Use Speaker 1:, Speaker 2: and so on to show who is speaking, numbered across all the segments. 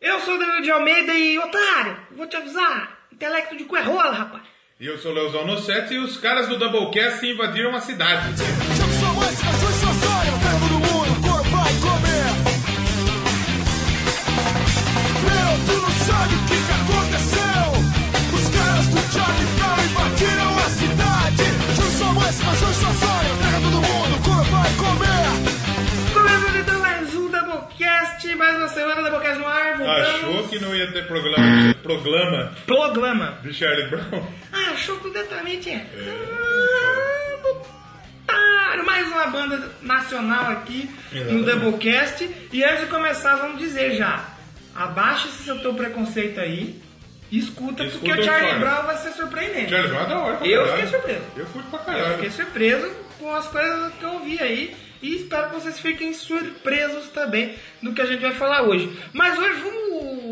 Speaker 1: Eu sou o Danilo de Almeida e, otário, vou te avisar. Intelecto de cu é rola, rapaz.
Speaker 2: E eu sou o Leozão no set e os caras do Doublecast invadiram a cidade.
Speaker 3: um, é
Speaker 1: Começando então
Speaker 3: um, é
Speaker 1: mais um Doublecast, mais uma semana Doublecast no ar. Voltamos.
Speaker 2: Achou que não ia ter programa, programa
Speaker 1: Programa.
Speaker 2: de Charlie Brown?
Speaker 1: Ah, Achou completamente é. errado. Otário. Ah, Mais uma banda nacional aqui no
Speaker 2: Exatamente.
Speaker 1: Doublecast. E antes de começar, vamos dizer já. Abaixa esse seu teu preconceito aí. e Escuta,
Speaker 2: Escuta
Speaker 1: porque o
Speaker 2: ou
Speaker 1: Charlie
Speaker 2: chora?
Speaker 1: Brown vai ser surpreendente.
Speaker 2: Charlie Brown é da hora pra
Speaker 1: Eu
Speaker 2: caralho.
Speaker 1: fiquei surpreso.
Speaker 2: Eu curto pra
Speaker 1: Eu
Speaker 2: caralho.
Speaker 1: fiquei surpreso com as coisas que eu ouvi aí e espero que vocês fiquem surpresos também do que a gente vai falar hoje. Mas hoje vamos.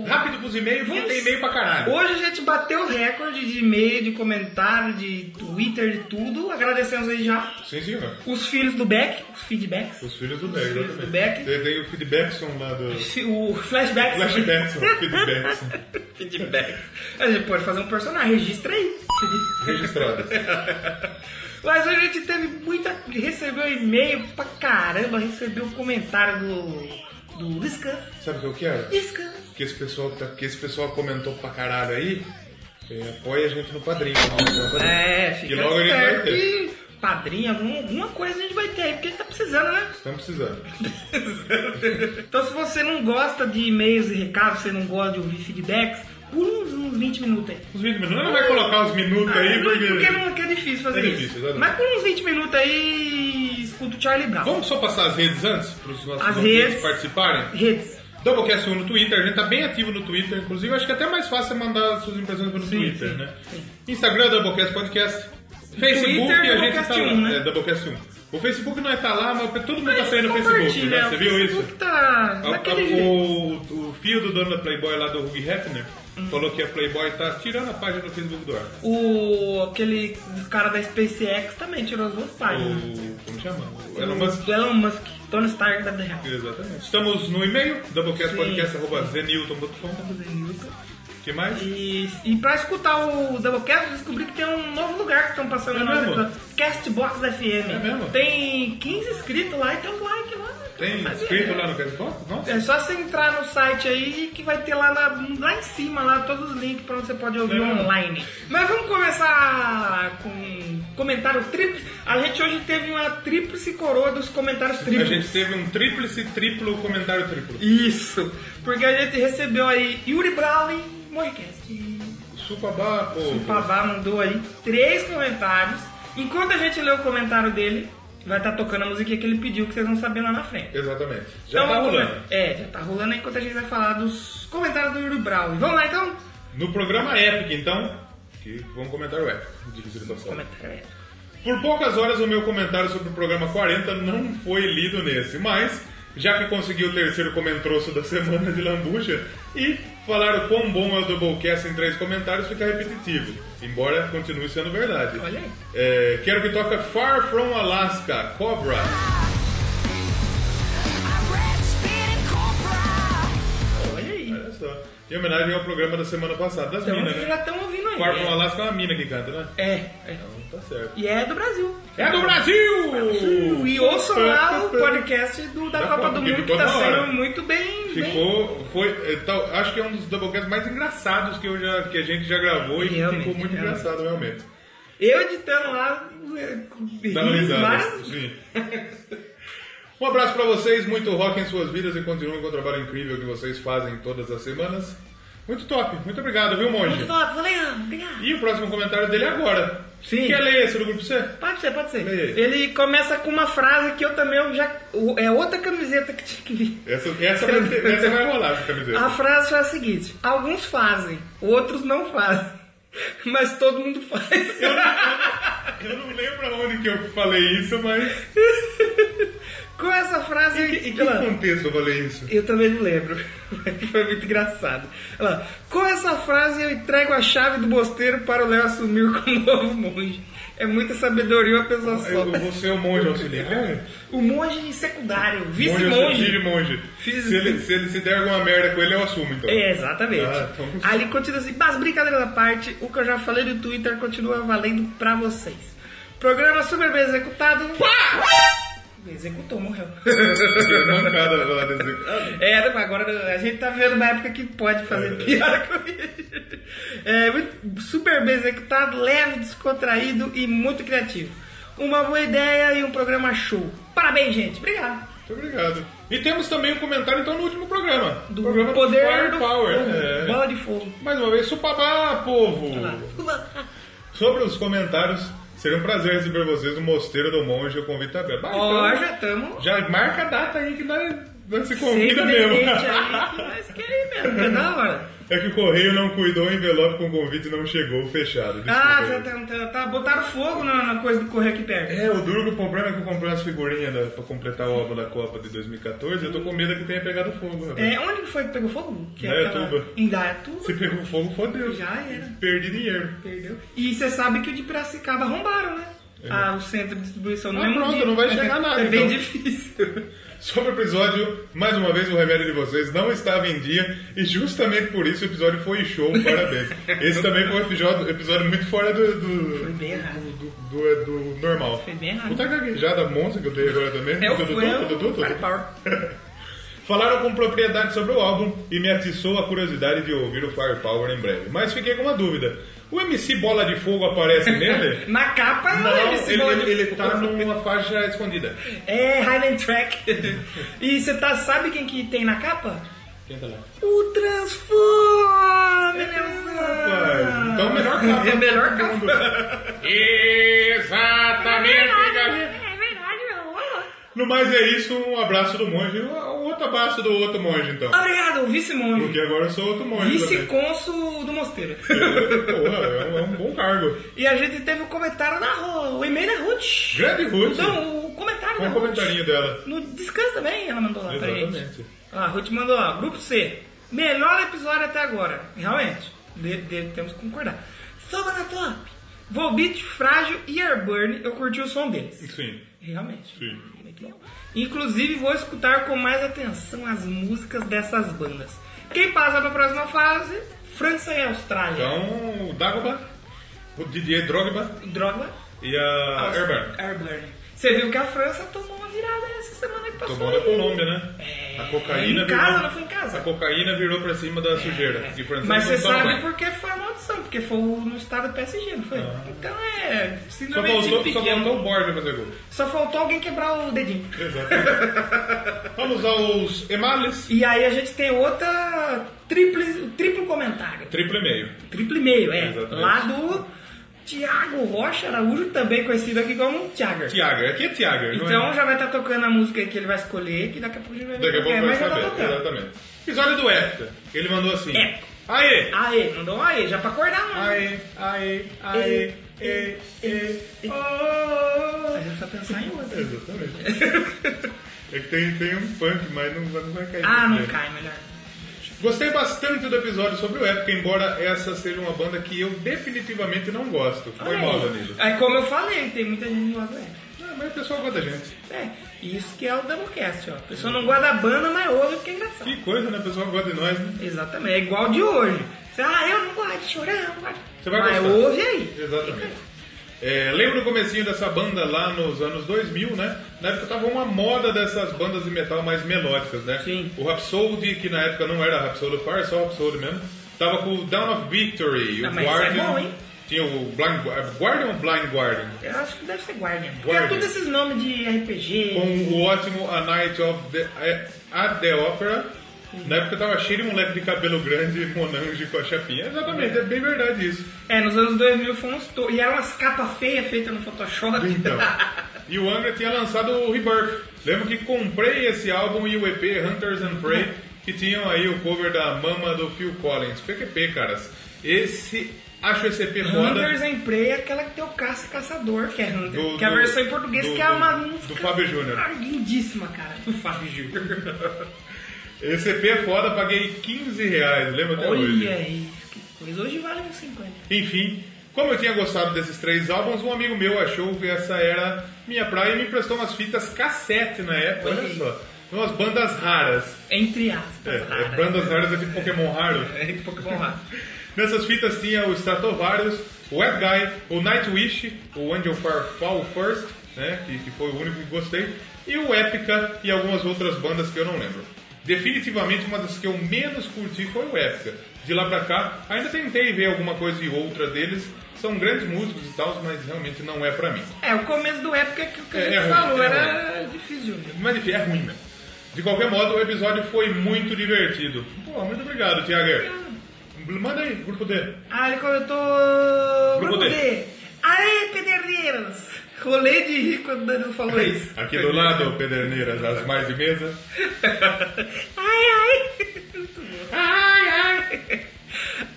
Speaker 2: Rápido pros e-mails, porque
Speaker 1: vamos-
Speaker 2: tem e-mail pra caralho.
Speaker 1: Hoje a gente bateu o recorde de e-mail, de comentário, de Twitter, de tudo. Agradecemos aí já
Speaker 2: Sim, senhor.
Speaker 1: os filhos do Beck, os feedbacks.
Speaker 2: Os filhos do Beck.
Speaker 1: Os filhos do
Speaker 2: exatamente.
Speaker 1: Beck.
Speaker 2: Tem, tem o feedbackson lá do...
Speaker 1: Fi- O flashback.
Speaker 2: Flashbackson, feedbackson.
Speaker 1: Feedbacks. A gente pode fazer um personagem, registra aí.
Speaker 2: Registrado.
Speaker 1: Mas hoje a gente teve muita. Recebeu e-mail pra caramba, recebeu comentário do. do Discuss.
Speaker 2: Sabe o que eu quero?
Speaker 1: Discuss.
Speaker 2: Que esse pessoal, tá- que esse pessoal comentou pra caralho aí, é, apoia a gente no padrinho. No Padrinho.
Speaker 1: É, fica
Speaker 2: E logo ele vai
Speaker 1: esperto.
Speaker 2: ter.
Speaker 1: e Padrinho, algum- alguma coisa a gente vai ter aí, porque a gente tá precisando, né?
Speaker 2: Estamos precisando.
Speaker 1: então, se você não gosta de e-mails e recados, você não gosta de ouvir feedbacks, pula uns, uns 20 minutos aí. Ah,
Speaker 2: Os 20 minutos. Não vai colocar os minutos aí,
Speaker 1: não-
Speaker 2: porque...
Speaker 1: porque não, que é difícil fazer
Speaker 2: É difícil,
Speaker 1: isso.
Speaker 2: exatamente.
Speaker 1: Mas por uns 20 minutos aí, escuta o Charlie Brown.
Speaker 2: Vamos só passar as redes antes, para os nossos
Speaker 1: As
Speaker 2: ouvintes
Speaker 1: redes.
Speaker 2: participarem?
Speaker 1: Redes.
Speaker 2: Doublecast 1 no Twitter, a gente tá bem ativo no Twitter, inclusive acho que é até mais fácil é mandar suas impressões pelo Twitter,
Speaker 1: sim,
Speaker 2: né? Instagram, Doublecast Podcast, Facebook,
Speaker 1: Twitter, é
Speaker 2: a gente tá
Speaker 1: Doublecast
Speaker 2: lá,
Speaker 1: 1, né?
Speaker 2: é, Doublecast 1. O Facebook não é tá lá, mas todo mundo tá
Speaker 1: Mas
Speaker 2: saindo no Facebook,
Speaker 1: compartilha,
Speaker 2: né? Você viu
Speaker 1: o
Speaker 2: isso?
Speaker 1: Facebook tá
Speaker 2: A-
Speaker 1: naquele
Speaker 2: a-
Speaker 1: jeito. Uhum.
Speaker 2: o, o filho do dono da Playboy lá do Hugh Hefner falou que a Playboy tá tirando a página do Facebook do ar.
Speaker 1: O, aquele cara da SpaceX também tirou as duas páginas.
Speaker 2: O, como chama? O Elon Musk.
Speaker 1: O Elon Musk, Tony Stark da vida real.
Speaker 2: Exatamente. Estamos no e-mail, doublecastpodcast.zenilton.com. O que mais?
Speaker 1: E, e pra escutar o Doublecast, eu descobri que tem um novo lugar que estão passando
Speaker 2: É
Speaker 1: nós
Speaker 2: mesmo?
Speaker 1: agora. Castbox FM.
Speaker 2: É mesmo?
Speaker 1: Tem 15 inscritos lá e tem um like lá.
Speaker 2: Tem
Speaker 1: Fazia.
Speaker 2: escrito lá no Castbox? Nossa.
Speaker 1: É só você entrar no site aí que vai ter lá, na- lá em cima lá todos os links pra onde você pode ouvir
Speaker 2: É.
Speaker 1: online. Mas vamos começar com comentário tríplice. A gente hoje teve uma tríplice coroa dos comentários
Speaker 2: A
Speaker 1: tríplices.
Speaker 2: gente teve um tríplice, triplo comentário triplo.
Speaker 1: Isso! Porque a gente recebeu aí Yuri Brawley Morcast.
Speaker 2: Supabá, pô.
Speaker 1: O Pabá mandou aí três comentários. Enquanto a gente lê o comentário dele, vai estar tocando a musiquinha que ele pediu, que vocês vão saber lá na frente.
Speaker 2: Exatamente. Já
Speaker 1: Então,
Speaker 2: tá
Speaker 1: vamos
Speaker 2: rolando.
Speaker 1: começar. É, já tá rolando aí enquanto a gente vai falar dos comentários do Yuri Brown. Vamos lá então?
Speaker 2: No programa Epic, então, que vamos comentar o Epic. Difícil de passar.
Speaker 1: Comentário é.
Speaker 2: Por poucas horas o meu comentário sobre o programa 40 não foi lido nesse, mas já que consegui o terceiro comentroço da semana de Lambuja e falar o quão bom é o Doublecast em três comentários fica repetitivo, embora continue sendo verdade.
Speaker 1: Olha aí.
Speaker 2: É, quero que toca Far From Alaska, Cobra.
Speaker 1: Olha aí.
Speaker 2: Olha só. Em homenagem ao programa da semana passada, das
Speaker 1: Então
Speaker 2: minas,
Speaker 1: vocês
Speaker 2: né?
Speaker 1: já estão ouvindo aí.
Speaker 2: Far From
Speaker 1: né?
Speaker 2: Alaska é uma mina que canta, né?
Speaker 1: É, é.
Speaker 2: Então tá certo.
Speaker 1: E é do Brasil.
Speaker 2: É do Brasil!
Speaker 1: E ouçam lá o podcast do, da,
Speaker 2: Da
Speaker 1: Copa
Speaker 2: Copa,
Speaker 1: do
Speaker 2: que
Speaker 1: Mundo que
Speaker 2: ficou
Speaker 1: tá
Speaker 2: da hora.
Speaker 1: sendo muito bem. bem-
Speaker 2: Ficou, foi, é, tal- acho que é um dos doublecasts mais engraçados que, eu já, que a gente já gravou e
Speaker 1: Realmente,
Speaker 2: ficou muito
Speaker 1: realmente.
Speaker 2: engraçado, realmente.
Speaker 1: Eu editando lá.
Speaker 2: Dando risada. assim,
Speaker 1: várias-
Speaker 2: Sim. Um abraço pra vocês, muito rock em suas vidas e continuem com o trabalho incrível que vocês fazem todas as semanas. Muito top, muito obrigado, viu,
Speaker 1: Muito
Speaker 2: Monge?
Speaker 1: top, valeu, obrigado.
Speaker 2: E o próximo comentário dele é agora.
Speaker 1: Sim.
Speaker 2: Quer ler esse do grupo C?
Speaker 1: Pode ser, pode ser.
Speaker 2: Leia aí.
Speaker 1: Ele começa com uma frase que eu também eu já. o- É outra camiseta que tinha que vir.
Speaker 2: Essa, essa, vai, ter- essa vai rolar essa camiseta.
Speaker 1: A frase foi a seguinte: alguns fazem, outros não fazem. Mas todo mundo faz.
Speaker 2: Eu não lembro aonde que eu falei isso, mas.
Speaker 1: Com essa frase.
Speaker 2: Em que
Speaker 1: Olha lá.
Speaker 2: contexto eu falei isso?
Speaker 1: Eu também não lembro. Foi muito engraçado. Olha lá. Com essa frase eu entrego a chave do mosteiro para o Léo assumir como novo monge. É muita sabedoria uma pessoa só.
Speaker 2: Eu vou ser o monge auxiliar?
Speaker 1: O monge secundário,
Speaker 2: Monge, eu sou Giri
Speaker 1: vice-monge.
Speaker 2: Monge.
Speaker 1: Fiz-
Speaker 2: Se ele, se ele se der alguma merda com ele, eu assumo, então.
Speaker 1: É, exatamente.
Speaker 2: Ah, então-
Speaker 1: Ali continua assim, mas brincadeira da parte, o que eu já falei no Twitter continua valendo pra vocês. Programa super bem executado. Executou, morreu.
Speaker 2: Que é mancada lá desse... Ah,
Speaker 1: É, mas agora a gente tá vivendo uma época que pode
Speaker 2: É
Speaker 1: fazer piada com isso. É, muito- super bem executado, leve, descontraído e muito criativo. Uma boa ideia e um programa show. Parabéns, gente. Obrigado.
Speaker 2: Muito obrigado. E temos também um comentário, então, no último programa.
Speaker 1: Do
Speaker 2: programa
Speaker 1: poder do
Speaker 2: Firepower.
Speaker 1: fogo.
Speaker 2: É.
Speaker 1: Bola de fogo.
Speaker 2: Mais uma vez, supabá, povo! Sobre os comentários, seria um prazer receber vocês no Mosteiro do Monge, eu convido tá aberto. Ah,
Speaker 1: Ó,
Speaker 2: então,
Speaker 1: já estamos.
Speaker 2: já marca a data aí que nós, nós se
Speaker 1: Sempre
Speaker 2: convida mesmo.
Speaker 1: aí que nós queremos mesmo, que é da hora.
Speaker 2: É que o correio não cuidou, o envelope com o convite não chegou, fechado. Desculpa
Speaker 1: Ah, tá,
Speaker 2: aí.
Speaker 1: tá, tá, tá, botaram fogo na, na coisa do correio aqui perto.
Speaker 2: É, o duro que o problema é que eu comprei umas figurinhas da, pra completar o álbum da Copa de 2014 eu tô com medo que tenha pegado fogo. rapaz.
Speaker 1: É, onde que foi que pegou fogo? Que é
Speaker 2: Indaiatuba.
Speaker 1: Em Dayatuba.
Speaker 2: Se pegou fogo, fodeu.
Speaker 1: Já era.
Speaker 2: Perdi dinheiro.
Speaker 1: Perdeu. E você sabe que o de Piracicaba arrombaram, né?
Speaker 2: É.
Speaker 1: Ah, o centro de distribuição não
Speaker 2: Ah,
Speaker 1: é
Speaker 2: pronto, não vai chegar nada,
Speaker 1: É bem
Speaker 2: então.
Speaker 1: difícil.
Speaker 2: Sobre o episódio, mais uma vez o remédio de vocês não estava em dia e justamente por isso o episódio foi show, parabéns. Esse também foi um episódio, episódio muito fora do, do-
Speaker 1: Foi bem errado.
Speaker 2: do, do- do normal.
Speaker 1: Foi bem errado.
Speaker 2: Puta gaguejada monstro que eu dei agora também.
Speaker 1: É o
Speaker 2: Tudo,
Speaker 1: foi
Speaker 2: tudo, tudo,
Speaker 1: o
Speaker 2: tudo.
Speaker 1: Firepower.
Speaker 2: Falaram com propriedade sobre o álbum e me atiçou a curiosidade de ouvir o Firepower em breve. Mas fiquei com uma dúvida. O MC Bola de Fogo aparece nele?
Speaker 1: Na capa
Speaker 2: Não,
Speaker 1: é
Speaker 2: ele,
Speaker 1: esse bode de
Speaker 2: ele
Speaker 1: fogo.
Speaker 2: tá numa faixa escondida.
Speaker 1: É Highland Track. e você tá, sabe quem que tem na capa?
Speaker 2: Quem tá lá?
Speaker 1: O Transformers!
Speaker 2: É, Rapaz, então melhor capa.
Speaker 1: É a melhor
Speaker 2: do mundo.
Speaker 1: capa.
Speaker 2: Exatamente, galera.
Speaker 1: é verdade, meu
Speaker 2: No mais é isso, um abraço do monge. Um outro abraço do outro monge, então.
Speaker 1: Obrigado, vice-monge.
Speaker 2: Porque agora eu sou outro monge. também.
Speaker 1: Vice-cônsul do Mosteiro.
Speaker 2: Porra, é um, é um bom cargo.
Speaker 1: e a gente teve o comentário da Ro- o e-mail da Ruth.
Speaker 2: Grande Ruth.
Speaker 1: Então, o comentário
Speaker 2: Com
Speaker 1: da
Speaker 2: um
Speaker 1: Ruth.
Speaker 2: comentarinho dela.
Speaker 1: No descanso também ela mandou lá pra
Speaker 2: Exatamente.
Speaker 1: gente. Ó, a Ruth mandou, ó, grupo C. Melhor episódio até agora. Realmente. De- de- temos que concordar. Soba na top. Volbeat, Frágil e Airburn, eu curti o som deles.
Speaker 2: Sim.
Speaker 1: Realmente.
Speaker 2: Sim.
Speaker 1: Muito legal. Inclusive, vou escutar com mais atenção as músicas dessas bandas. Quem passa pra próxima fase? França e Austrália.
Speaker 2: Então, o Dagobah, o Didier Drogba
Speaker 1: Droga.
Speaker 2: e a
Speaker 1: Aus-
Speaker 2: Herbert.
Speaker 1: Airburn. Você viu que a França tomou uma virada essa semana que passou.
Speaker 2: Tomou da
Speaker 1: aí.
Speaker 2: Colômbia, né?
Speaker 1: É,
Speaker 2: A cocaína
Speaker 1: em casa,
Speaker 2: virou,
Speaker 1: não foi em casa.
Speaker 2: A cocaína virou pra cima da sujeira. E francês
Speaker 1: É. Mas
Speaker 2: não tá
Speaker 1: você
Speaker 2: toma
Speaker 1: sabe
Speaker 2: banho.
Speaker 1: por que foi a maldição, porque foi no estado do PSG, não foi? Então é.
Speaker 2: Ah. Só
Speaker 1: Síndrome de
Speaker 2: faltou, só
Speaker 1: pequeno.
Speaker 2: faltou o Borja fazer gol.
Speaker 1: Só faltou alguém quebrar o dedinho.
Speaker 2: Vamos aos emales.
Speaker 1: E aí a gente tem outra. Triplo, triplo comentário.
Speaker 2: Triplo e meio.
Speaker 1: Triplo e meio, é.
Speaker 2: Exatamente.
Speaker 1: Lá do Tiago Rocha Araújo, também conhecido aqui como Tiago.
Speaker 2: Tiager, aqui é Tiager. não é?
Speaker 1: Então já vai estar tocando a música que ele vai escolher, que daqui a pouco a gente vai ver
Speaker 2: Daqui a
Speaker 1: qual que
Speaker 2: pouco
Speaker 1: é,
Speaker 2: vai
Speaker 1: mas já tá
Speaker 2: saber.
Speaker 1: tocando.
Speaker 2: Exatamente. Episódio do Épica. Ele mandou assim.
Speaker 1: Épico.
Speaker 2: Aê!
Speaker 1: Aê, mandou um aê, já pra acordar, mano.
Speaker 2: Aê, aê, aê, aê, aê.
Speaker 1: A gente precisa pensar em outra.
Speaker 2: Exatamente. É que tem, tem um funk, mas não, vai- não vai cair.
Speaker 1: Ah, não
Speaker 2: muito bem.
Speaker 1: cai, melhor.
Speaker 2: Gostei bastante do episódio sobre o Épica, embora essa seja uma banda que eu definitivamente não gosto. Foi
Speaker 1: Olha
Speaker 2: mal,
Speaker 1: aí.
Speaker 2: Danilo.
Speaker 1: É como eu falei, tem muita gente que não gosta dela.
Speaker 2: Ah, mas o pessoal gosta da gente.
Speaker 1: É, isso que é o Doublecast, ó. A pessoa não gosta da banda, mas ouve porque é engraçado.
Speaker 2: Que coisa, né? O pessoal gosta de nós, né?
Speaker 1: Exatamente, é igual de hoje. Você, ah, eu não gosto de chorar, não gosto.
Speaker 2: Você vai
Speaker 1: mas
Speaker 2: gostar.
Speaker 1: ouve aí.
Speaker 2: Exatamente. É, lembro do comecinho dessa banda lá nos anos 2000, né? Na época tava uma moda dessas bandas de metal mais melódicas, né?
Speaker 1: Sim.
Speaker 2: O Rhapsody, que na época não era Rhapsody Fire, só Rhapsody mesmo, tava com o Down of Victory,
Speaker 1: Ah,
Speaker 2: o
Speaker 1: mas isso é bom, hein?
Speaker 2: Tinha o Blind Guardian, Guardian ou Blind Guardian?
Speaker 1: Eu acho que deve ser Guardian. Porque
Speaker 2: Guardian.
Speaker 1: é todos esses nomes de RPG.
Speaker 2: Com o ótimo A Night of the... At the Opera. Na época tava cheio de moleque de cabelo grande, monange com a chapinha. Exatamente, é bem verdade isso.
Speaker 1: É, nos anos 2000 foi uns to... E eram umas capas feias feitas no Photoshop.
Speaker 2: Então. E o Angra tinha lançado o Rebirth. Lembro que comprei esse álbum e o EP Hunters and Prey, que tinham aí o cover da mama do Phil Collins. PQP, caras. Esse. Acho esse EP
Speaker 1: Hunters
Speaker 2: foda.
Speaker 1: and Prey é aquela que tem o caça e caçador, que é Hunter.
Speaker 2: Do-
Speaker 1: que é a
Speaker 2: do-
Speaker 1: versão em português,
Speaker 2: do-
Speaker 1: que é uma
Speaker 2: do-
Speaker 1: música...
Speaker 2: do Fábio Júnior.
Speaker 1: Ah, lindíssima, cara. Do Fábio Júnior.
Speaker 2: Esse EP é foda, paguei 15 reais, lembro até
Speaker 1: Olha
Speaker 2: hoje.
Speaker 1: aí, que coisa. Hoje vale uns 50.
Speaker 2: Enfim, Como eu tinha gostado desses três álbuns, um amigo meu achou que essa era minha praia e me emprestou umas fitas cassete na época, olha só. Umas bandas raras.
Speaker 1: Entre
Speaker 2: É,
Speaker 1: aspas.
Speaker 2: é,
Speaker 1: raras.
Speaker 2: bandas raras é tipo Pokémon raro.
Speaker 1: É, entre Pokémon raro.
Speaker 2: Nessas fitas tinha o Stratovarius, o Web Guy, o Nightwish, o Angel Far Fall First, né, que, que foi o único que gostei, e o Epica e algumas outras bandas que eu não lembro. Definitivamente uma das que eu menos curti foi o Epica. De lá pra cá, ainda tentei ver alguma coisa e outra deles. São grandes músicos e tal, mas realmente não é pra mim.
Speaker 1: É, o começo do época que o que a
Speaker 2: É,
Speaker 1: gente
Speaker 2: é ruim,
Speaker 1: falou
Speaker 2: é
Speaker 1: era difícil. né?
Speaker 2: Mas enfim, é ruim mesmo. De qualquer modo, o episódio foi muito divertido. Pô, muito obrigado, Tiago. Manda aí, grupo D.
Speaker 1: Ah, ele comentou.
Speaker 2: Grupo
Speaker 1: Grupo
Speaker 2: D.
Speaker 1: D. Aê, pederneiros! Rolei de rir quando ele falou isso.
Speaker 2: Aqui do lado, Pederneiras, as mais de mesa.
Speaker 1: Ai, ai! Muito bom. Ai, ai!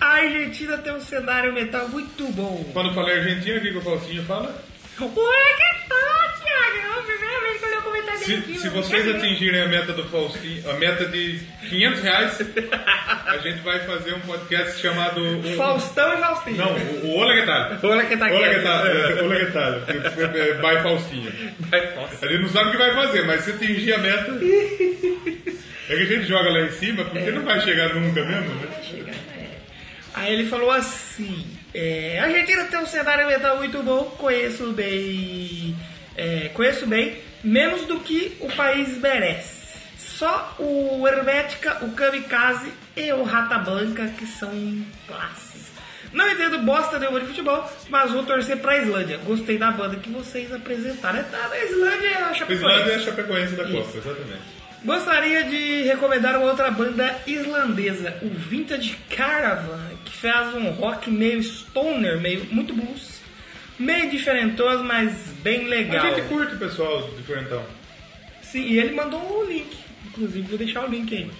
Speaker 1: A Argentina tem um cenário metal muito bom.
Speaker 2: Quando fala Argentina, o que que o Falsinho fala?
Speaker 1: Olha que tal, Thiago! É a primeira vez que eu li um comentário
Speaker 2: Se,
Speaker 1: negativo.
Speaker 2: se vocês
Speaker 1: Quer ver?
Speaker 2: atingirem a meta do Faustinho, a meta de 500 reais, a gente vai fazer um podcast chamado... o-
Speaker 1: Faustão e Faustinho.
Speaker 2: Não, o, o Ola Guetalho.
Speaker 1: Olha que tá aqui.
Speaker 2: Ola Guetalho. Ola Guetalho. que foi, é, By Faustinho.
Speaker 1: Vai, Faustinho.
Speaker 2: A gente não sabe o que vai fazer, mas se atingir a meta... É que a gente joga lá em cima, porque não vai chegar nunca mesmo, né?
Speaker 1: Aí ele falou assim: é, a Argentina tem um cenário mental muito bom, conheço bem. é, conheço bem, menos do que o país merece. Só o Hermética, o Kamikaze e o Rata Blanca que são classes. Não entendo bosta nenhuma de futebol, mas vou torcer pra Islândia. Gostei da banda que vocês apresentaram. É, tá, a Islândia é a Chapecoense.
Speaker 2: Islândia é a Chapecoense da Costa, exatamente.
Speaker 1: Gostaria de recomendar uma outra banda islandesa, o Vintage Caravan, que faz um rock meio stoner, meio muito blues, meio diferentoso, mas bem legal.
Speaker 2: A gente curte o pessoal diferentão.
Speaker 1: Sim, e ele mandou o link, inclusive vou deixar o link aí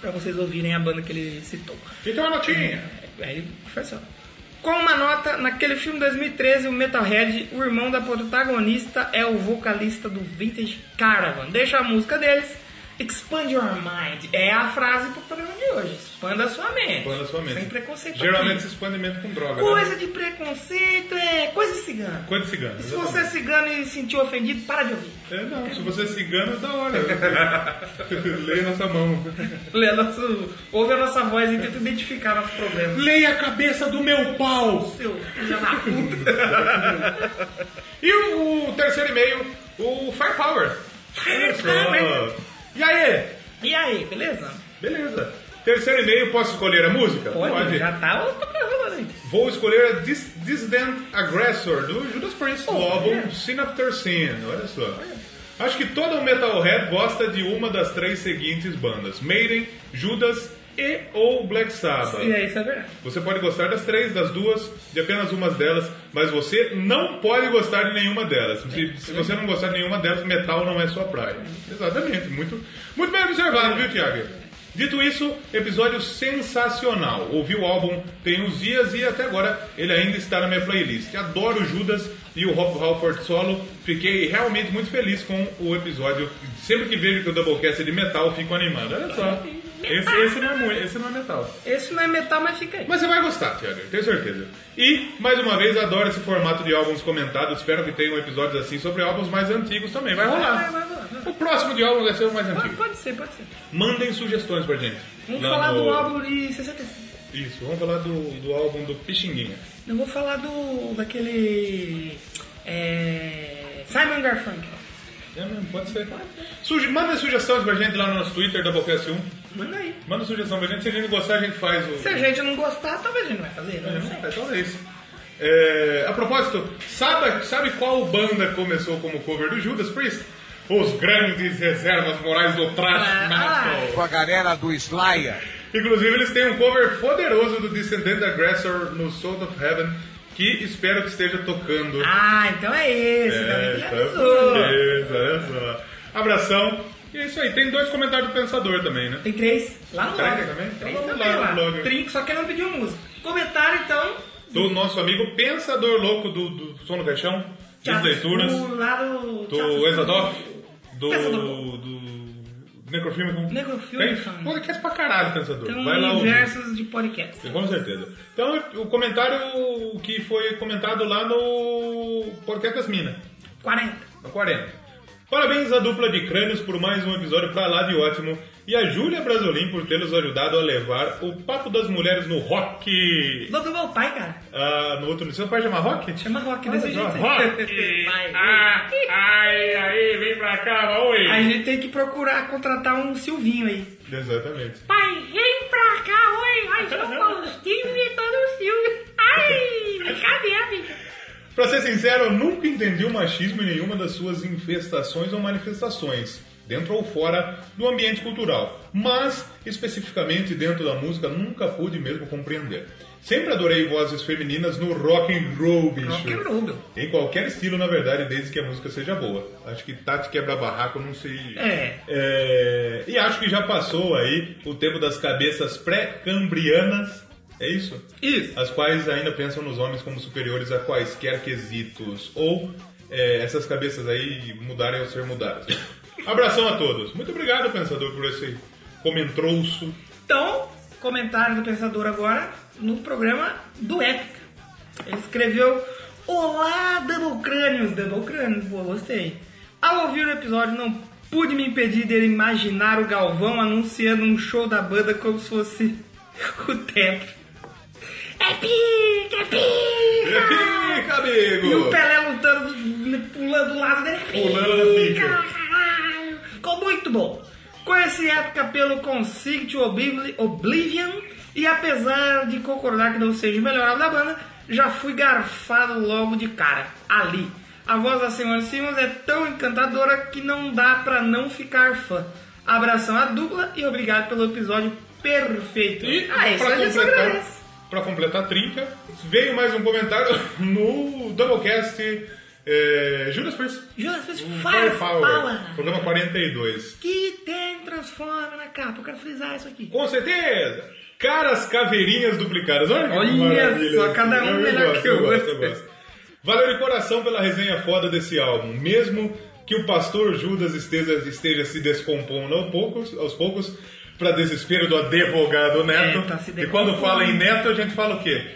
Speaker 1: pra vocês ouvirem a banda que ele citou.
Speaker 2: Então uma notinha.
Speaker 1: É, Aí ele faz só. Com uma nota, naquele filme 2013, o Metalhead, o irmão da protagonista é o vocalista do Vintage Caravan. Deixa a música deles, Expand Your Mind. É a frase pro programa de hoje. Expanda a sua mente.
Speaker 2: Expanda sua mente.
Speaker 1: Sem preconceito. tá
Speaker 2: Geralmente
Speaker 1: aqui.
Speaker 2: se expande mesmo com droga. Né?
Speaker 1: Coisa de preconceito é coisa de cigano.
Speaker 2: Coisa de cigano.
Speaker 1: E se você é
Speaker 2: exatamente.
Speaker 1: cigano e se sentiu ofendido, para de ouvir.
Speaker 2: É, não, se você é cigano, é da hora. Leia nossa mão.
Speaker 1: Lê a nossa- ouve a nossa voz e tenta identificar nosso problema.
Speaker 2: Leia a cabeça do meu pau!
Speaker 1: Seu filho da puta.
Speaker 2: E o terceiro e-mail, o Firepower.
Speaker 1: Firepower.
Speaker 2: E aí?
Speaker 1: E aí, beleza?
Speaker 2: Beleza. Terceiro e-mail, posso escolher a música?
Speaker 1: Pode, já tá outra programa, né?
Speaker 2: Vou escolher a Dis Dissident Aggressor do Judas Priest do
Speaker 1: Olha.
Speaker 2: álbum Sin After Sin. Olha só. Acho que todo metalhead gosta de uma das três seguintes bandas: Maiden, Judas e ou Black Sabbath.
Speaker 1: E aí, isso é verdade.
Speaker 2: Você pode gostar das três, das duas, de apenas umas delas, mas você não pode gostar de nenhuma delas. Se, se você não gostar de nenhuma delas, metal não é sua praia. Exatamente, muito, muito bem observado, viu, Tiago? Dito isso, episódio sensacional. Ouvi o álbum tem uns dias e até agora ele ainda está na minha playlist. Adoro Judas e o Rob Halford solo. Fiquei realmente muito feliz com o episódio. Sempre que vejo que o Doublecast é de metal, fico animado. Olha só. Esse, esse não é, mu- esse não é metal.
Speaker 1: Esse não é metal, mas fica aí.
Speaker 2: Mas você vai gostar, Thiago, tenho certeza. E, mais uma vez, adoro esse formato de álbuns comentados. Espero que tenham episódios assim sobre álbuns mais antigos também. Vai
Speaker 1: Vai,
Speaker 2: rolar.
Speaker 1: vai, vai, vai.
Speaker 2: O próximo de álbum vai ser o mais
Speaker 1: Pode,
Speaker 2: antigo.
Speaker 1: pode ser, pode ser.
Speaker 2: Mandem sugestões pra gente.
Speaker 1: Vamos
Speaker 2: Lá
Speaker 1: falar
Speaker 2: no-
Speaker 1: do álbum de 65.
Speaker 2: Isso, vamos falar do, do álbum do Pixinguinha.
Speaker 1: Não vou falar do. daquele. É, Simon Garfunkel.
Speaker 2: É mesmo, pode ser. Suge... Mandem sugestões pra gente lá no nosso Twitter, Doublecast1.
Speaker 1: Manda aí.
Speaker 2: Manda sugestão pra gente. Se a gente gostar, a gente faz o...
Speaker 1: Se a gente não gostar, talvez a gente não vai fazer. né?
Speaker 2: É,
Speaker 1: Não sei.
Speaker 2: é, Talvez. É, a propósito, sabe, sabe qual banda começou como cover do Judas Priest? Os grandes reservas morais do trash
Speaker 1: Ah.
Speaker 2: metal.
Speaker 4: com a galera do Slayer.
Speaker 2: Inclusive, eles têm um cover poderoso do Descendant Aggressor no Soul of Heaven, que espero que esteja tocando.
Speaker 1: Ah, então é esse.
Speaker 2: É,
Speaker 1: Davi
Speaker 2: tá
Speaker 1: que avisou.
Speaker 2: beleza, olha só. Abração. E é isso aí. Tem dois comentários do Pensador também, né?
Speaker 1: Tem três lá no
Speaker 2: Três
Speaker 1: blog.
Speaker 2: também? Então
Speaker 1: Três
Speaker 2: vamos
Speaker 1: também
Speaker 2: lá no
Speaker 1: lá.
Speaker 2: blog.
Speaker 1: Trinco, só que não pediu música. Comentário, então.
Speaker 2: Do nosso amigo Pensador Louco do, do Sono Caixão, das
Speaker 1: Thiago
Speaker 2: leituras.
Speaker 1: Escuro, Lá do. Thiago
Speaker 2: do
Speaker 1: Escuro.
Speaker 2: Exadoff, do,
Speaker 1: Exadoff.
Speaker 2: do, do Necrofilme.
Speaker 1: Necrofilme, cara.
Speaker 2: Tem podcast é pra caralho, pensador.
Speaker 1: Tem
Speaker 2: Vai lá
Speaker 1: um
Speaker 2: ouvir.
Speaker 1: universos de podcast.
Speaker 2: Com certeza. Então, o comentário que foi comentado lá no Podcast das Minas,
Speaker 1: 40.
Speaker 2: no 40. Parabéns à dupla de crânios por mais um episódio pra lá de ótimo e a Júlia Brasolim por ter nos ajudado a levar o Papo das Mulheres no rock.
Speaker 1: Vou do meu pai, cara.
Speaker 2: Ah, no outro, seu pai chama rock?
Speaker 1: Chama rock
Speaker 2: Olha
Speaker 1: desse
Speaker 2: só,
Speaker 1: jeito.
Speaker 2: Rock!
Speaker 1: Vai.
Speaker 2: ah, ai, ai, vem pra cá,
Speaker 1: A
Speaker 2: oi!
Speaker 1: gente tem que procurar contratar um Silvinho aí.
Speaker 2: Exatamente.
Speaker 5: Pai, vem pra cá, oi, nós vamos Faustinho imitando o Silvio. Ai, brincadeira, bicho.
Speaker 2: Pra ser sincero, eu nunca entendi o machismo em nenhuma das suas infestações ou manifestações, dentro ou fora do ambiente cultural. Mas, especificamente dentro da música, nunca pude mesmo compreender. Sempre adorei vozes femininas no rock and roll, bicho.
Speaker 1: Rock and roll, meu.
Speaker 2: Em qualquer estilo, na verdade, desde que a música seja boa. Acho que Tati quebra barraco, não sei.
Speaker 1: É.
Speaker 2: É, E acho que já passou aí o tempo das cabeças pré-cambrianas. É isso?
Speaker 1: Isso.
Speaker 2: As quais ainda pensam nos homens como superiores a quaisquer quesitos. Ou é, essas cabeças aí mudarem ou ser mudadas. Abração a todos. Muito obrigado, pensador, por esse comentrouço.
Speaker 1: Então, comentário do Pensador agora no programa do Épica. Ele escreveu: Olá, Double Crânios, Double Crânios, boa, gostei. Ao ouvir o episódio, não pude me impedir dele imaginar o Galvão anunciando um show da banda como se fosse o templo.
Speaker 5: É pica, é pica.
Speaker 2: Fica, amigo!
Speaker 1: E o Pelé lutando, pulando do lado dele.
Speaker 2: Pulando na pica.
Speaker 5: Caralho.
Speaker 1: Ficou muito bom. Conheci a época pelo Consigo to Obliv- Oblivion e apesar de concordar que não seja o melhor álbum da banda, já fui garfado logo de cara, ali. A voz da senhora Simmons é tão encantadora que não dá pra não ficar fã. Abração à dupla e obrigado pelo episódio perfeito.
Speaker 2: E
Speaker 1: ah, isso
Speaker 2: pra
Speaker 1: a gente só
Speaker 2: completar,
Speaker 1: agradece.
Speaker 2: pra completar a trinca, veio mais um comentário no Doublecast é, Judas Priest.
Speaker 1: Judas Priest
Speaker 2: um Power
Speaker 1: Fire Power,
Speaker 2: programa 42.
Speaker 1: que tem Transforma na capa. Eu quero frisar isso aqui.
Speaker 2: Com certeza! Caras caveirinhas duplicadas. Olha, que
Speaker 1: Olha
Speaker 2: maravilha.
Speaker 1: só, cada um
Speaker 2: Eu- eu
Speaker 1: melhor
Speaker 2: gosto,
Speaker 1: que o
Speaker 2: eu gosto,
Speaker 1: outro.
Speaker 2: eu gosto. Valeu de coração pela resenha foda desse álbum. Mesmo que o pastor Judas esteja, esteja se descompondo aos poucos, aos poucos para desespero do advogado Neto.
Speaker 1: É, tá se
Speaker 2: e quando
Speaker 1: decompondo.
Speaker 2: fala em Neto, a gente fala o quê?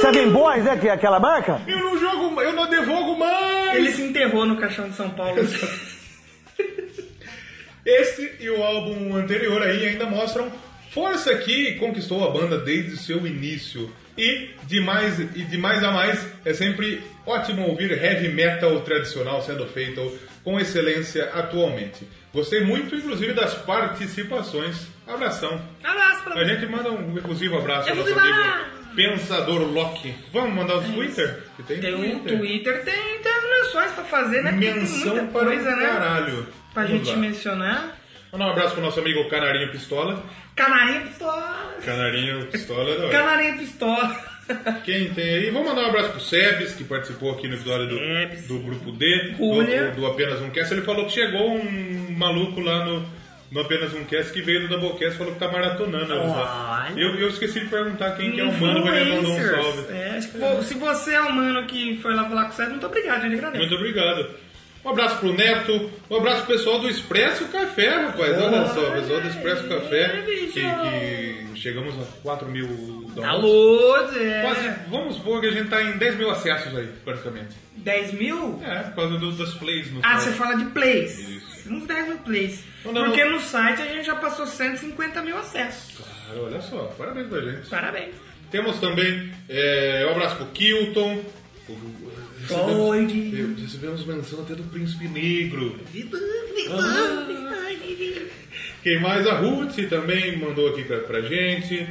Speaker 6: Seven Boys, né? Que é aquela marca?
Speaker 2: Eu não jogo, eu não devolvo mais!
Speaker 1: Ele se enterrou no caixão de São Paulo.
Speaker 2: Esse e o álbum anterior aí ainda mostram força que conquistou a banda desde o seu início. E de mais, e de mais a mais, é sempre ótimo ouvir heavy metal tradicional sendo feito com excelência atualmente. Gostei muito, inclusive, das participações. Abração.
Speaker 1: Abraço pra
Speaker 2: A gente manda um efusivo abraço ao nosso
Speaker 1: Efusivo
Speaker 2: amigo Pensador Locke. Vamos mandar no Twitter? Que tem,
Speaker 1: Tem um Twitter, tem internações pra fazer, né? Porque tem
Speaker 2: Menção
Speaker 1: muita
Speaker 2: para
Speaker 1: coisa,
Speaker 2: o
Speaker 1: né?
Speaker 2: caralho.
Speaker 1: Pra
Speaker 2: Vamos
Speaker 1: gente
Speaker 2: lá.
Speaker 1: mencionar.
Speaker 2: Mandar um abraço pro nosso amigo Canarinho Pistola.
Speaker 1: Canarinho Pistola.
Speaker 2: Canarinho Pistola é da hora.
Speaker 1: Canarinho Pistola.
Speaker 2: Quem tem aí? Vamos mandar um abraço pro Sebes, que participou aqui no episódio do,
Speaker 1: Sebes.
Speaker 2: do Grupo D,
Speaker 1: Julia.
Speaker 2: do, do Apenas Um Cast. Ele falou que chegou um maluco lá no, no Apenas Um Cast que veio do Doublecast e falou que tá maratonando. a
Speaker 1: Olha.
Speaker 2: episódio. Eu, eu esqueci de perguntar quem que é o mano, mas ele mandou um
Speaker 1: Influencers.
Speaker 2: salve.
Speaker 1: É, acho que foi- se você é o mano que foi lá falar com o Sérgio, muito obrigado, ele agradece.
Speaker 2: Muito obrigado. Um abraço pro Neto, um abraço pro pessoal do Expresso Café, rapaz. Olha só, o pessoal do Expresso Café, que, que chegamos a 4 mil
Speaker 1: Tá
Speaker 2: dólares.
Speaker 1: Alô, Zé.
Speaker 2: Quase, vamos supor que a gente tá em 10 mil acessos aí, praticamente.
Speaker 1: 10 mil?
Speaker 2: É, por causa do- das plays no
Speaker 1: Ah,
Speaker 2: site.
Speaker 1: você fala de plays.
Speaker 2: Isso.
Speaker 1: Uns 10 mil plays.
Speaker 2: Não, não.
Speaker 1: Porque no site a gente já passou 150 mil acessos.
Speaker 2: Cara, olha só, parabéns pra gente.
Speaker 1: Parabéns.
Speaker 2: Temos também é, um abraço pro Kilton. pro-
Speaker 1: Freud.
Speaker 2: Recebemos, recebemos menção até do Príncipe Negro.
Speaker 1: Vida, vida, vida, vida.
Speaker 2: Quem mais? A Ruth também mandou aqui pra, pra gente.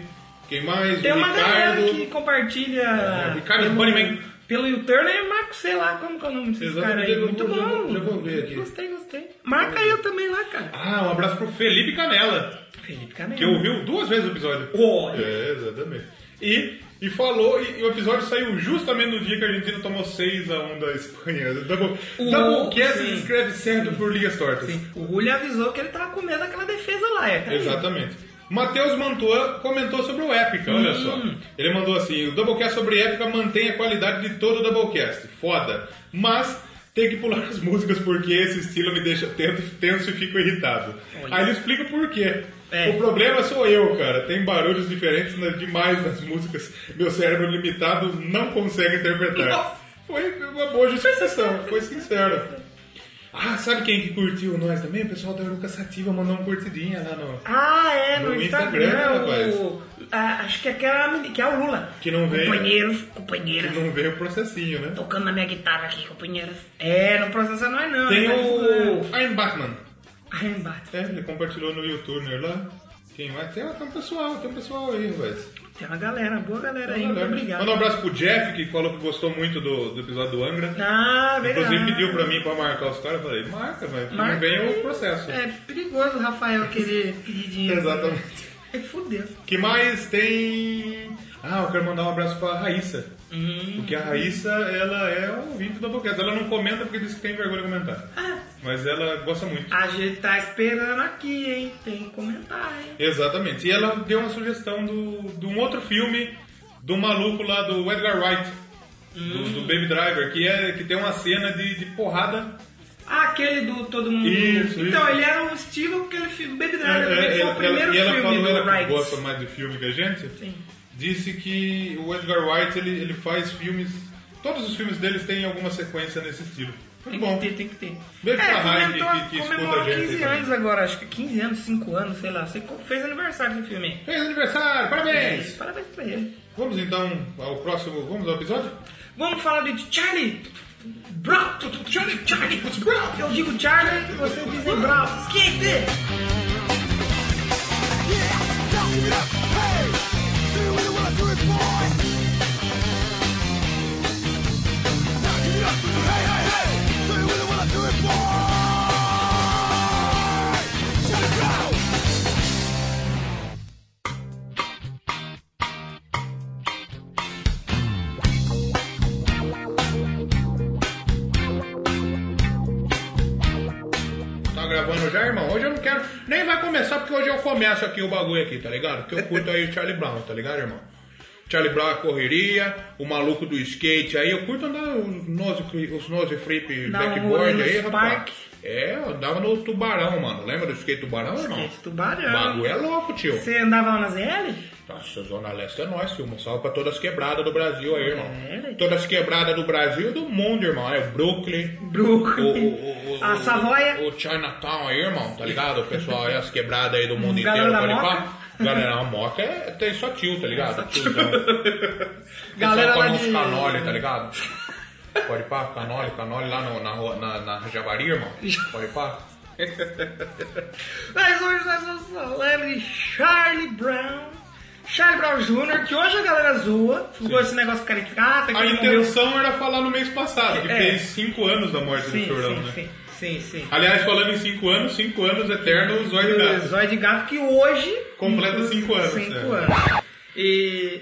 Speaker 2: Quem mais?
Speaker 1: Tem
Speaker 2: o
Speaker 1: uma galera
Speaker 2: Ricardo. É,
Speaker 1: que compartilha.
Speaker 2: Ricardo
Speaker 1: pelo-
Speaker 2: Bunnyman.
Speaker 1: Pelo YouTube e marca, sei lá, como que é o nome desse
Speaker 2: Exatamente,
Speaker 1: cara aí.
Speaker 2: eu vou-
Speaker 1: Muito
Speaker 2: eu vou-
Speaker 1: bom.
Speaker 2: eu vou ver aqui.
Speaker 1: Gostei, gostei. Marca eu também lá, cara.
Speaker 2: Ah, um abraço pro Felipe Canela,
Speaker 1: Felipe Canela.
Speaker 2: que ouviu duas vezes o episódio.
Speaker 1: Olha.
Speaker 2: É, exatamente. E, e falou, e, e o episódio saiu justamente no dia que a Argentina tomou 6x1 da Espanha. Double,
Speaker 1: O-
Speaker 2: Doublecast
Speaker 1: Uh, sim.
Speaker 2: se escreve certo por Ligas Tortas.
Speaker 1: Sim, O Julio avisou que ele tava com medo daquela defesa lá, é. tá aí.
Speaker 2: Exatamente. Matheus Mantua comentou sobre o Épica, olha
Speaker 1: Hum.
Speaker 2: só. Ele mandou assim: o Doublecast sobre Épica mantém a qualidade de todo o Doublecast. Foda. Mas tem que pular as músicas porque esse estilo me deixa tento- tenso e fico irritado.
Speaker 1: Olha.
Speaker 2: Aí ele explica por quê.
Speaker 1: É.
Speaker 2: O problema sou eu, cara. Tem barulhos diferentes na- demais nas músicas. Meu cérebro limitado não consegue interpretar.
Speaker 1: Nossa.
Speaker 2: Foi uma boa justificação, foi sincero. Ah, sabe quem que curtiu nós também? O pessoal da Eruca Sativa mandou uma curtidinha lá no...
Speaker 1: Ah, é, no,
Speaker 2: No
Speaker 1: Instagram.
Speaker 2: Instagram,
Speaker 1: o- a- acho que é aquela meni- que é o Lula.
Speaker 2: Que não veio.
Speaker 1: Companheiros,
Speaker 2: Que
Speaker 1: companheiras.
Speaker 2: não veio o processinho, né?
Speaker 1: Tocando na minha guitarra aqui, companheiros. É, não processa nós não.
Speaker 2: Tem
Speaker 1: né?
Speaker 2: o... Ein Bachmann.
Speaker 1: Ai, embate.
Speaker 2: É, ele compartilhou no YouTube lá. Quem mais? Tem, tem um pessoal, tem um pessoal aí, rapaz.
Speaker 1: Tem uma galera, boa galera aí.
Speaker 2: Manda
Speaker 1: Muito obrigado.
Speaker 2: um abraço pro Jeff, que falou que gostou muito do, do episódio do Angra.
Speaker 1: Ah, verdade.
Speaker 2: um Inclusive pediu pra mim pra marcar os caras, eu falei, marca, mas não vem o processo.
Speaker 1: Né? É perigoso o Rafael querer pedir dinheiro.
Speaker 2: Exatamente.
Speaker 1: É fudeu.
Speaker 2: que mais tem... Ah, eu quero mandar um abraço pra Raíssa.
Speaker 1: Hum.
Speaker 2: Porque a Raíssa, ela é ouvinte da Boquete. Ela não comenta porque diz que tem vergonha de comentar.
Speaker 1: Ah.
Speaker 2: Mas ela gosta muito.
Speaker 1: A gente tá esperando aqui, hein? Tem que comentar, hein?
Speaker 2: Exatamente. E ela deu uma sugestão do, de um outro filme do maluco lá do Edgar Wright, do,
Speaker 1: Hum.
Speaker 2: do Baby Driver, que, é, que tem uma cena de, de porrada.
Speaker 1: Ah, aquele do Todo Mundo.
Speaker 2: Isso,
Speaker 1: então,
Speaker 2: isso.
Speaker 1: ele era um estilo que ele fez do Baby
Speaker 2: É,
Speaker 1: Driver, porque
Speaker 2: é,
Speaker 1: foi o
Speaker 2: ela-
Speaker 1: primeiro
Speaker 2: e ela
Speaker 1: filme
Speaker 2: falou,
Speaker 1: do
Speaker 2: ela que
Speaker 1: Wright.
Speaker 2: gosta mais de filme que a gente,
Speaker 1: Sim.
Speaker 2: disse que o Edgar Wright ele, ele faz filmes. Todos os filmes deles têm alguma sequência nesse estilo.
Speaker 1: Tem
Speaker 2: Muito bom.
Speaker 1: que ter, tem que ter. É,
Speaker 2: Beijo pra Rai que-
Speaker 1: comentou-
Speaker 2: que- que escuta
Speaker 1: comemorou
Speaker 2: a gente aí
Speaker 1: 15
Speaker 2: também.
Speaker 1: anos agora, acho que 15 anos, 5 anos, sei lá. Você co- fez aniversário do filme.
Speaker 2: Feliz aniversário, parabéns!
Speaker 1: Parabéns pra ele.
Speaker 2: Vamos então ao próximo. Vamos ao episódio?
Speaker 1: Vamos falar de Charlie Brown. Charlie, Charlie Brown. Eu digo Charlie, você diz Brown. Skate!
Speaker 2: Tá gravando já, irmão? Hoje eu não quero. Nem vai começar, porque hoje eu começo aqui o bagulho aqui, tá ligado? Porque eu curto aí o Charlie Brown, tá ligado, irmão? Charlie Brown é correria, o maluco do skate aí, eu curto andar os nose, os nose flip
Speaker 1: Dá um rolê
Speaker 2: backboard
Speaker 1: nos
Speaker 2: aí, rapaz.
Speaker 1: parques.
Speaker 2: É, eu andava no tubarão, mano. Lembra do skate tubarão, irmão?
Speaker 1: Skate
Speaker 2: O
Speaker 1: tubarão.
Speaker 2: bagulho é louco, tio.
Speaker 1: Você andava lá na ZL?
Speaker 2: Nossa, Zona Leste é nóis, filho. Um salve pra todas as quebradas do Brasil aí, irmão.
Speaker 1: É, velho.
Speaker 2: todas as quebradas do Brasil e do mundo, irmão. É Brooklyn, o,
Speaker 1: Brooklyn.
Speaker 2: o- o-
Speaker 1: a
Speaker 2: o-
Speaker 1: Savoia.
Speaker 2: O Chinatown aí, irmão, tá ligado? O pessoal aí, as quebradas aí do mundo
Speaker 1: Galera
Speaker 2: inteiro,
Speaker 1: da
Speaker 2: pode
Speaker 1: Moca?
Speaker 2: pá. Galera, a moca é, tem só tio, tá ligado? Tiozão.
Speaker 1: Galera
Speaker 2: Pessoal
Speaker 1: lá
Speaker 2: come uns
Speaker 1: de-
Speaker 2: canole, tá ligado? Pode pá, canole, canole lá no, na, rua- na, na Javari, irmão. Pode pá.
Speaker 1: Mas hoje nós vamos falar de Charlie Brown. Charlie Brown Jr., que hoje a galera zoa, ficou esse negócio caricata, que
Speaker 2: A
Speaker 1: ele morreu.
Speaker 2: intenção era falar no mês passado, que
Speaker 1: É.
Speaker 2: fez 5 anos da morte
Speaker 1: Sim,
Speaker 2: do chorão, né?
Speaker 1: sim, sim, sim, sim.
Speaker 2: Aliás, falando em 5 anos, 5 anos eterno, zóio de
Speaker 1: O Zóio de Gato, que hoje.
Speaker 2: Completa cinco anos,
Speaker 1: Cinco
Speaker 2: né?
Speaker 1: anos. E.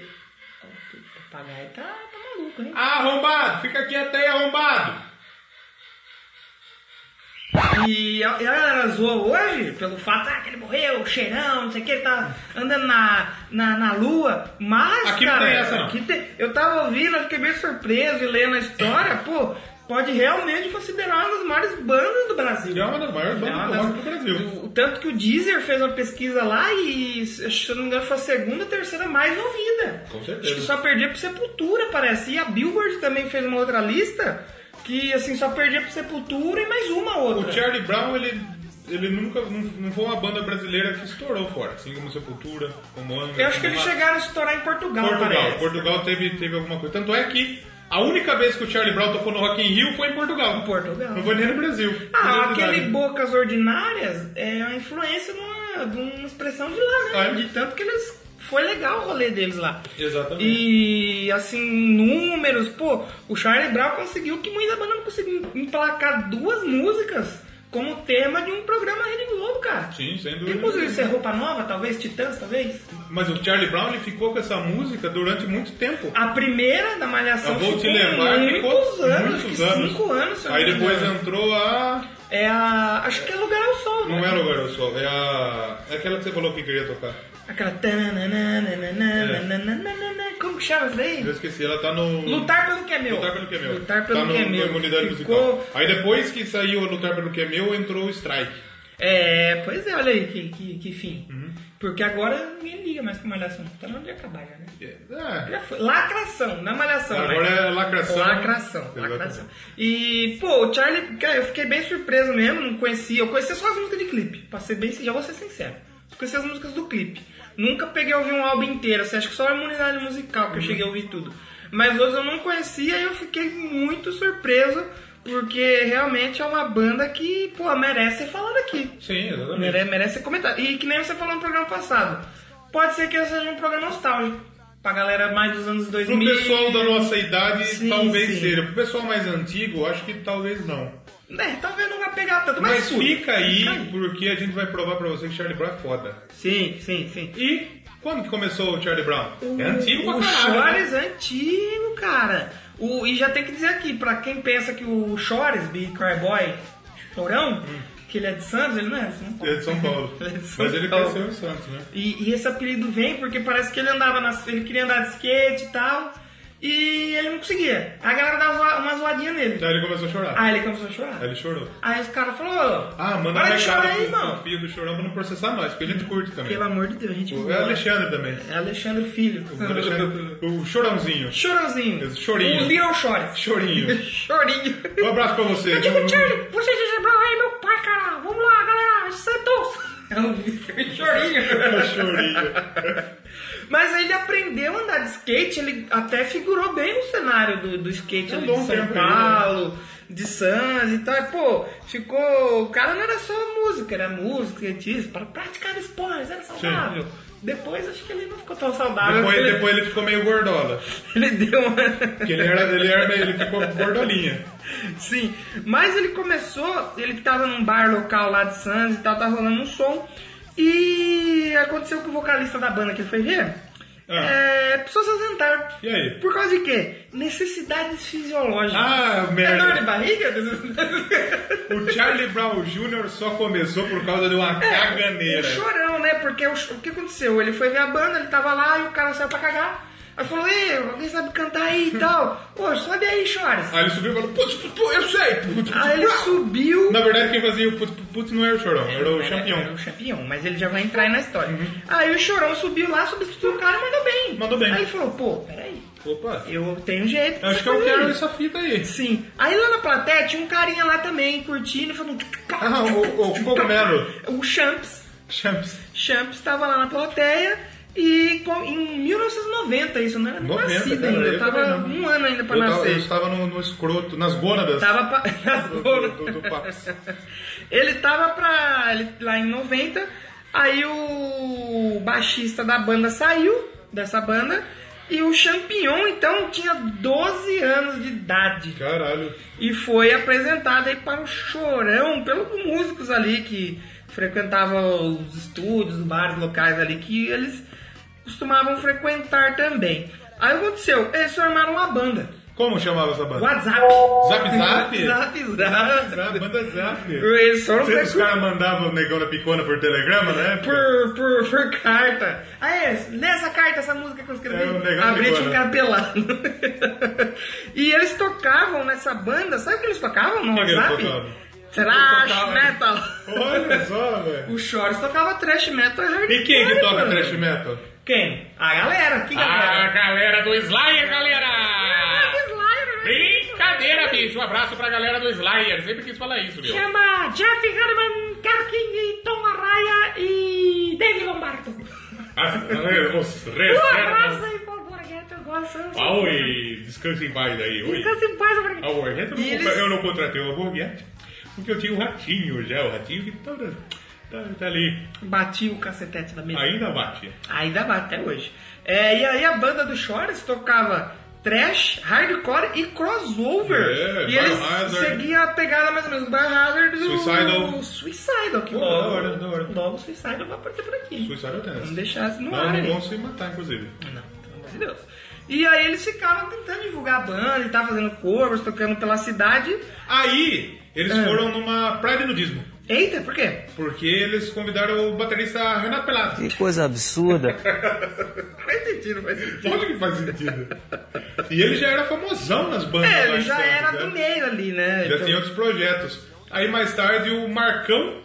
Speaker 1: O papagaio tá, tá maluco, hein?
Speaker 2: Ah, Arrombado, fica aqui até arrombado.
Speaker 1: E a, e a galera zoa hoje pelo fato ah, que ele morreu, cheirão, não sei o que, ele tá andando na, na, na lua, mas.
Speaker 2: Aqui não
Speaker 1: cara,
Speaker 2: tem essa, não.
Speaker 1: aqui tem- eu tava ouvindo, eu fiquei bem surpreso e lendo a história, pô, pode realmente considerar uma das maiores bandas do Brasil.
Speaker 2: Ele é uma das maiores
Speaker 1: É uma
Speaker 2: bandas do
Speaker 1: das-
Speaker 2: rock do Brasil.
Speaker 1: do- tanto que o Deezer fez uma pesquisa lá e, se eu não me engano, foi a segunda ou terceira mais ouvida.
Speaker 2: Com certeza.
Speaker 1: Acho que só perdia pro Sepultura, parece. E a Billboard também fez uma outra lista que, assim, só perdia pro Sepultura e mais uma outra.
Speaker 2: O Charlie Brown, ele, ele nunca. Não, não foi uma banda brasileira que estourou fora, assim como Sepultura, como Angra.
Speaker 1: Eu acho que
Speaker 2: como
Speaker 1: eles
Speaker 2: a-
Speaker 1: chegaram a estourar em Portugal,
Speaker 2: Portugal.
Speaker 1: parece.
Speaker 2: Portugal teve, teve alguma coisa. Tanto é que a única vez que o Charlie Brown tocou no Rock in Rio foi em Portugal.
Speaker 1: Em Portugal.
Speaker 2: Não foi nem no Brasil.
Speaker 1: Ah,
Speaker 2: Curiosidade.
Speaker 1: aquele Bocas Ordinárias é uma influência de uma, de uma expressão de lá, né?
Speaker 2: É.
Speaker 1: De tanto que eles... Foi legal o rolê deles lá.
Speaker 2: Exatamente.
Speaker 1: E assim, números, pô, o Charlie Brown conseguiu que muita banda não conseguiu emplacar duas músicas como tema de um programa Rede Globo, cara.
Speaker 2: Sim, sem
Speaker 1: Tem
Speaker 2: dúvida.
Speaker 1: música de ser roupa nova, talvez, Titãs, talvez?
Speaker 2: Mas o Charlie Brown ele ficou com essa música durante muito tempo.
Speaker 1: A primeira da Malhação
Speaker 2: Eu vou te
Speaker 1: ficou
Speaker 2: levar,
Speaker 1: muitos
Speaker 2: ficou
Speaker 1: anos,
Speaker 2: muitos
Speaker 1: acho que
Speaker 2: anos.
Speaker 1: cinco anos. se eu não
Speaker 2: Aí
Speaker 1: me
Speaker 2: depois
Speaker 1: engano.
Speaker 2: entrou a.
Speaker 1: é a... Acho que é Lugar ao Sol,
Speaker 2: Não
Speaker 1: né?
Speaker 2: é Lugar do Sol, é a. É aquela que você falou que queria tocar.
Speaker 1: É Aquela. tananananananananananana. Como que chama isso daí?
Speaker 2: Eu esqueci, ela tá no.
Speaker 1: Lutar pelo que é meu.
Speaker 2: Lutar pelo que é meu.
Speaker 1: Lutar pelo
Speaker 2: tá no,
Speaker 1: que é
Speaker 2: no
Speaker 1: meu.
Speaker 2: Imunidade
Speaker 1: Ficou-
Speaker 2: musical. Aí depois que saiu o Lutar pelo que é meu, entrou o Strike.
Speaker 1: É, pois é, olha aí que, que, que fim.
Speaker 2: Uhum.
Speaker 1: Porque agora ninguém liga mais pra malhação. Tá na hora de acabar já, né?
Speaker 2: É.
Speaker 1: Já foi. Lacração, na malhação.
Speaker 2: Agora
Speaker 1: mas-
Speaker 2: é lacração.
Speaker 1: Lacração,
Speaker 2: Exatamente.
Speaker 1: lacração. E, pô, o Charlie, cara, eu fiquei bem surpreso mesmo, não conhecia. Eu conhecia só as músicas de clipe, pra ser bem já vou ser sincero. Só conhecia as músicas do clipe. Nunca peguei a ouvir um álbum inteiro, assim, acho que só a imunidade musical
Speaker 2: Uhum.
Speaker 1: que eu cheguei a ouvir tudo. Mas os outros eu não conhecia e eu fiquei muito surpreso, porque realmente é uma banda que, pô, merece ser falada aqui.
Speaker 2: Sim, exatamente.
Speaker 1: Mere- merece ser comentado. E que nem você falou no programa passado. Pode ser que esse seja um programa nostálgico. Pra galera mais dos anos 2000.
Speaker 2: Pro pessoal da nossa idade,
Speaker 1: Sim,
Speaker 2: talvez
Speaker 1: sim.
Speaker 2: seja. Pro pessoal mais antigo, acho que talvez não.
Speaker 1: É, talvez não vai pegar tanto, mas,
Speaker 2: Mas
Speaker 1: escuta.
Speaker 2: fica aí, porque a gente vai provar pra você que Charlie Brown é foda.
Speaker 1: Sim, sim, sim.
Speaker 2: E quando que começou o Charlie Brown? é antigo pra
Speaker 1: O
Speaker 2: caralho. né?
Speaker 1: Chores é antigo, cara. O, e já tem que dizer aqui, pra quem pensa que o Chores, Big Cryboy, Chorão, que ele é de Santos, ele não é, você não
Speaker 2: Ele é de São Paulo.
Speaker 1: Ele é de São
Speaker 2: Mas ele
Speaker 1: Paulo.
Speaker 2: cresceu em Santos, né?
Speaker 1: E, e esse apelido vem porque parece que ele andava nas, ele queria andar de skate e tal, e ele não conseguia. Aí a galera dava zoa- uma zoadinha nele.
Speaker 2: Aí Então ele começou a chorar.
Speaker 1: Aí ele começou a chorar.
Speaker 2: Aí ele chorou.
Speaker 1: Aí os caras falaram,
Speaker 2: Ah, manda um
Speaker 1: para de
Speaker 2: recado
Speaker 1: chorar aí,
Speaker 2: pro- pro
Speaker 1: irmão.
Speaker 2: filho do chorão pra não processar nós, porque a gente curte também.
Speaker 1: Pelo amor de Deus, gente.
Speaker 2: O- É Alexandre também.
Speaker 1: É Alexandre Filho.
Speaker 2: O, Alexandre- o chorãozinho.
Speaker 1: Chorãozinho.
Speaker 2: Esse chorinho.
Speaker 1: O Little Shorts.
Speaker 2: Chorinho.
Speaker 1: Chorinho.
Speaker 2: Um abraço pra você.
Speaker 5: Digo, Charlie, você se lembrou aí, meu pai, cara. Vamos lá, galera. Santos.
Speaker 1: É um chorinho.
Speaker 2: É Chorinho.
Speaker 1: Mas ele aprendeu a andar de skate, ele até figurou bem no cenário do, do skate ali
Speaker 2: Andou
Speaker 1: de
Speaker 2: um
Speaker 1: São
Speaker 2: tempo aí, né?
Speaker 1: Paulo, de Sans e tal. E, pô, ficou. O cara não era só música, era música, skatista, para praticar esportes, era saudável. Depois acho que ele não ficou tão saudável.
Speaker 2: Depois,
Speaker 1: ele,
Speaker 2: depois ele ficou meio gordola.
Speaker 1: ele deu uma.
Speaker 2: Porque ele, era, ele, era meio- ele ficou gordolinha.
Speaker 1: Sim, mas ele começou, ele tava num bar local lá de Santos e tal, tava rolando um som. E aconteceu que o vocalista da banda que ele foi ver
Speaker 2: Ah.
Speaker 1: é, precisou se ausentar.
Speaker 2: E aí?
Speaker 1: Por causa de quê? Necessidades fisiológicas.
Speaker 2: Ah,
Speaker 1: é dor
Speaker 2: merda.
Speaker 1: de barriga?
Speaker 2: O Charlie Brown Jr. só começou por causa de uma
Speaker 1: o
Speaker 2: caganeira.
Speaker 1: chorão, né? Porque o, ch- o que aconteceu? Ele foi ver a banda, ele tava lá e o cara saiu pra cagar. Aí falou, ei, alguém sabe cantar aí e tal. Pô, sobe aí, chores.
Speaker 2: Aí ele subiu e falou, putz, putz, putz, eu sei, putz, putz,
Speaker 1: Aí Ah, ele
Speaker 2: putz.
Speaker 1: subiu.
Speaker 2: Na verdade, quem fazia o putz, putz, putz não era o Chorão, era o
Speaker 1: É, Era
Speaker 2: Champion. Uhum.
Speaker 1: o champion, mas ele já vai entrar aí na história. Aí o Chorão subiu lá, substituiu o cara e mandou bem.
Speaker 2: Mandou bem.
Speaker 1: Aí ele falou, pô, peraí,
Speaker 2: Opa,
Speaker 1: eu tenho um jeito. pra
Speaker 2: acho que é
Speaker 1: você
Speaker 2: eu
Speaker 1: fazer
Speaker 2: quero
Speaker 1: isso.
Speaker 2: essa fita aí.
Speaker 1: Sim. Aí lá na plateia tinha um carinha lá também, curtindo, falando...
Speaker 2: Ah, o, o cogumelo.
Speaker 1: O Champs.
Speaker 2: Champs.
Speaker 1: Champs estava lá na plateia e com- em 1990, isso eu não era nem
Speaker 2: 90,
Speaker 1: nascido
Speaker 2: cara,
Speaker 1: ainda. Eu
Speaker 2: eu
Speaker 1: tava
Speaker 2: também não.
Speaker 1: um ano ainda pra
Speaker 2: Eu tava, eu
Speaker 1: nascer.
Speaker 2: estava no, no escroto, nas gônadas.
Speaker 1: Tava pra... nas
Speaker 2: Do-
Speaker 1: bolas.
Speaker 2: do- do Pax.
Speaker 1: Ele tava pra... ele- lá em 90, aí o baixista da banda saiu dessa banda e o Champignon, então, tinha 12 anos de idade.
Speaker 2: Caralho.
Speaker 1: E foi apresentado aí para o Chorão, pelos músicos ali que frequentavam os estúdios, os bares locais ali que eles costumavam frequentar também. Aí aconteceu, eles formaram uma banda,
Speaker 2: Como chamava essa banda?
Speaker 1: WhatsApp.
Speaker 2: Zap Zap?
Speaker 1: Zap
Speaker 2: Zap,
Speaker 1: Zap.
Speaker 2: Banda Zap.
Speaker 1: Eles foram
Speaker 2: Sempre os
Speaker 1: frequ-
Speaker 2: caras mandavam o negão da picona por telegrama, né?
Speaker 1: por, por, por carta. Aí, lê essa carta, essa música que eu escrevi.
Speaker 2: É, o negão
Speaker 1: Abri tinha
Speaker 2: ficou,
Speaker 1: um
Speaker 2: né?
Speaker 1: cara pelado. e eles tocavam nessa banda, sabe o que eles tocavam no
Speaker 2: O que que eles
Speaker 1: WhatsApp?
Speaker 2: tocavam?
Speaker 1: Trash
Speaker 2: Tocavam.
Speaker 1: metal.
Speaker 2: Olha só, velho.
Speaker 1: O Shores tocava trash metal e hardcore.
Speaker 2: E quem que toca
Speaker 1: mano.
Speaker 2: trash metal? é.
Speaker 1: Quem? A galera.
Speaker 2: Ah,
Speaker 1: Que galera?
Speaker 4: galera do Slayer,
Speaker 5: Ah,
Speaker 4: galera!
Speaker 5: né?
Speaker 4: Brincadeira,
Speaker 5: bicho.
Speaker 4: bicho! Um abraço pra galera do Slayer. Sempre quis falar isso, meu.
Speaker 5: Chama Jeff Herman, Carl King, Tom Arraia e David Lombardo.
Speaker 4: Os
Speaker 5: Um abraço aí, Paulo Borghetti, eu gosto. assim,
Speaker 2: Oi, descanse em paz aí. Oi.
Speaker 5: Descanse em paz, Borghetti.
Speaker 2: Ah, o Borghetti eu não
Speaker 1: E eles-
Speaker 2: compra- eu não contratei o Borghetti, porque eu tinha o ratinho já, o ratinho que tá, tá, tá ali,
Speaker 1: Bati o cacetete da mesa.
Speaker 2: ainda bate.
Speaker 1: Ainda bate até hoje. É, e aí a banda do Shores tocava trash, hardcore e crossover.
Speaker 2: É,
Speaker 1: e eles
Speaker 2: Biohazard.
Speaker 1: seguiam a pegada mais ou menos Biohazard do
Speaker 2: Suicidal.
Speaker 1: Suicidal, que
Speaker 2: Pô,
Speaker 1: logo,
Speaker 2: da hora, da hora.
Speaker 1: logo o Suicidal vai aparecer por aqui.
Speaker 2: Suicide
Speaker 1: Vamos
Speaker 2: Tennis.
Speaker 1: deixar isso no
Speaker 2: Não,
Speaker 1: ar.
Speaker 2: né? não
Speaker 1: hein?
Speaker 2: vão se matar, inclusive.
Speaker 1: Não, pelo amor de Deus. E aí eles ficaram tentando divulgar a banda, ele tava fazendo covers, tocando pela cidade.
Speaker 7: É.
Speaker 2: Aí, eles foram numa praia de nudismo.
Speaker 7: Eita, por quê?
Speaker 2: Porque eles convidaram o baterista Renato Pelado.
Speaker 6: Que coisa absurda.
Speaker 7: Faz sentido, faz sentido.
Speaker 2: Onde que faz sentido? E ele já era famosão nas bandas.
Speaker 7: É,
Speaker 2: lá
Speaker 7: ele
Speaker 2: de
Speaker 7: já
Speaker 2: Santos,
Speaker 7: era
Speaker 2: né?
Speaker 7: do meio ali, né?
Speaker 2: Já
Speaker 7: Então,
Speaker 2: tinha outros projetos. Aí mais tarde o Marcão.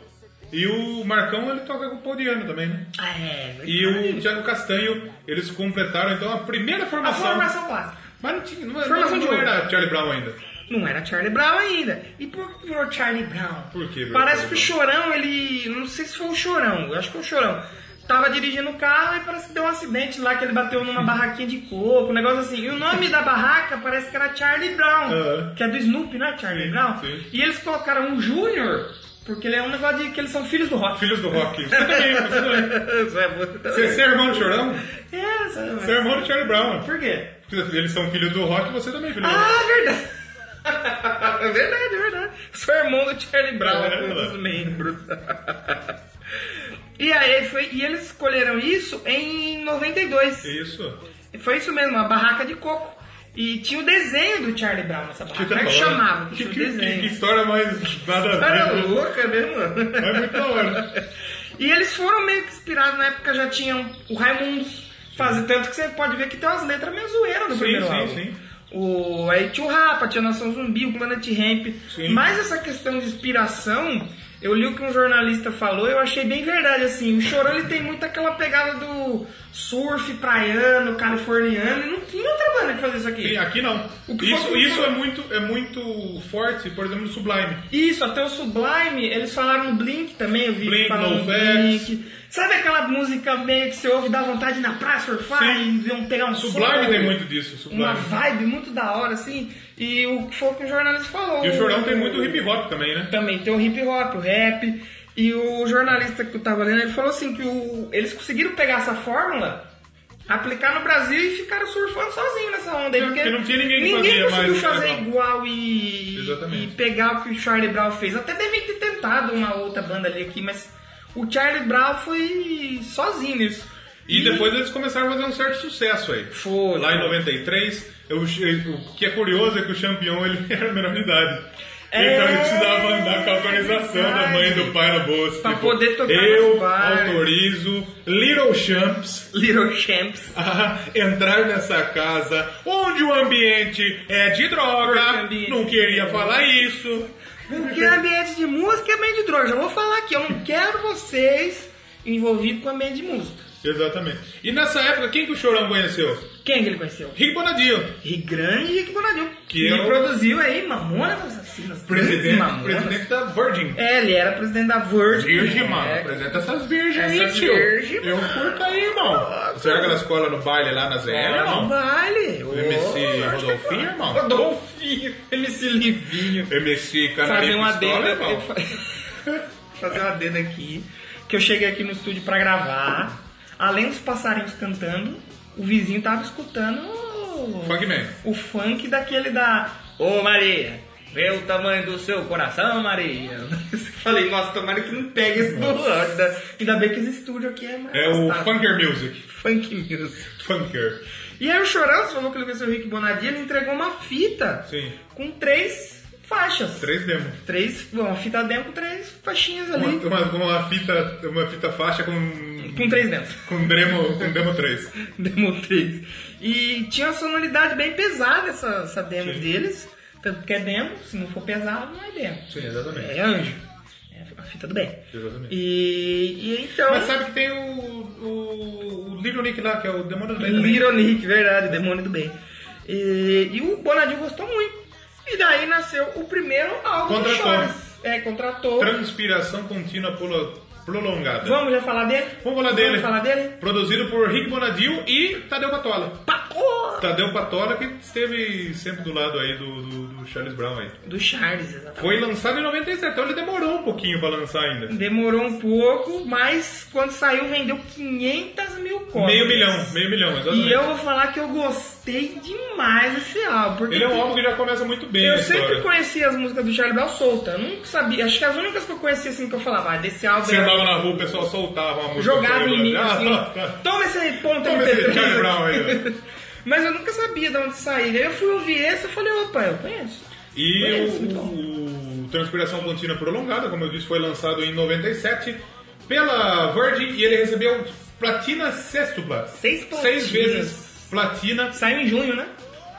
Speaker 2: E o Marcão ele toca com o Pauliano também, né?
Speaker 1: Então,
Speaker 7: É,
Speaker 2: E o Thiago Castanho, eles completaram então a primeira
Speaker 7: a
Speaker 2: formação.
Speaker 7: formação clássica.
Speaker 2: Mas não tinha, não, é,
Speaker 7: Formação
Speaker 2: não,
Speaker 7: de
Speaker 2: não era Charlie Brown ainda.
Speaker 7: Não era Charlie Brown ainda. E por que virou Charlie Brown?
Speaker 2: Por que virou
Speaker 7: Parece que o
Speaker 2: Charlie
Speaker 7: Chorão, ele... Não sei se foi o Chorão. Eu acho que foi o Chorão. Tava dirigindo o carro e parece que deu um acidente lá, que ele bateu numa barraquinha de coco, um negócio assim. E o nome da barraca parece que era Charlie Brown.
Speaker 2: Aham.
Speaker 7: Que é do Snoopy, né? Charlie
Speaker 2: Sim,
Speaker 7: Brown.
Speaker 2: sim.
Speaker 7: E eles colocaram um Júnior, porque ele é um negócio de... que eles são filhos do rock.
Speaker 2: Filhos do Rock. Você também, você também. Você, você é irmão do Chorão?
Speaker 7: É, sabe, mas-
Speaker 2: Você é irmão do Charlie Brown.
Speaker 7: Por quê?
Speaker 2: Porque Eles são filhos do Rock e você também é filho do Rock.
Speaker 7: Ah, verdade. É verdade, é verdade. Sou irmão do Charlie Brown,
Speaker 2: É,
Speaker 7: um dos
Speaker 2: mano.
Speaker 7: membros. E aí foi, e eles escolheram isso em 92.
Speaker 2: Isso.
Speaker 7: Foi isso mesmo, uma barraca de coco. E tinha o desenho do Charlie Brown nessa barraca. Como é que
Speaker 2: da hora.
Speaker 7: chamava?
Speaker 2: Então, Que,
Speaker 7: tinha o
Speaker 2: que- que-
Speaker 7: desenho. é
Speaker 2: que história mais nada a
Speaker 7: Era
Speaker 2: ver.
Speaker 7: louca mesmo.
Speaker 2: Mas muito da hora.
Speaker 7: E eles foram meio que inspirados, na época já tinham o Raimundos fazer, tanto que você pode ver que tem umas letras meio zoeiras no
Speaker 2: Sim,
Speaker 7: primeiro
Speaker 2: sim,
Speaker 7: álbum.
Speaker 2: sim.
Speaker 7: O, aí tinha o Rapa, tinha a Nação Zumbi, o Planet Ramp.
Speaker 2: Sim.
Speaker 7: Mas essa questão de inspiração, eu li o que um jornalista falou eu achei bem verdade, assim. O Chorão, ele tem muito aquela pegada do surf praiano, californiano, e não tinha outra banda que fazia isso aqui.
Speaker 2: Sim, aqui não.
Speaker 7: O que
Speaker 2: Isso,
Speaker 7: falta-
Speaker 2: isso é, muito, é muito forte, por exemplo, no Sublime.
Speaker 7: Isso, até o Sublime, eles falaram no Blink também, eu vi
Speaker 2: Blink,
Speaker 7: falando
Speaker 2: No
Speaker 7: Blink. Sabe aquela música meio que você ouve e dá vontade de ir na praia surfar
Speaker 2: Sim.
Speaker 7: e ver um pegar um
Speaker 2: Sublime
Speaker 7: sol?
Speaker 2: tem muito disso. Sublime.
Speaker 7: Uma vibe muito da hora, assim. E o que foi que o jornalista falou.
Speaker 2: E o Chorão tem muito hip hop também, né?
Speaker 7: Também tem o hip hop, o rap. E o jornalista que eu tava lendo, ele falou assim que o- eles conseguiram pegar essa fórmula, aplicar no Brasil e ficaram surfando sozinho nessa onda. aí,
Speaker 2: É,
Speaker 7: porque
Speaker 2: porque não tinha ninguém que fazia
Speaker 7: conseguiu
Speaker 2: mais
Speaker 7: fazer
Speaker 2: legal.
Speaker 7: igual e,
Speaker 2: Exatamente.
Speaker 7: e pegar o que o Charlie Brown fez. Até devem ter tentado uma outra banda ali aqui, mas o Charlie Brown foi sozinho nisso.
Speaker 2: E depois eles começaram a fazer um certo sucesso aí.
Speaker 7: Foi.
Speaker 2: Lá em 93, eu, eu- o que é curioso é que o campeão ele era menor de idade.
Speaker 7: É,
Speaker 2: então ele precisava andar com a autorização da mãe e
Speaker 7: verdade.
Speaker 2: do pai na bolsa.
Speaker 7: Pra poder tocar nos
Speaker 2: Eu
Speaker 7: bares."
Speaker 2: autorizo Little Champs
Speaker 7: Little Champs.
Speaker 2: a entrar nessa casa onde o ambiente é de
Speaker 7: Porque o
Speaker 2: droga.
Speaker 7: ambiente- é
Speaker 2: Não queria falar isso.
Speaker 7: Porque ambiente de música é ambiente de droga. Já vou falar aqui, eu não quero vocês envolvidos com ambiente de música.
Speaker 2: Exatamente. E nessa época, quem que o Chorão conheceu?
Speaker 7: Quem é que ele conheceu?
Speaker 2: Rick Bonadio.
Speaker 7: E grande Rick Bonadil.
Speaker 2: Que
Speaker 7: ele
Speaker 2: é o-
Speaker 7: produziu aí Mamonas Assassinas. grandes
Speaker 2: Presidente,
Speaker 7: Mamonas.
Speaker 2: presidente da Virgin.
Speaker 7: É, ele era presidente da Virgin.
Speaker 2: Virgem, mano.
Speaker 7: É,
Speaker 2: Apresenta essas virgens aí,
Speaker 7: Essas
Speaker 2: tio.
Speaker 7: virgem,
Speaker 2: eu curto aí, irmão. Será que ela escola no baile lá na ZL,
Speaker 7: Era no
Speaker 2: irmão?
Speaker 7: baile. O
Speaker 2: MC Rodolfinho, irmão?
Speaker 7: Rodolfinho. MC Livinho.
Speaker 2: MC
Speaker 7: Fazer
Speaker 2: Canarinho
Speaker 7: uma
Speaker 2: Pistola,
Speaker 7: adenda. um eu
Speaker 2: irmão?
Speaker 7: fa- Fazer uma adenda aqui. Que eu cheguei aqui no estúdio pra gravar. Além dos passarinhos cantando, o vizinho tava escutando. o-
Speaker 2: Funk Man.
Speaker 7: O funk daquele da. Ô Maria, vê o tamanho do seu coração, Maria. Eu Falei, nossa, tomara que não pegue esse do ainda, ainda bem que esse estúdio aqui é mais.
Speaker 2: É o
Speaker 7: afastado.
Speaker 2: Funker Music.
Speaker 7: Funk Music.
Speaker 2: Funker.
Speaker 7: E aí o Chorão, você falou que ele conheceu o Rick Bonadio, ele entregou uma fita
Speaker 2: Sim.
Speaker 7: com três faixas.
Speaker 2: Três demos.
Speaker 7: Três, uma fita demo com três faixinhas ali.
Speaker 2: Uma, uma, uma fita, uma fita faixa com...
Speaker 7: Com três demos.
Speaker 2: Com demo, com demo 3.
Speaker 7: Demo 3. E tinha uma sonoridade bem pesada essa, essa demo deles. Tanto que é demo, se não for pesado, não é demo.
Speaker 2: Sim, exatamente.
Speaker 7: É anjo. É a fita do bem.
Speaker 2: Exatamente.
Speaker 7: E, e então.
Speaker 2: Mas sabe que tem o, o, o Little Nick lá, que é o Demônio do Bem também.
Speaker 7: Little Nick, um verdade, demônio do bem. E, e o Bonadinho gostou muito. E daí nasceu o primeiro álbum
Speaker 2: Contratou.
Speaker 7: do Chores. É, contratou.
Speaker 2: Transpiração contínua prolo- prolongada.
Speaker 7: Vamos já falar dele?
Speaker 2: Vamos falar dele.
Speaker 7: Vamos falar dele?
Speaker 2: Produzido por Rick Bonadio e Tadeu Patola.
Speaker 7: Pa- Ô!
Speaker 2: Tadeu Patola que esteve sempre do lado aí do, do- do Charles Brown aí.
Speaker 7: Do Charles, exatamente.
Speaker 2: Foi lançado em 97, então ele demorou um pouquinho pra lançar ainda.
Speaker 7: Demorou um pouco, mas quando saiu vendeu 500 mil cópias.
Speaker 2: Meio milhão, meio milhão, exatamente.
Speaker 7: E eu vou falar que eu gostei demais desse álbum. Porque
Speaker 2: Ele é um álbum que já começa muito bem. a
Speaker 7: Eu
Speaker 2: história.
Speaker 7: sempre conheci as músicas do Charlie Brown solta. Eu nunca sabia. Acho que as únicas que eu conhecia assim que eu falava, ah, desse álbum
Speaker 2: Você é
Speaker 7: era-
Speaker 2: andava na rua, o pessoal soltava uma música.
Speaker 7: jogava em mim,
Speaker 2: Ah,
Speaker 7: assim.
Speaker 2: tá, tá.
Speaker 7: Toma esse ponto
Speaker 2: Toma
Speaker 7: MP3
Speaker 2: esse Charlie Brown
Speaker 7: aqui."
Speaker 2: aí, né?
Speaker 7: Mas eu nunca sabia de onde sair. Aí eu fui ouvir esse e falei, opa, eu conheço.
Speaker 2: E
Speaker 7: Conheço,
Speaker 2: o,
Speaker 7: então.
Speaker 2: o o Transpiração Contínua Prolongada, como eu disse, foi lançado em 97 pela Virgin e ele recebeu platina sextupla.
Speaker 7: Seis
Speaker 2: Seis
Speaker 7: platinas.
Speaker 2: vezes platina.
Speaker 7: Saiu em junho, né?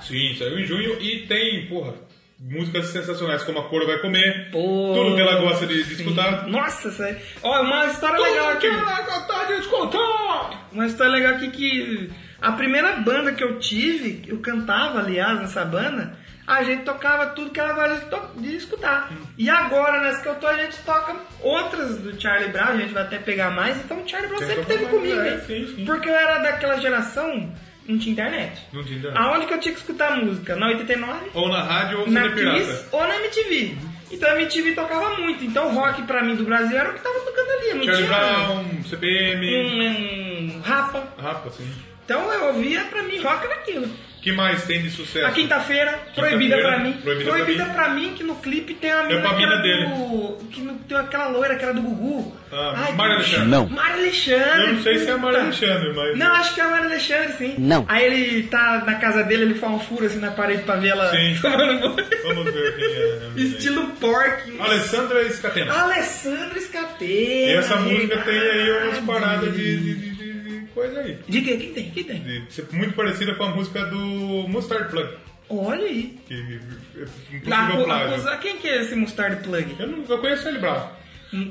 Speaker 2: Sim, saiu em junho e tem, porra, músicas sensacionais como A Coro Vai Comer,
Speaker 7: Pô.
Speaker 2: tudo que ela gosta de, de escutar.
Speaker 7: Nossa, isso aí. Ó, é uma história legal
Speaker 2: Tudo que
Speaker 7: aqui.
Speaker 2: ela gosta de escutar!
Speaker 7: Uma história legal aqui que a primeira banda que eu tive, eu cantava, aliás, nessa banda, a gente tocava tudo que ela gosta de, to- de escutar. E agora, nessa que eu tô, a gente toca outras do Charlie Brown, a gente vai até pegar mais, então o Charlie Brown
Speaker 2: Tem
Speaker 7: sempre
Speaker 2: que
Speaker 7: teve
Speaker 2: acompanhar,
Speaker 7: comigo,
Speaker 2: é,
Speaker 7: né?
Speaker 2: sim, sim.
Speaker 7: Porque eu era daquela geração, não tinha internet.
Speaker 2: Não tinha internet.
Speaker 7: Aonde que eu tinha que escutar música? Na 89?
Speaker 2: Ou na rádio ou CD
Speaker 7: Ah, na
Speaker 2: é Pirata.
Speaker 7: Kiss ou na MTV. Então a MTV tocava muito. Então o rock pra mim do Brasil era o que tava tocando ali. Não
Speaker 2: Charlie
Speaker 7: tinha
Speaker 2: Brown, é CPM,
Speaker 7: um, um rapa.
Speaker 2: Rapa, sim.
Speaker 7: Então eu ouvia pra mim rock era aquilo.
Speaker 2: que mais tem de sucesso?
Speaker 7: A quinta-feira, proibida
Speaker 2: Quinta-feira,
Speaker 7: pra mim.
Speaker 2: Proibida
Speaker 7: Proibida,
Speaker 2: pra
Speaker 7: pra, mim, que no clipe tem a
Speaker 2: com a
Speaker 7: menina que
Speaker 2: mina
Speaker 7: era
Speaker 2: dele.
Speaker 7: do. Que no- tem aquela loira, aquela do Gugu.
Speaker 2: Ah,
Speaker 7: Ai,
Speaker 2: Mário
Speaker 7: que-
Speaker 2: Alexandre.
Speaker 6: Não.
Speaker 7: Mário Alexandre.
Speaker 2: Eu não sei se é a Mário
Speaker 7: puta.
Speaker 2: Alexandre, mas.
Speaker 7: tá Não, acho que é a Mário Alexandre, sim.
Speaker 6: Não.
Speaker 7: Aí ele tá na casa dele, ele faz um furo assim na parede pra ver ela
Speaker 2: Sim.
Speaker 7: tomando banho.
Speaker 2: Vamos ver quem é. né?
Speaker 7: Estilo Ah, pork.
Speaker 2: Alessandra Escatena.
Speaker 7: Alessandro
Speaker 2: E
Speaker 7: Escatena.
Speaker 2: essa música tem aí umas
Speaker 7: verdade.
Speaker 2: paradas de, de, de- de- de coisa aí.
Speaker 7: De quem? Quem tem? Quem tem?
Speaker 2: De ser muito parecida com a música do Mustard Plug.
Speaker 7: Olha aí.
Speaker 2: Que é impossível
Speaker 7: Na, acu-
Speaker 2: plágio.
Speaker 7: acusa- quem que é esse Mustard Plug?
Speaker 2: Eu, não, eu conheço ele bravo.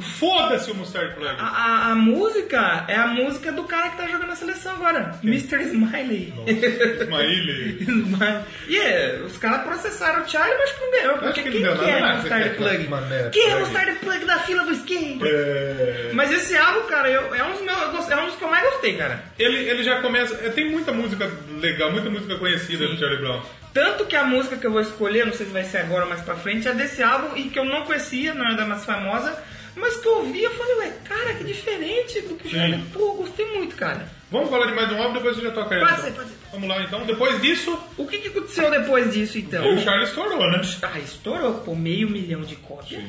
Speaker 2: Foda-se o Mustard Plug.
Speaker 7: A, a- a música é a música do cara que tá jogando a seleção agora. Mr. Smiley.
Speaker 2: Ismaíl.
Speaker 7: Smiley. E é, os caras processaram o Charlie, mas acho que não ganhou. Porque
Speaker 2: Acho que
Speaker 7: quem
Speaker 2: não
Speaker 7: que
Speaker 2: ganhou
Speaker 7: é
Speaker 2: nada,
Speaker 7: Mustard
Speaker 2: você quer
Speaker 7: Plug?
Speaker 2: uma merda,
Speaker 7: Quem é
Speaker 2: né?
Speaker 7: Mustard Plug da fila do skate?
Speaker 2: É,
Speaker 7: Mas esse álbum, cara, eu- é, um dos meus, eu gost- é um dos que eu mais gostei, cara.
Speaker 2: ele, ele já começa. é, Tem muita música legal, muita música conhecida do Charlie Brown.
Speaker 7: Tanto que a música que eu vou escolher, não sei se vai ser agora ou mais pra frente, é desse álbum e que eu não conhecia, não era da mais famosa, mas que eu ouvi eu falei, ué, cara, que diferente do que já.
Speaker 2: Sim.
Speaker 7: Pô, gostei muito, cara.
Speaker 2: Vamos falar de mais um álbum, depois você já toca ele.
Speaker 7: Pode
Speaker 2: então.
Speaker 7: ser, pode ser.
Speaker 2: Vamos lá então. Depois disso,
Speaker 7: O que, que aconteceu depois disso, então?
Speaker 2: o Charlie estourou, né?
Speaker 7: Ah, estourou, pô, meio milhão de cópias.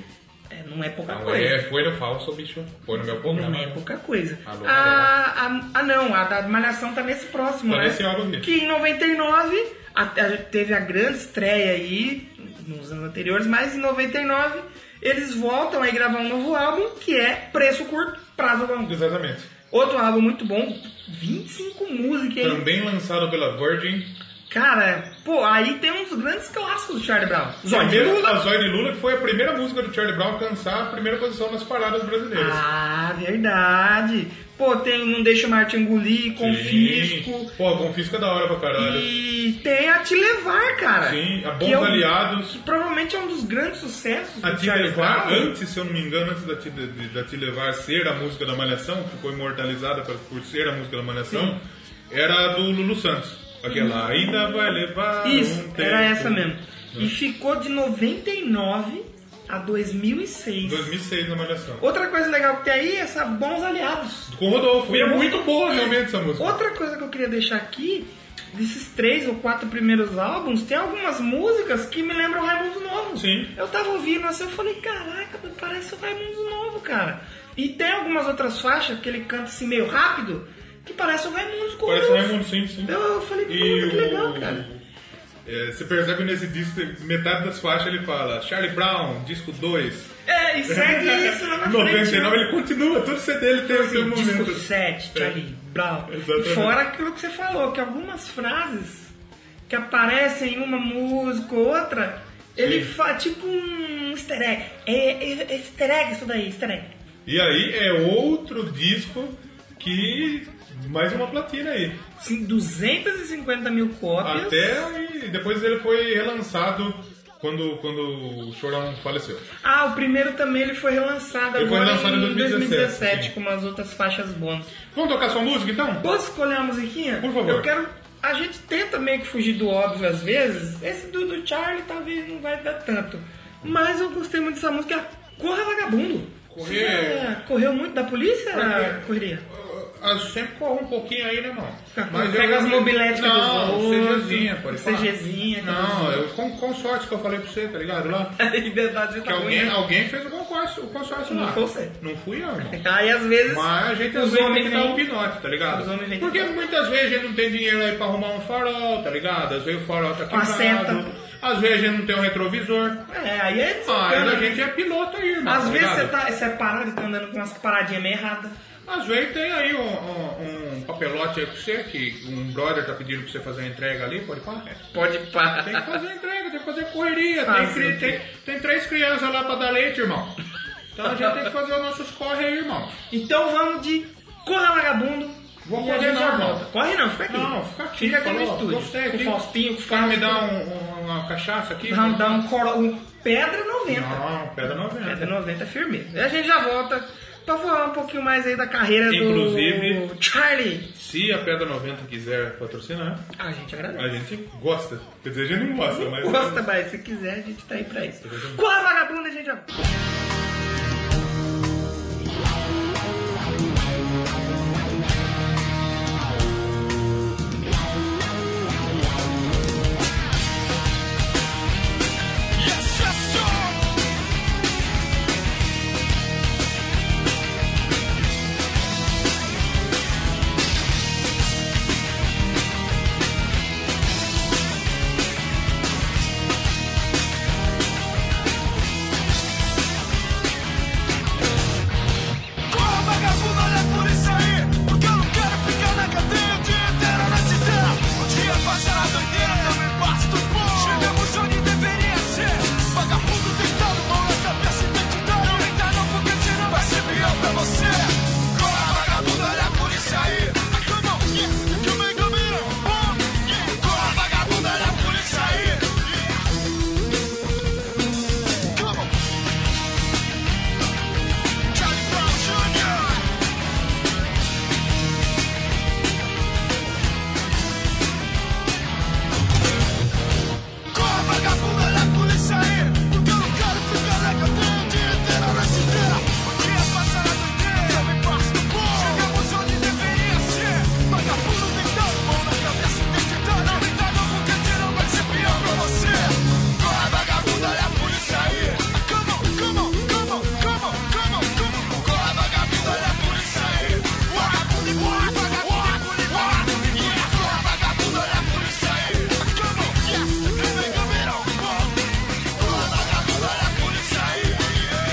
Speaker 7: É, não é pouca
Speaker 8: Não,
Speaker 7: coisa.
Speaker 8: é, foi no falso, bicho. Foi no meu né?
Speaker 7: Não é
Speaker 8: programa.
Speaker 7: pouca coisa.
Speaker 8: Alô,
Speaker 7: Ah, a- ah, não, a da Malhação tá nesse próximo,
Speaker 2: Tá
Speaker 7: né?
Speaker 2: nesse álbum aqui.
Speaker 7: Que em 99 a- a- teve a grande estreia aí nos anos anteriores, mas em 99 eles voltam aí gravar um novo álbum que é Preço Curto, Prazo Longo.
Speaker 2: Exatamente.
Speaker 7: Outro álbum muito bom, 25 músicas aí.
Speaker 2: Também um lançado pela Virgin.
Speaker 7: Cara, pô, aí tem uns grandes clássicos do Charlie Brown. Zóio de
Speaker 2: Primeiro,
Speaker 7: Lula.
Speaker 2: a Zoe de Lula, que foi a primeira música do Charlie Brown a alcançar a primeira posição nas paradas brasileiras.
Speaker 7: Ah, verdade. Pô, tem Não Deixa o Martin Engolir, Confisco.
Speaker 2: Sim. Pô, Confisco é da hora pra caralho.
Speaker 7: E tem a Te Levar, cara.
Speaker 2: Sim, a Bons
Speaker 7: Que é um-
Speaker 2: Aliados.
Speaker 7: Que provavelmente é um dos grandes sucessos
Speaker 2: A
Speaker 7: do
Speaker 2: Te
Speaker 7: Charlie
Speaker 2: Levar,
Speaker 7: Brown.
Speaker 2: antes, se eu não me engano, antes da Te, de- de- da Te Levar ser a música da Malhação, ficou imortalizada pra- por ser a música da Malhação, era a do Lulu Santos. Aquela ainda vai levar.
Speaker 7: Uhum. Isso,
Speaker 2: um
Speaker 7: era
Speaker 2: tempo.
Speaker 7: essa mesmo.
Speaker 2: É.
Speaker 7: E ficou de 99 a 2006.
Speaker 2: 2006 na Malhação.
Speaker 7: Outra coisa legal que tem aí é essa Bons Aliados.
Speaker 2: Com o Rodolfo.
Speaker 7: Uhum.
Speaker 2: E é muito boa realmente essa música.
Speaker 7: Outra coisa que eu queria deixar aqui, desses três ou quatro primeiros álbuns, tem algumas músicas que me lembram Raimundo Novo.
Speaker 2: Sim.
Speaker 7: Eu tava ouvindo assim, eu falei, caraca, parece o Raimundo Novo, cara. E tem algumas outras faixas que ele canta assim meio rápido, que parece o Raimundo com
Speaker 2: Parece o
Speaker 7: Rodolfo.
Speaker 2: Raimundo, sim, sim.
Speaker 7: Eu, eu falei,
Speaker 2: E
Speaker 7: puta, que legal,
Speaker 2: o-
Speaker 7: cara.
Speaker 2: É, você percebe nesse disco, metade das faixas ele fala Charlie Brown, disco 2.
Speaker 7: É, e segue isso lá na frente. né?
Speaker 2: 99 ele continua, todo CD ele tem o seu
Speaker 7: Assim, disco
Speaker 2: momento. É.
Speaker 7: 7, Charlie Brown.
Speaker 2: Exatamente.
Speaker 7: E fora aquilo que você falou, que algumas frases que aparecem em uma música ou outra, ele faz tipo um easter egg. É, é- é easter egg isso daí, easter egg.
Speaker 2: E aí é outro disco que. Mais uma platina aí.
Speaker 7: Sim, 250 mil cópias.
Speaker 2: Até aí, depois ele foi relançado quando, quando o Chorão faleceu.
Speaker 7: Ah, o primeiro também ele foi relançado
Speaker 2: Ele foi
Speaker 7: agora
Speaker 2: lançado em
Speaker 7: em
Speaker 2: 2017,
Speaker 7: 2017,
Speaker 2: sim.
Speaker 7: com umas outras faixas bônus.
Speaker 2: Vamos tocar sua música então?
Speaker 7: Posso escolher a musiquinha?
Speaker 2: Por favor.
Speaker 7: Eu quero. A gente tenta meio que fugir do óbvio às vezes. Esse do, do Charlie talvez não vai dar tanto. Mas eu gostei muito dessa música. Corra Vagabundo.
Speaker 2: Correr-
Speaker 7: É, correu muito da polícia?
Speaker 2: Pra quê?
Speaker 7: Correria.
Speaker 2: Ah, sempre corre um pouquinho aí, né, irmão?
Speaker 7: Tá, Pega
Speaker 2: eu-
Speaker 7: as mobiletes
Speaker 2: Não,
Speaker 7: dos outros.
Speaker 2: CGzinha, pode falar.
Speaker 7: CGzinha.
Speaker 2: Não, eu, com, com sorte que eu falei pra você, tá ligado? Lá.
Speaker 7: Em verdade, você
Speaker 2: Que
Speaker 7: tá
Speaker 2: alguém,
Speaker 7: ruim.
Speaker 2: alguém fez o consórcio, o consórcio
Speaker 7: Não
Speaker 2: lá.
Speaker 7: foi você.
Speaker 2: Não fui eu, irmão.
Speaker 7: Aí Tá, às vezes.
Speaker 2: Mas a gente às
Speaker 7: Os
Speaker 2: vezes tem
Speaker 7: homens
Speaker 2: que dar
Speaker 7: vêm.
Speaker 2: um pinote, tá ligado?
Speaker 7: Os homens vêm.
Speaker 2: Porque muitas vezes a gente não tem dinheiro aí pra arrumar um farol, tá ligado? Às vezes o farol tá
Speaker 7: Uma
Speaker 2: quebrado.
Speaker 7: seta.
Speaker 2: Às vezes a gente não tem um retrovisor.
Speaker 7: É, aí é
Speaker 2: Mas Ah,
Speaker 7: desencana.
Speaker 2: a gente é piloto aí, irmão.
Speaker 7: Às
Speaker 2: tá
Speaker 7: vezes
Speaker 2: ligado?
Speaker 7: você tá, você é parado e tá andando com umas paradinhas meio erradas.
Speaker 2: Às vezes tem aí um, um- um papelote aí pra você, que um brother tá pedindo pra você fazer a entrega ali, pode falar?
Speaker 7: É, Pode parar.
Speaker 2: Tem que fazer a entrega, tem que fazer correria, tem,
Speaker 7: Fazer
Speaker 2: cri-
Speaker 7: o quê?
Speaker 2: tem, tem três crianças lá pra dar leite, irmão. Então a gente tem que fazer os nossos corre aí, irmão.
Speaker 7: Então vamos de Corra Vagabundo.
Speaker 2: Vou
Speaker 7: e a
Speaker 2: correr
Speaker 7: gente já
Speaker 2: não,
Speaker 7: volta.
Speaker 2: irmão.
Speaker 7: Corre não, fica aqui.
Speaker 2: Não, fica aqui,
Speaker 7: Fica um aqui no
Speaker 2: falou,
Speaker 7: estúdio.
Speaker 2: gostei
Speaker 7: com
Speaker 2: aqui.
Speaker 7: Faustinho, com
Speaker 2: O cara me
Speaker 7: Fausto.
Speaker 2: dá um- um- uma cachaça aqui?
Speaker 7: Não, dá um, coro... um pedra 90.
Speaker 2: Não, pedra
Speaker 7: Pedra
Speaker 2: 90.
Speaker 7: 90 é firme. E a gente já volta pra falar um pouquinho mais aí da carreira do
Speaker 2: Inclusive-
Speaker 7: Charlie. Ah,
Speaker 2: Se a Pedra 90 quiser patrocinar,
Speaker 7: A gente agradece.
Speaker 2: a gente gosta. Quer dizer, a gente não gosta, mas...
Speaker 7: Gosta, mas se quiser, a gente tá aí pra isso. Corra Vagabundo, a gente já volta.
Speaker 3: Corra, vagabundo, olha por isso aí. Porque eu não quero ficar na cadeia o dia inteiro na cidade. O dia passa na doideira, também passa do bom. Chegamos onde deveria ser. Vagabundo tentando mão na cabeça e identidade. Não entra não, porque senão vai ser pior pra você. Corra, vagabundo, olha por isso aí. Ah, come on, yeah, come on, come on, oh, yeah. Corra, vagabundo, olha por isso aí. Yeah. Come on. Charlie Brown Jr. Corra, vagabundo, olha a polícia aí. Porque eu não quero ficar na cadeia o dia inteiro na cidade. O dia passa na doideira, me passa do bom. Chegamos onde deveria ser. Vagabundo tentando, mão na cabeça, identidade. Não me dá não, porque senão vai ser pior pra você. Corra, vagabundo, olha a polícia aí. Ah, Come on, come on, come on, come on, come on, come on. Corra, vagabundo, olha a polícia aí. Vagabundo, corra, vagabundo, corra, vagabundo, yeah. Corra, vagabundo, olha a polícia aí. Ah, Come on, yeah. Come on, come on, come on. Corra, vagabundo, olha a polícia aí. Yeah. Polícia.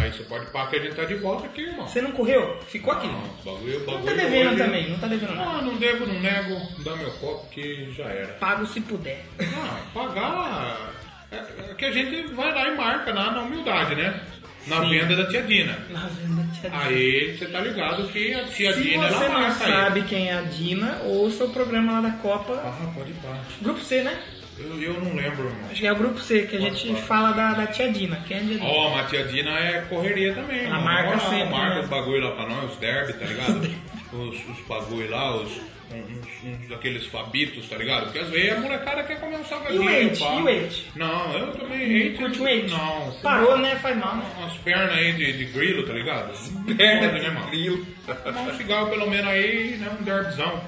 Speaker 2: Aí você pode parar que a gente tá de volta aqui, irmão.
Speaker 7: Você não correu? Ficou aqui.
Speaker 2: Não, o bagulho, o
Speaker 7: Não
Speaker 2: bagulho
Speaker 7: tá devendo
Speaker 2: hoje-
Speaker 7: também, não tá devendo nada.
Speaker 2: Ah, não devo, não nego, dá meu copo que já era.
Speaker 7: Pago se puder.
Speaker 2: Ah, pagar. É, é que a gente vai lá e marca na, na humildade, né? Na venda da tia Dina.
Speaker 7: Na venda, tia Dina.
Speaker 2: Aí você tá ligado que a tia
Speaker 7: Se
Speaker 2: Dina
Speaker 7: você
Speaker 2: ela
Speaker 7: não
Speaker 2: marca aí.
Speaker 7: sabe quem é a Dina, ouça o programa lá da Copa.
Speaker 2: Ah, pode parar.
Speaker 7: Grupo C, né?
Speaker 2: Eu, eu não lembro, irmão.
Speaker 7: Acho que é o grupo C que a gente fala da, da tia Dina. Quem é a tia Dina?
Speaker 2: Ó, mas a tia Dina é correria também.
Speaker 7: Ela
Speaker 2: irmão.
Speaker 7: marca
Speaker 2: Ela
Speaker 7: sempre,
Speaker 2: marca
Speaker 7: né?
Speaker 2: os bagulho lá pra nós, os derby, tá ligado? uns, uns bagulho lá, uns, uns, uns daqueles fabitos, tá ligado? Porque às vezes a molecada quer comer um salgadinho.
Speaker 7: E o ente?
Speaker 2: pá.
Speaker 7: E o ente?
Speaker 2: Não, eu também. Ente,
Speaker 7: Curte o ente?
Speaker 2: Não.
Speaker 7: Parou, né? Faz mal, né?
Speaker 2: Umas pernas aí de, de grilo, tá ligado?
Speaker 9: Perna
Speaker 2: Pode, né,
Speaker 9: de
Speaker 2: mano?
Speaker 9: grilo.
Speaker 2: Tomar um cigarro pelo menos aí, né? Um derbzão.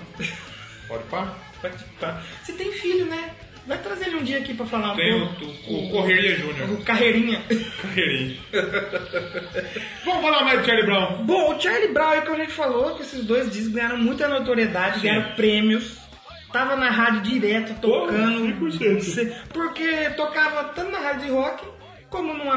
Speaker 2: Pode pá?
Speaker 7: Pode pá. Você tem filho, né? Vai trazer ele um dia aqui pra falar um
Speaker 2: Tem o,
Speaker 7: pouco.
Speaker 2: o, o Correria Júnior.
Speaker 7: O Carreirinha.
Speaker 2: Correirinha. Vamos falar mais do Charlie Brown.
Speaker 7: Bom, o Charlie Brown, é como a gente falou, que esses dois discos ganharam muita notoriedade, ganharam prêmios. Tava na rádio direto tocando. Cê- Porque tocava tanto na rádio de rock como numa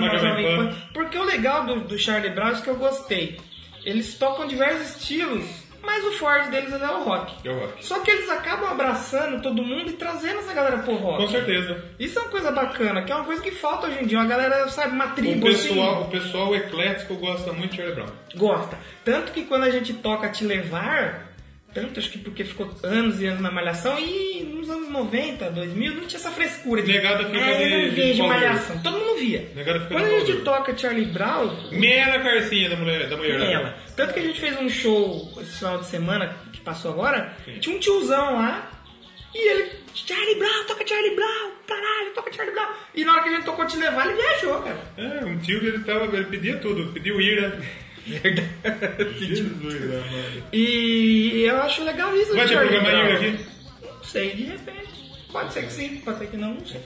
Speaker 2: Na
Speaker 7: na
Speaker 2: Jovem
Speaker 7: Jovem
Speaker 2: Pan.
Speaker 7: Pan. Porque o legal do, do Charlie Brown é isso que eu gostei. Eles tocam diversos estilos, mas o forte deles é o rock.
Speaker 2: É o rock.
Speaker 7: Só que eles acabam abraçando todo mundo e trazendo essa galera pro rock.
Speaker 2: Com certeza.
Speaker 7: Isso é uma coisa bacana, que é uma coisa que falta hoje em dia. A galera, sabe, uma
Speaker 2: O
Speaker 7: tribo
Speaker 2: Um pessoal, o pessoal eclético gosta muito de Charlie Brown.
Speaker 7: assim, gosta. Tanto que quando a gente toca Te Levar, tanto acho que porque ficou anos e anos na Malhação, e nos anos 90, 2000, não tinha essa frescura de...
Speaker 2: Negada fica
Speaker 7: ah, eu
Speaker 2: de-
Speaker 7: não
Speaker 2: de
Speaker 7: vejo
Speaker 2: pau duro."
Speaker 7: Malhação. Todo mundo via.
Speaker 2: Negada fica
Speaker 7: quando
Speaker 2: de
Speaker 7: a
Speaker 2: pau
Speaker 7: gente
Speaker 2: duro.
Speaker 7: toca Charlie Brown,
Speaker 2: Mera carcinha da mulher. Da mulher
Speaker 7: ela. Tanto que a gente fez um show esse final de semana que passou agora, tinha um tiozão lá e ele. Charlie Brown, toca Charlie Brown, caralho, toca Charlie Brown. E na hora que a gente tocou te levar, ele viajou, cara.
Speaker 2: É, um tio que ele tava, ele pedia tudo, pediu ira. Jesus, amado.
Speaker 7: E eu acho legal isso.
Speaker 2: Vai
Speaker 7: do
Speaker 2: ter
Speaker 7: Charlie
Speaker 2: programa
Speaker 7: Brown.
Speaker 2: ira aqui?
Speaker 7: Não sei, de repente. Pode ser que sim, pode ser que não, não sei.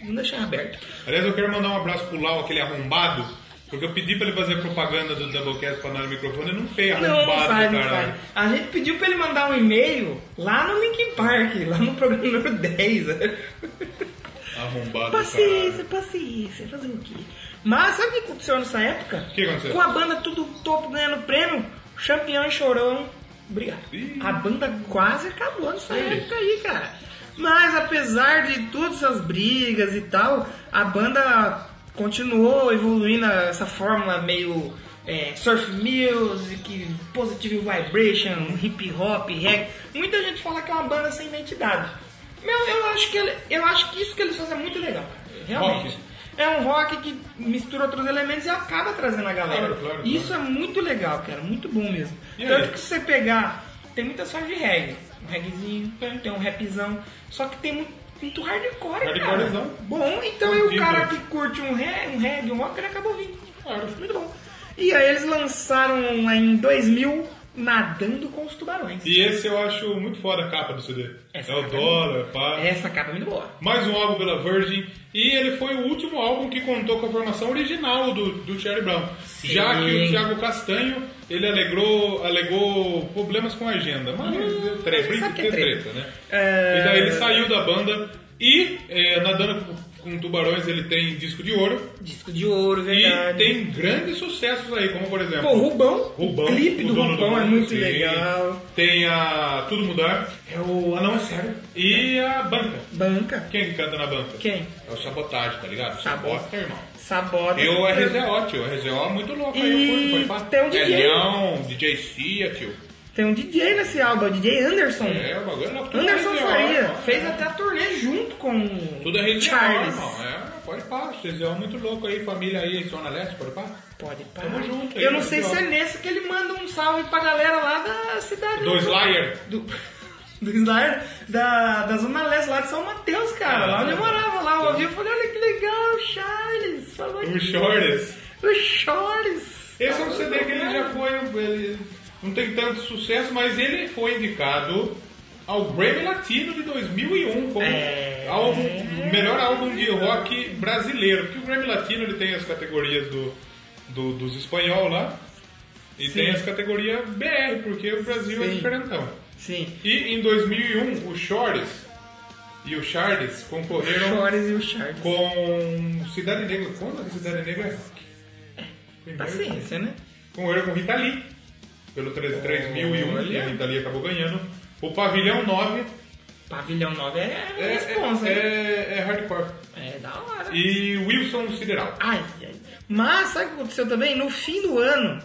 Speaker 7: Vamos deixar aberto.
Speaker 2: Aliás, eu quero mandar um abraço pro Lau, aquele arrombado, porque eu pedi pra ele fazer propaganda do Doublecast pra dar no microfone, ele não fez
Speaker 7: Não,
Speaker 2: arrombado,
Speaker 7: não faz, não
Speaker 2: caralho.
Speaker 7: faz. A gente pediu pra ele mandar um e-mail lá no Linkin Park, lá no programa número 10.
Speaker 2: Arrombado, caralho.
Speaker 7: Paciência, paciência, fazer o quê? Mas sabe o que aconteceu nessa época?
Speaker 2: O que aconteceu?
Speaker 7: Com a banda tudo topo ganhando prêmio, Champião e Chorão brigaram.
Speaker 2: Ih.
Speaker 7: A banda quase acabou nessa época aí, cara. Mas apesar de todas essas brigas e tal, a banda continuou evoluindo essa fórmula meio é, surf music, positive vibration, hip hop, reggae. Muita gente fala que é uma banda sem identidade. Meu, eu acho que ele- eu acho que isso que eles fazem é muito legal, cara. realmente.
Speaker 2: Rock.
Speaker 7: É um rock que mistura outros elementos e acaba trazendo a galera.
Speaker 2: Claro, claro,
Speaker 7: Isso é muito legal, cara, muito bom mesmo.
Speaker 2: E
Speaker 7: Tanto
Speaker 2: aí?
Speaker 7: que se você pegar, tem muita sorte de reggae, um reggaezinho, tem um rapzão, só que tem muito, muito hardcore, cara.
Speaker 2: Hardcorezão.
Speaker 7: Bom, então aí o
Speaker 2: Viva.
Speaker 7: cara que curte um reggae, um reggae, um rock, ele acabou vindo. Claro, muito bom. E aí eles lançaram lá em 2000 Nadando com os Tubarões.
Speaker 2: E esse eu acho muito foda a capa do CD.
Speaker 7: Essa
Speaker 2: é o
Speaker 7: capa é
Speaker 2: dólar, pá.
Speaker 7: Essa capa é muito boa.
Speaker 2: Mais um álbum pela Virgin. E ele foi o último álbum que contou com a formação original do, do Charlie Brown. Já que o Thiago Castanho, ele alegrou, alegou problemas com a agenda. Mas é treta,
Speaker 7: sabe que é
Speaker 2: é
Speaker 7: treta.
Speaker 2: treta, né?
Speaker 7: É.
Speaker 2: E daí ele saiu da banda e, é, nadando com, com tubarões, ele tem disco de ouro.
Speaker 7: Disco de ouro, verdade.
Speaker 2: E tem grandes sucessos aí, como por exemplo...
Speaker 7: Pô, Rubão.
Speaker 2: Rubão,
Speaker 7: O clipe do
Speaker 2: dono
Speaker 7: Rubão é
Speaker 2: mundo,
Speaker 7: muito
Speaker 2: sim.
Speaker 7: legal.
Speaker 2: Tem a Tudo Mudar. É o Anão é Sério. E a Banca.
Speaker 7: Banca.
Speaker 2: Quem que canta na banca?
Speaker 7: Quem?
Speaker 2: É o Sabotagem, tá ligado?
Speaker 7: Sabota.
Speaker 2: Sabota, irmão.
Speaker 7: Sabota.
Speaker 2: E o RZO, tio. O RZO é muito louco.
Speaker 7: E
Speaker 2: Aí, eu curto, pode
Speaker 7: tem um
Speaker 2: É
Speaker 7: DJ.
Speaker 2: Leão, DJ Cia, tio.
Speaker 7: Tem um DJ nesse álbum, é o DJ Anderson.
Speaker 2: É, o bagulho é louco. Tudo
Speaker 7: Anderson
Speaker 2: RZO,
Speaker 7: Faria.
Speaker 2: irmão.
Speaker 7: Fez até a turnê junto com
Speaker 2: Tudo é RZO,
Speaker 7: Charles.
Speaker 2: irmão. É, pode pá. RZO é muito louco aí. Família aí, Zona Leste, pode pá.
Speaker 7: Pode parar.
Speaker 2: Tamo junto aí,
Speaker 7: Eu não sei
Speaker 2: RZO.
Speaker 7: se é nesse que ele manda um salve pra galera lá da cidade.
Speaker 2: Do Slayer.
Speaker 7: Do... Do Slayer, da, da Zona Leste, lá de São Mateus, cara.
Speaker 2: Ah,
Speaker 7: lá onde eu
Speaker 2: tá.
Speaker 7: morava, lá eu ouvi e falei, olha que legal, Charles. falou
Speaker 2: O
Speaker 7: aqui.
Speaker 2: um Shores.
Speaker 7: O Charles.
Speaker 2: Esse é um CD que ele já foi. um, Ele não tem tanto sucesso, mas ele foi indicado ao Grammy Latino de 2001 como
Speaker 7: É.
Speaker 2: álbum- melhor álbum de rock brasileiro. Porque o Grammy Latino ele tem as categorias do, do- dos espanhol lá e tem as categorias BR, porque o Brasil é
Speaker 7: Sim.
Speaker 2: diferentão.
Speaker 7: Sim.
Speaker 2: E em 2001, o Shores e o Charles concorreram
Speaker 7: Chores e o Charles.
Speaker 2: com Cidade Negra. Quando a Cidade Negra é rock? Primeiro
Speaker 7: Paciência, né?
Speaker 2: concorreram com Rita Lee, pelo 3- 3001, que um, a Rita Lee acabou ganhando. O Pavilhão 9
Speaker 7: Pavilhão 9 é,
Speaker 2: é,
Speaker 7: é responsa, né?
Speaker 2: é- é hardcore.
Speaker 7: É da hora.
Speaker 2: E Wilson Sideral.
Speaker 7: Ai, ai. Mas sabe o que aconteceu também? No fim do ano,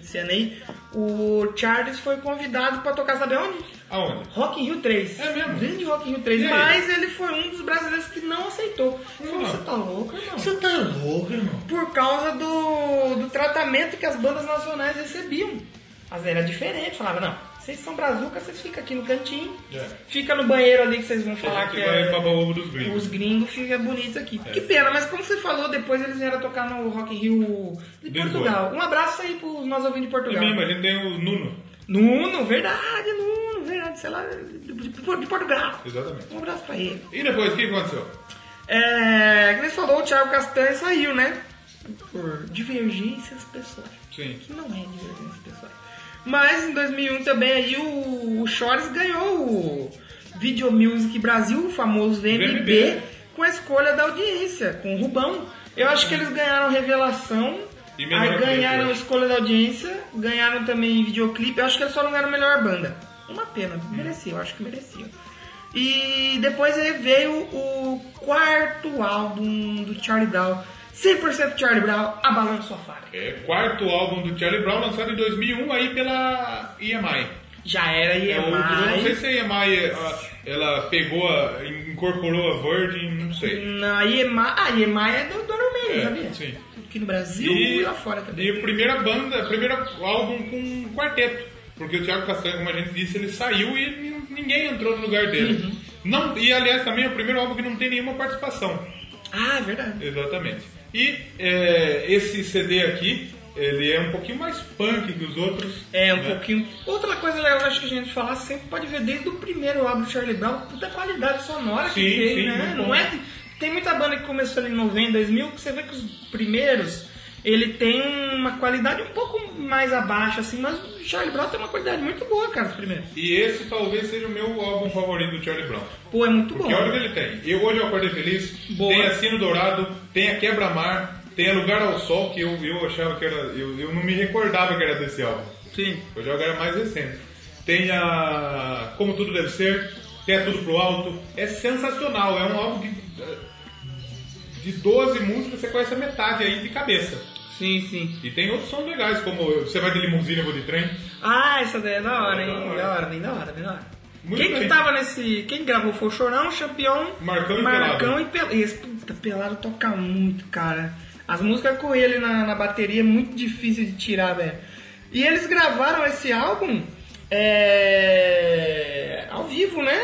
Speaker 7: esse ano aí, o Charles foi convidado pra tocar, sabe onde?
Speaker 2: Aonde?
Speaker 7: Rock in Rio 3.
Speaker 2: É mesmo?
Speaker 7: Grande Rock in Rio 3.
Speaker 2: E aí?
Speaker 7: Mas ele foi um dos brasileiros que não aceitou. Ele Falou,
Speaker 2: Não.
Speaker 7: você tá louco, irmão?
Speaker 2: tá louco, irmão?
Speaker 7: Por causa do, do tratamento que as bandas nacionais recebiam. Mas era diferente, falava, não, vocês são brazuca, vocês ficam aqui no cantinho,
Speaker 10: É.
Speaker 7: fica no banheiro ali que vocês vão falar que,
Speaker 2: que vai
Speaker 7: é...
Speaker 2: babar o ovo dos gringos.
Speaker 7: Os gringos ficam bonitos aqui. Que pena, mas como você falou, depois eles vieram tocar no Rock in Rio de
Speaker 2: De
Speaker 7: Portugal. Um abraço aí pros nós ouvintes de
Speaker 2: É
Speaker 7: Portugal.
Speaker 2: mesmo, a gente tem o Nuno.
Speaker 7: Nuno, verdade, Nuno, verdade, sei lá, de, de- de Portugal.
Speaker 2: Exatamente.
Speaker 7: Um abraço pra ele.
Speaker 2: E depois, o que aconteceu?
Speaker 7: É, que nem você falou, o Thiago Castanha saiu, né? Por divergências pessoais.
Speaker 2: Sim.
Speaker 7: Que não é divergências pessoais. Mas em 2001 também aí o, o Shores ganhou o Video Music Brasil, o famoso VMB,
Speaker 2: VMB.
Speaker 7: com a escolha da audiência, com o Rubão. Eu acho que eles ganharam revelação,
Speaker 2: E melhor
Speaker 7: aí ganharam
Speaker 2: clipe.
Speaker 7: escolha da audiência, ganharam também videoclipe. Eu acho que eles só não ganharam melhor banda. Uma pena, merecia, eu acho que mereciam. E depois aí veio o quarto álbum do Charlie Brown, 100% Charlie Brown, Abalando Sua Fábrica.
Speaker 2: É, quarto álbum do Charlie Brown, lançado em 2001 aí pela EMI.
Speaker 7: Já era e
Speaker 2: É, o- eu não sei se a EMI é, a- ela pegou, a, incorporou a Virgin, não sei.
Speaker 7: Não, a Iema, a Iema é do Dono Mendes,
Speaker 2: É,
Speaker 7: sabia?
Speaker 2: sim.
Speaker 7: Aqui no Brasil e,
Speaker 2: E,
Speaker 7: lá fora também.
Speaker 2: e o primeira banda, o primeiro álbum com quarteto. Porque o Thiago Castanho, como a gente disse, ele saiu e n- ninguém entrou no lugar dele.
Speaker 7: Uhum.
Speaker 2: Não, e aliás, também é o primeiro álbum que não tem nenhuma participação.
Speaker 7: Ah, é verdade.
Speaker 2: Exatamente. E é, esse CD aqui, ele é um pouquinho mais punk que os outros.
Speaker 7: É, um
Speaker 2: né?
Speaker 7: pouquinho. Outra coisa legal que eu acho que a gente falar sempre pode ver desde o primeiro álbum do Charlie Brown, toda a qualidade sonora que
Speaker 2: Sim,
Speaker 7: tem,
Speaker 2: sim,
Speaker 7: né?
Speaker 2: muito
Speaker 7: Não
Speaker 2: bom.
Speaker 7: é. Tem muita banda que começou ali em 90, 2000, que você vê que os primeiros ele tem uma qualidade um pouco mais abaixo, assim, mas o Charlie Brown tem uma qualidade muito boa, cara, os primeiros.
Speaker 2: E esse talvez seja o meu álbum favorito do Charlie Brown.
Speaker 7: Pô, é muito bom.
Speaker 2: Porque olha o que ele tem. Eu hoje eu acordei feliz,
Speaker 7: Boa.
Speaker 2: tem a Sino Dourado, tem a Quebra-Mar, tem a Lugar ao Sol, que eu, eu achava que era. Eu, eu não me recordava que era desse álbum.
Speaker 7: Sim.
Speaker 2: Eu já era mais recente. Tem a. Como Tudo Deve Ser, tem a Tudo Pro Alto. É sensacional, é um álbum que. De 12 músicas você conhece a metade aí de cabeça.
Speaker 7: Sim, sim.
Speaker 2: E tem outros sons legais, como Você Vai de Limusine, Eu Vou de Trem.
Speaker 7: Ah, essa daí é da hora,
Speaker 2: Da
Speaker 7: hein?
Speaker 2: hora.
Speaker 7: Da hora, bem da hora, bem da hora.
Speaker 2: Muito
Speaker 7: quem que
Speaker 2: bem.
Speaker 7: tava nesse. Quem gravou foi o Chorão, Champion,
Speaker 2: Marcão e
Speaker 7: Marcão e Pelado. Esse, puta, Pelado toca muito, cara. As músicas com ele na, na bateria é muito difícil de tirar, velho. E eles gravaram esse álbum é, ao vivo, né?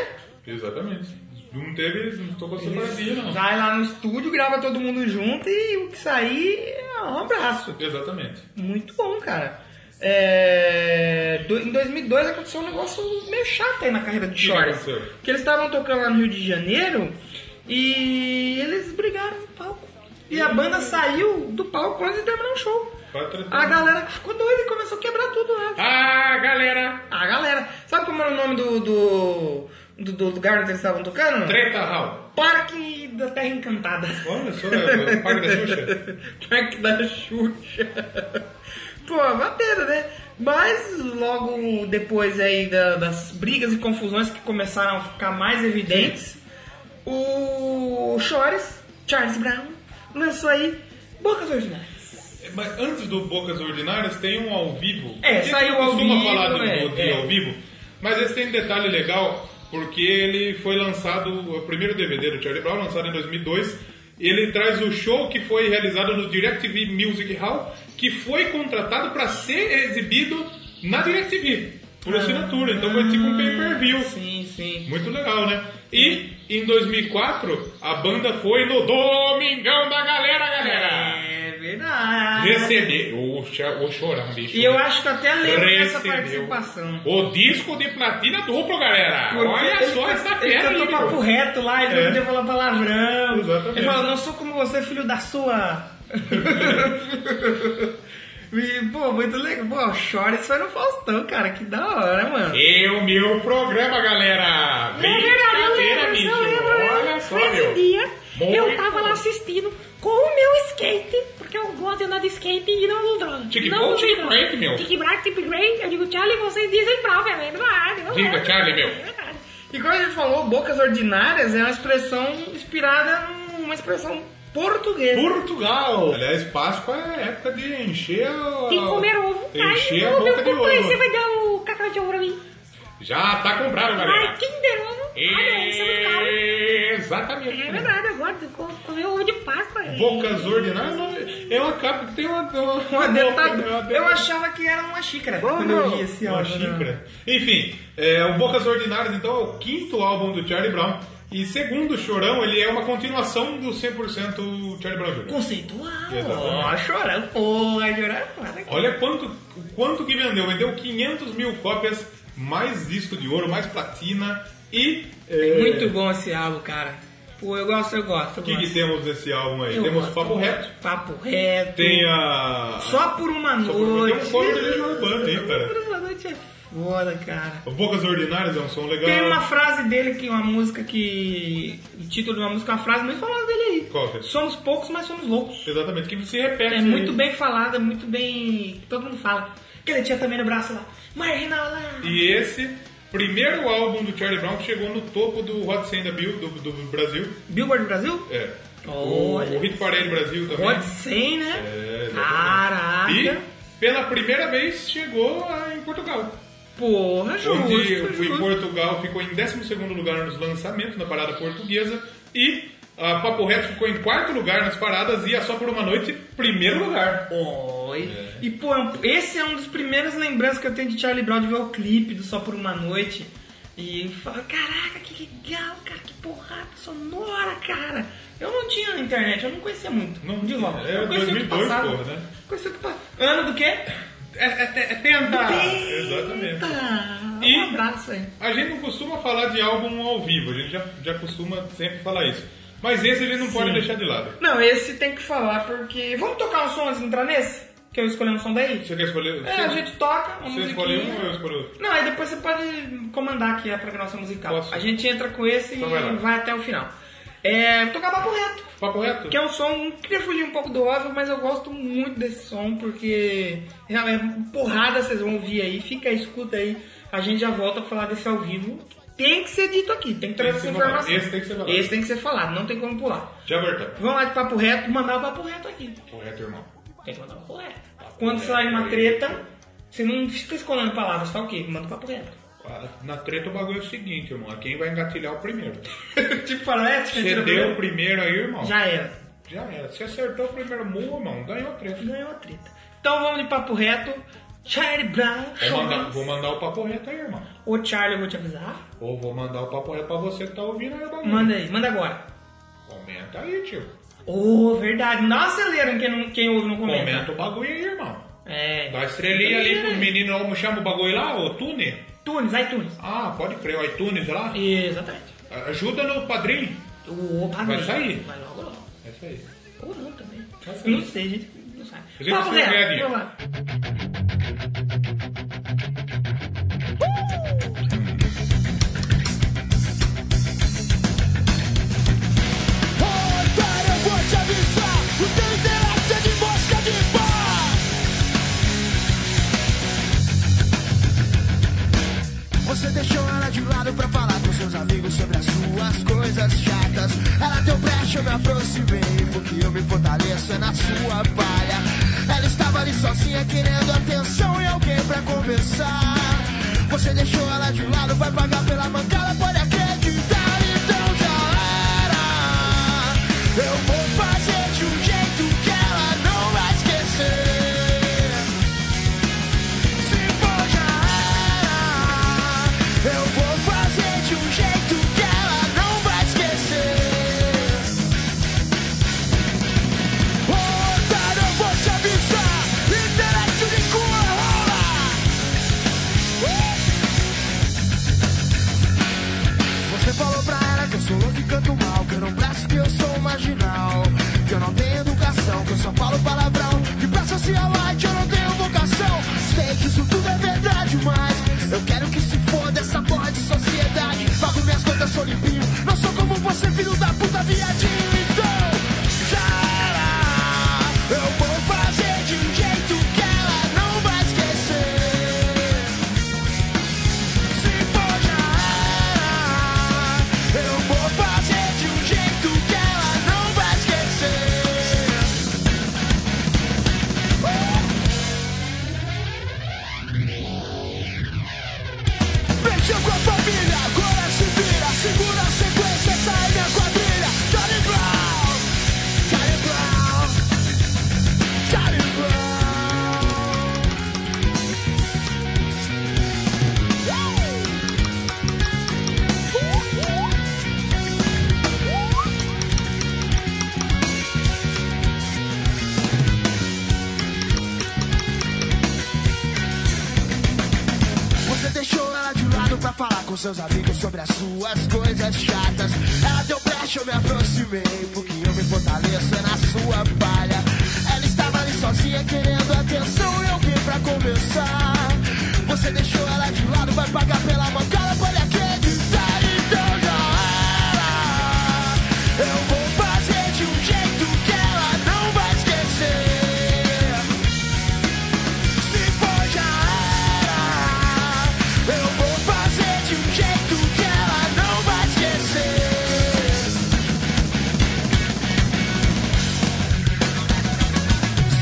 Speaker 2: Exatamente. Não teve. Não tocou separadinha, não.
Speaker 7: Vai lá no estúdio, grava todo mundo junto e o que sair é um abraço.
Speaker 2: Exatamente.
Speaker 7: Muito bom, cara. É, do- em 2002 aconteceu um negócio meio chato aí na carreira do
Speaker 2: que
Speaker 7: Shores.
Speaker 2: aconteceu?
Speaker 7: Que eles estavam tocando lá no Rio de Janeiro e eles brigaram no palco. E a banda saiu do palco antes de terminar o show.
Speaker 2: Quatro-
Speaker 7: A galera ficou doida e começou a quebrar tudo lá.
Speaker 2: Ah, galera!
Speaker 7: A galera. Sabe como era o nome do, do, do, do lugar onde eles estavam tocando?
Speaker 2: Treta Hall.
Speaker 7: Parque da Terra Encantada.
Speaker 2: Olha só, é o Parque da Xuxa.
Speaker 7: Parque da é Xuxa. Pô, uma pena, né? Mas logo depois aí da- das brigas e confusões que começaram a ficar mais evidentes, o Chores, Charles Brown, lançou aí Bocas Ordinárias.
Speaker 2: Mas antes do Bocas Ordinárias, tem um ao vivo.
Speaker 7: É,
Speaker 2: Que
Speaker 7: saiu
Speaker 2: não
Speaker 7: ao
Speaker 2: costuma
Speaker 7: vivo,
Speaker 2: falar do,
Speaker 7: é,
Speaker 2: do- de
Speaker 7: é.
Speaker 2: ao vivo. Mas esse tem um detalhe legal, porque ele foi lançado, o primeiro DVD do Charlie Brown, lançado em 2002. Ele traz o show que foi realizado no DirecTV Music Hall, que foi contratado para ser exibido na DirecTV, por assinatura. Então foi tipo um pay-per-view.
Speaker 7: Ah. Sim, sim.
Speaker 2: Muito legal, né? E em 2004, a banda foi no Domingão da Galera, galera!
Speaker 7: É verdade.
Speaker 2: Recebeu. O, cha- o chorão, bicho.
Speaker 7: E eu acho que eu até lembro dessa
Speaker 2: Recebeu
Speaker 7: participação.
Speaker 2: O disco de platina duplo, galera!
Speaker 7: Porque
Speaker 2: Olha
Speaker 7: ele
Speaker 2: só
Speaker 7: can-
Speaker 5: tá
Speaker 2: essa
Speaker 7: Ele
Speaker 2: fera aí,
Speaker 7: cantou papo
Speaker 2: meu.
Speaker 7: reto lá, ele
Speaker 2: É.
Speaker 7: não podia falar palavrão.
Speaker 2: Exatamente.
Speaker 7: Ele falou, não sou como você, filho da sua. e, pô, muito legal. Pô, o Shorts foi no Faustão, cara. Que da hora, mano.
Speaker 2: É o meu programa, galera!
Speaker 7: É
Speaker 2: Brincadeira,
Speaker 5: eu
Speaker 2: bicho!
Speaker 5: só lembro.
Speaker 2: Olha só,
Speaker 5: Esse
Speaker 2: meu!
Speaker 5: dia
Speaker 2: Muito
Speaker 5: eu tava lá assim. assistindo com o meu skate, porque eu gosto de andar de skate e não uso droga.
Speaker 2: Tique
Speaker 5: Não
Speaker 2: bom,
Speaker 5: uso
Speaker 2: tique
Speaker 5: droga.
Speaker 2: break, meu.
Speaker 5: Tique break, tique break. Eu digo, Charlie, vocês dizem bravo, é verdade. não
Speaker 2: Diga,
Speaker 5: é?
Speaker 2: Charlie, meu.
Speaker 5: É verdade.
Speaker 7: E como a gente falou, bocas ordinárias é uma expressão inspirada numa expressão portuguesa.
Speaker 2: Portugal! Aliás, Páscoa é época de encher a...
Speaker 5: Tem que comer ovo.
Speaker 2: Encher
Speaker 5: Ai,
Speaker 2: a
Speaker 5: não, meu
Speaker 2: boca de
Speaker 5: papai, você
Speaker 2: ovo.
Speaker 5: vai dar o cacau de ovo pra mim.
Speaker 2: Já tá comprado,
Speaker 5: Ai,
Speaker 2: galera!
Speaker 5: Kinder Ovo.
Speaker 7: Ah,
Speaker 5: Ai, isso é muito caro.
Speaker 2: Exatamente!
Speaker 7: É
Speaker 5: É verdade, agora tem que comer ovo de Páscoa.
Speaker 2: Bocas ordinárias. não- É uma capa que tem uma. Uma,
Speaker 7: Uma
Speaker 2: boca, uma
Speaker 7: dentadura. Eu
Speaker 2: dentadura.
Speaker 7: achava que era uma xícara quando eu vi assim, ó.
Speaker 2: Uma xícara. Enfim, é, o Bocas Ordinárias, então, é o quinto álbum do Charlie Brown. E segundo o Chorão, ele é uma continuação do 100% Charlie Brown Jr.
Speaker 7: Conceitual. Ó,
Speaker 2: Exatamente.
Speaker 7: chorando. Porra, chorando. foda.
Speaker 2: Olha quanto, quanto que vendeu. Vendeu 500 mil cópias, mais disco de ouro, mais platina e... é,
Speaker 7: Muito bom esse álbum, cara. Pô, eu gosto, eu gosto. eu
Speaker 2: O que, que
Speaker 7: gosto.
Speaker 2: temos desse álbum aí?
Speaker 7: Eu
Speaker 2: temos
Speaker 7: gosto.
Speaker 2: Papo Reto.
Speaker 7: Papo reto.
Speaker 2: Tem a...
Speaker 7: Só por uma
Speaker 2: Só
Speaker 7: noite.
Speaker 2: por- Tem um cover do Legião Urbana aí,
Speaker 7: Só por
Speaker 2: cara.
Speaker 7: uma noite é foda, cara.
Speaker 2: Bocas Ordinárias é um som legal.
Speaker 7: Tem uma frase dele que é uma música que. O título de uma música, uma frase muito famosa dele aí.
Speaker 2: Qual que é?
Speaker 7: Somos poucos, mas somos loucos.
Speaker 2: Exatamente, que se repete.
Speaker 7: É muito bem falada, muito bem. Todo mundo fala. Aquele tinha também no braço lá. Marginal lá.
Speaker 2: E esse primeiro álbum do Charlie Brown que chegou no topo do Hot 100 da Bill, do, do Brasil.
Speaker 7: Billboard Brasil?
Speaker 2: É.
Speaker 7: Olha.
Speaker 2: O, o Hit Parade Brasil também.
Speaker 7: Pode ser, né?
Speaker 2: É, exatamente.
Speaker 7: Caraca.
Speaker 2: E pela primeira vez chegou a- em Portugal.
Speaker 7: Porra, justo,
Speaker 2: onde
Speaker 7: justo.
Speaker 2: em Portugal ficou em 12 lugar nos lançamentos na parada portuguesa e a Papo Reto ficou em quarto lugar nas paradas e a Só por uma Noite, primeiro lugar.
Speaker 7: Oi. E, pô, é um- esse é um dos primeiros lembranças que eu tenho de Charlie Brown de ver o clipe do Só por uma Noite. E falar, caraca, que legal, cara, que porrada sonora, cara. Eu não tinha na internet, eu não conhecia muito.
Speaker 2: Não
Speaker 7: de
Speaker 2: tinha.
Speaker 7: rock.
Speaker 2: É,
Speaker 7: eu conhecia o que
Speaker 2: 2002,
Speaker 7: passava.
Speaker 2: porra, né?
Speaker 7: Conhecia o que passava. Ano do quê?
Speaker 2: É, é, é tenta! Exatamente.
Speaker 7: Eita!
Speaker 2: E-
Speaker 7: Um abraço aí.
Speaker 2: A gente não costuma falar de álbum ao vivo, a gente já, já costuma sempre falar isso. Mas esse a gente não pode deixar de lado.
Speaker 7: Não, esse tem que falar porque... Vamos tocar um som antes de entrar nesse? Que eu escolhi um som daí?
Speaker 2: Você quer escolher?
Speaker 7: É,
Speaker 2: você,
Speaker 7: a gente toca uma
Speaker 2: você
Speaker 7: musiquinha.
Speaker 2: escolhe um ou eu escolho outro?
Speaker 7: Não, aí depois você pode comandar aqui a programação musical.
Speaker 2: Posso?
Speaker 7: A gente entra com esse
Speaker 2: Então
Speaker 7: e
Speaker 2: vai lá.
Speaker 7: vai, até o final. É, vou tocar papo reto,
Speaker 2: Papo reto?
Speaker 7: que é um som que queria fugir um pouco do óbvio, mas eu gosto muito desse som, porque é é porrada, vocês vão ouvir aí, fica aí, escuta aí, a gente já volta pra falar desse ao vivo. Tem que ser dito aqui, tem que trazer
Speaker 2: que ser
Speaker 7: essa
Speaker 2: falado.
Speaker 7: é informação.
Speaker 2: Esse é tem que ser falado.
Speaker 7: Esse tem que ser falado, não tem como pular.
Speaker 2: Já voltamos.
Speaker 7: Vamos lá de papo reto, mandar o papo reto aqui.
Speaker 2: Papo reto, irmão.
Speaker 7: Tem que mandar o papo reto. Quando
Speaker 2: É,
Speaker 7: sai uma treta, você não fica escolhendo palavras, tá o quê? Manda o papo reto.
Speaker 2: Na treta o bagulho é o seguinte, irmão. É quem vai engatilhar o primeiro.
Speaker 7: tipo faroeste,
Speaker 2: Você deu o primeiro aí, irmão.
Speaker 7: Já era.
Speaker 2: Já era. Você acertou o primeiro murro, irmão. Ganhou a treta.
Speaker 7: Ganhou a treta. Então vamos de papo reto. Charlie Brown,
Speaker 2: Vou mandar,
Speaker 7: show.
Speaker 2: vou mandar o papo reto aí, irmão.
Speaker 7: Ô Charlie, eu vou te avisar.
Speaker 2: Ou vou mandar o papo reto pra você que tá ouvindo aí o bagulho.
Speaker 7: Manda aí, manda agora.
Speaker 2: Comenta aí, tio.
Speaker 7: Ô, verdade. Não acelera em quem, não, quem ouve não comenta.
Speaker 2: Comenta o bagulho aí, irmão.
Speaker 7: É.
Speaker 2: Dá estrelinha ali pro menino, como chama o bagulho lá, o Tune.
Speaker 7: iTunes, iTunes.
Speaker 2: Ah, pode crer, o iTunes lá.
Speaker 7: Exatamente.
Speaker 2: Ajuda no padrinho.
Speaker 7: Ô, padrinho.
Speaker 2: Vai sair.
Speaker 7: Vai logo logo.
Speaker 2: É isso aí.
Speaker 7: Ou não também.
Speaker 2: sair.
Speaker 7: Não sei, gente. Não sabe.
Speaker 2: gente
Speaker 7: Papo
Speaker 2: escreve aí.
Speaker 7: reto. Vamos lá.
Speaker 3: Oi, cara, eu vou te avisar. O teu interesse é de mosca de bar. Você deixou ela de lado pra falar com seus amigos sobre as suas coisas chatas. Ela deu brecha, eu me aproximei, porque eu me fortaleço é na sua palha. Ela estava ali sozinha, querendo atenção e alguém pra conversar. Você deixou ela de lado, vai pagar pela mancada, pode acreditar, então já era. Eu vou fazer de um jeito que ela não vai esquecer. Se for já era, eu vou fazer de um jeito que ela não vai esquecer. Otário, eu vou te avisar, intelecto de cura rola. Você falou pra ela que eu sou louco e canto mal, que eu não presto, que eu sou um marginal, que eu não tenho educação, que eu só falo palavrão, que pra socialite eu não tenho vocação. Sei que isso tudo é verdade, mas eu quero que se foda essa porra de sociedade. Pago minhas contas, sou limpinho, não sou como você, filho da puta, viadinho. Então, já era, eu vou fazer de um jeito que ela não vai esquecer. Se for já era, eu vou fazer de um jeito que ela não vai esquecer. Mexeu com a família, agora se vira, segura a sequência, sai da quadrilha. Charlie Brown, Charlie Brown. Deixou ela de lado pra falar com seus amigos sobre as suas coisas chatas. Ela deu brecha, eu me aproximei, porque eu me fortaleço é na sua palha. Ela estava ali sozinha querendo atenção, eu vim pra conversar. Você deixou ela de lado, vai pagar pela mancada, pode acreditar, então já era. Eu vou fazer de um jeito que ela não vai esquecer. Se for já era, eu vou fazer de um jeito que ela não vai esquecer.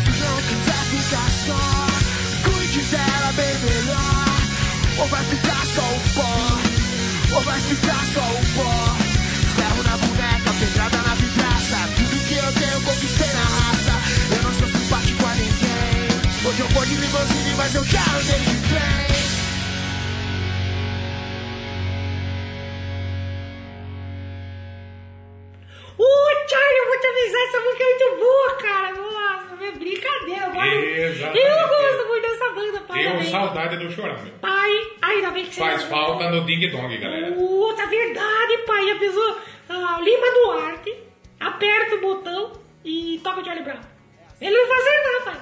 Speaker 3: Se não quiser ficar só, cuide dela bem melhor. Ou vai ficar só o pó, ou vai ficar só o pó. Ferro na boneca, pedrada na vidraça. Tudo que eu tenho eu conquistei na raça. Eu não sou simpático a ninguém. Hoje eu vou de limousine, mas eu já andei de trem.
Speaker 5: Uh, Charlie, eu vou te avisar, essa música é muito boa, cara. Nossa, é brincadeira. Eu, gosto,
Speaker 2: Exatamente.
Speaker 5: eu gosto muito dessa banda,
Speaker 2: Deu
Speaker 5: parabéns.
Speaker 2: saudade de eu chorar, meu.
Speaker 5: Pai, ainda bem que você
Speaker 2: Faz
Speaker 5: lembrou.
Speaker 2: falta no Ding Dong, galera.
Speaker 5: Puta é verdade, pai. A pessoa ah, Lima Duarte aperta o botão e toca o Charlie Brown. Ele não vai fazer nada, pai.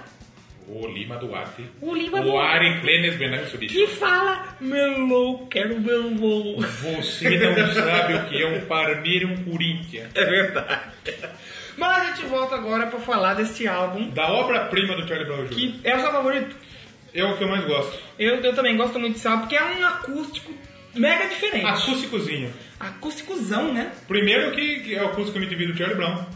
Speaker 2: O Lima Duarte.
Speaker 5: O é Lima
Speaker 2: O
Speaker 5: Duarte.
Speaker 2: Ari Clenes Bernardo Subicho.
Speaker 5: Que fala, meu louco, quero
Speaker 7: um
Speaker 5: meu louco.
Speaker 2: Você não sabe o que é um Parmeira e um Corinthians.
Speaker 7: É verdade. Mas a gente volta agora pra falar deste álbum,
Speaker 2: Da obra-prima do Charlie Brown Jr.
Speaker 7: que é o seu favorito.
Speaker 2: É o que eu mais gosto.
Speaker 7: Eu, eu também gosto muito desse álbum, porque é um acústico mega diferente.
Speaker 2: A Suzy Cozinha.
Speaker 7: Acústicozão, né?
Speaker 2: Primeiro que, que é o curso que eu me tive do Charlie Brown.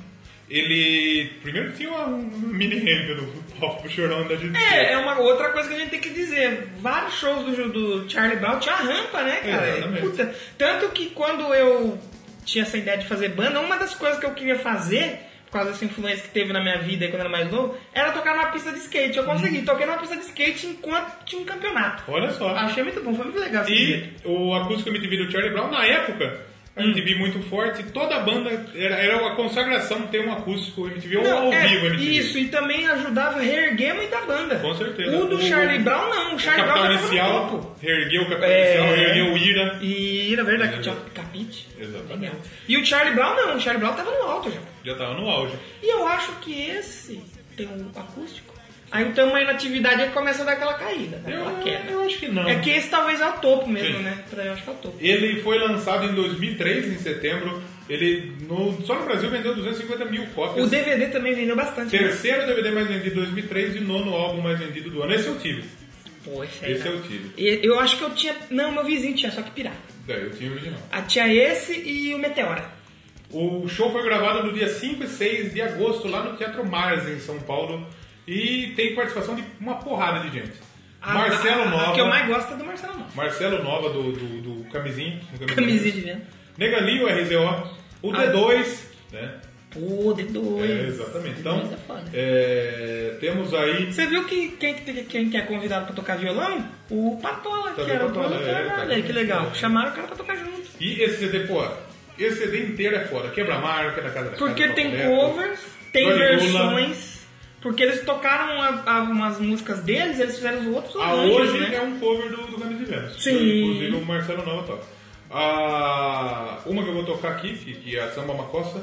Speaker 2: Ele. Primeiro que tinha uma, um mini ramp do palco chorão da gente.
Speaker 7: É, é uma outra coisa que a gente tem que dizer. Vários shows do, do Charlie Brown tinha rampa,
Speaker 2: É,
Speaker 7: né, cara?
Speaker 2: Exatamente.
Speaker 7: Puta, tanto que quando eu tinha essa ideia de fazer banda, uma das coisas que eu queria fazer, por causa dessa influência que teve na minha vida quando eu era mais novo, era tocar numa pista de skate. Eu
Speaker 2: Hum.
Speaker 7: consegui, toquei numa pista de skate enquanto tinha um campeonato.
Speaker 2: Olha só.
Speaker 7: Achei muito bom, foi muito legal. esse dia.
Speaker 2: E o acústico MTV do Charlie Brown, na época, a
Speaker 7: Hum.
Speaker 2: MTV muito forte, toda a banda era, era uma consagração ter um acústico MTV ou
Speaker 7: Não,
Speaker 2: ao
Speaker 7: é,
Speaker 2: vivo MTV.
Speaker 7: Isso, e também ajudava a reerguer muita banda.
Speaker 2: Com certeza.
Speaker 7: O do Charlie Brown, não. O
Speaker 2: O
Speaker 7: Charlie
Speaker 2: Capital
Speaker 7: Brown já tava no
Speaker 2: Inicial
Speaker 7: topo.
Speaker 2: reergueu o Capital
Speaker 7: É.
Speaker 2: Inicial, reergueu o Ira.
Speaker 7: E era verdade que tinha um capite.
Speaker 2: Exatamente.
Speaker 7: Genial. E o Charlie Brown, não. O Charlie Brown tava no alto já.
Speaker 2: Já tava no auge.
Speaker 7: E eu acho que esse tem um acústico. Aí então aí na atividade aí começa a dar aquela caída, né?
Speaker 2: Eu,
Speaker 7: aquela queda.
Speaker 2: eu acho que não.
Speaker 7: É que esse talvez é o topo mesmo,
Speaker 2: Sim.
Speaker 7: né? Pra- Eu acho que é o topo.
Speaker 2: Ele foi lançado em 2003, em setembro. Ele, no- só no Brasil, vendeu 250 mil cópias.
Speaker 7: O DVD também vendeu bastante. né?
Speaker 2: Terceiro DVD mais vendido de 2003 e nono álbum mais vendido do ano. Esse eu tive.
Speaker 7: Pô, esse aí.
Speaker 2: Esse
Speaker 7: não.
Speaker 2: eu tive.
Speaker 7: E- Eu acho que eu tinha. Não, meu vizinho tinha, só que pirata.
Speaker 2: É, eu tive o original.
Speaker 7: Ah, Tinha esse e o Meteora.
Speaker 2: O show foi gravado no dia 5 e 6 de agosto lá no Teatro Mars, em São Paulo. E tem participação de uma porrada de gente.
Speaker 7: A-
Speaker 2: Marcelo
Speaker 7: a- a-
Speaker 2: Nova.
Speaker 7: A que eu mais gosto é do Marcelo Nova.
Speaker 2: Marcelo Nova do, do, do Camisinho. do
Speaker 7: Camisinha de vento.
Speaker 2: Nega Lee, o RZO. O
Speaker 7: Ah.
Speaker 2: D2, né?
Speaker 7: Pô, D2.
Speaker 2: É, exatamente. Então,
Speaker 7: D2 é foda.
Speaker 2: é, temos aí
Speaker 7: Você viu que quem, que quem que é convidado pra tocar violão? O Patola,
Speaker 2: Tá
Speaker 7: que
Speaker 2: vendo
Speaker 7: era o
Speaker 2: Patola,
Speaker 7: produtor.
Speaker 2: é, tá
Speaker 7: Olha aí, que
Speaker 2: vendo?
Speaker 7: legal. Chamaram o cara pra tocar junto.
Speaker 2: E esse CD, pô, esse CD inteiro é foda. Quebra a marca da casa da
Speaker 7: Porque
Speaker 2: Casa
Speaker 7: tem
Speaker 2: Papo Reto.
Speaker 7: covers, tem
Speaker 2: Jorge
Speaker 7: versões. Porque eles tocaram a- a- umas músicas deles, eles fizeram os outros
Speaker 2: A
Speaker 7: arranjos,
Speaker 2: hoje
Speaker 7: né?
Speaker 2: é um cover do, do Camis de Vênus.
Speaker 7: Sim.
Speaker 2: Inclusive o Marcelo Nova toca. A- uma que eu vou tocar aqui, que, que é a Samba Macossa,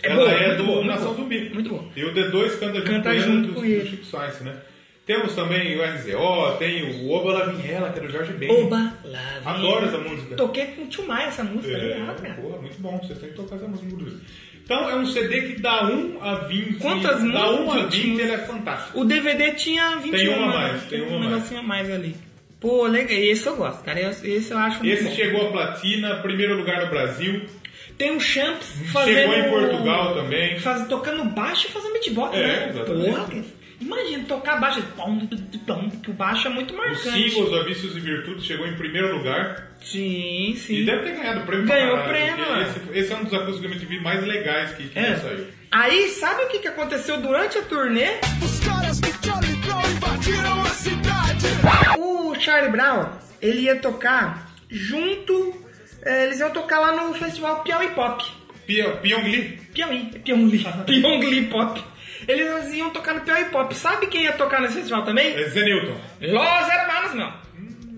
Speaker 7: É
Speaker 2: ela
Speaker 7: boa,
Speaker 2: é
Speaker 7: muito
Speaker 2: do
Speaker 7: boa, muito
Speaker 2: Nação
Speaker 7: boa.
Speaker 2: Zumbi.
Speaker 7: Muito boa.
Speaker 2: E o D2 canta junto,
Speaker 7: Canta
Speaker 2: com,
Speaker 7: junto
Speaker 2: ele,
Speaker 7: com
Speaker 2: do,
Speaker 7: ele.
Speaker 2: do Chico Sainz, né? Temos também o RZO, tem o Oba Lavinhela, que é do Jorge Ben.
Speaker 7: Oba, lá vem.
Speaker 2: Adoro essa música.
Speaker 7: Toquei com o Tio Maia essa música, legal,
Speaker 2: É,
Speaker 7: cara.
Speaker 2: porra, muito bom, vocês têm que tocar essa música. inclusive. Então é um CD que dá 1 a 20.
Speaker 7: Quantas
Speaker 2: Dá 1 a
Speaker 7: músicas?
Speaker 2: 20, ele é fantástico.
Speaker 7: O DVD tinha 21
Speaker 2: Tem uma
Speaker 7: né?
Speaker 2: mais, tem uma
Speaker 7: um negocinho a mais ali. Pô, legal. Esse eu gosto, cara. Esse esse eu acho muito
Speaker 2: Esse
Speaker 7: bom.
Speaker 2: chegou a platina, primeiro lugar no Brasil.
Speaker 7: Tem o Champs fazendo...
Speaker 2: Chegou em Portugal também.
Speaker 7: Faz, tocando baixo e fazendo beatbox,
Speaker 2: É,
Speaker 7: né?
Speaker 2: exatamente.
Speaker 7: Porra, que- imagina, tocar baixo... pom, pom, pom, Que o baixo é muito
Speaker 2: Os
Speaker 7: marcante.
Speaker 2: singles, a Vícios e Virtudes, chegou em primeiro lugar.
Speaker 7: Sim, sim.
Speaker 2: E deve ter ganhado prêmio. pra
Speaker 7: Ganhou
Speaker 2: caralho,
Speaker 7: prêmio,
Speaker 2: porque
Speaker 7: né?
Speaker 2: Esse, esse é um dos acústicos que eu MTV mais legais que, que
Speaker 7: É.
Speaker 2: já saiu.
Speaker 7: Aí, sabe o que, que aconteceu durante a turnê?
Speaker 3: Os caras do Charlie Brown invadiram a cidade.
Speaker 7: O Charlie Brown, ele ia tocar junto... eh, Eles iam tocar lá no festival Piauí Pop.
Speaker 2: Pia- Pyongyi.
Speaker 7: Piauí, é Pyongli, Pyongli Pop. Eles iam tocar no Piauí Pop. Sabe quem ia tocar nesse festival também?
Speaker 2: É Zenilton.
Speaker 7: Los Hermanos, meu.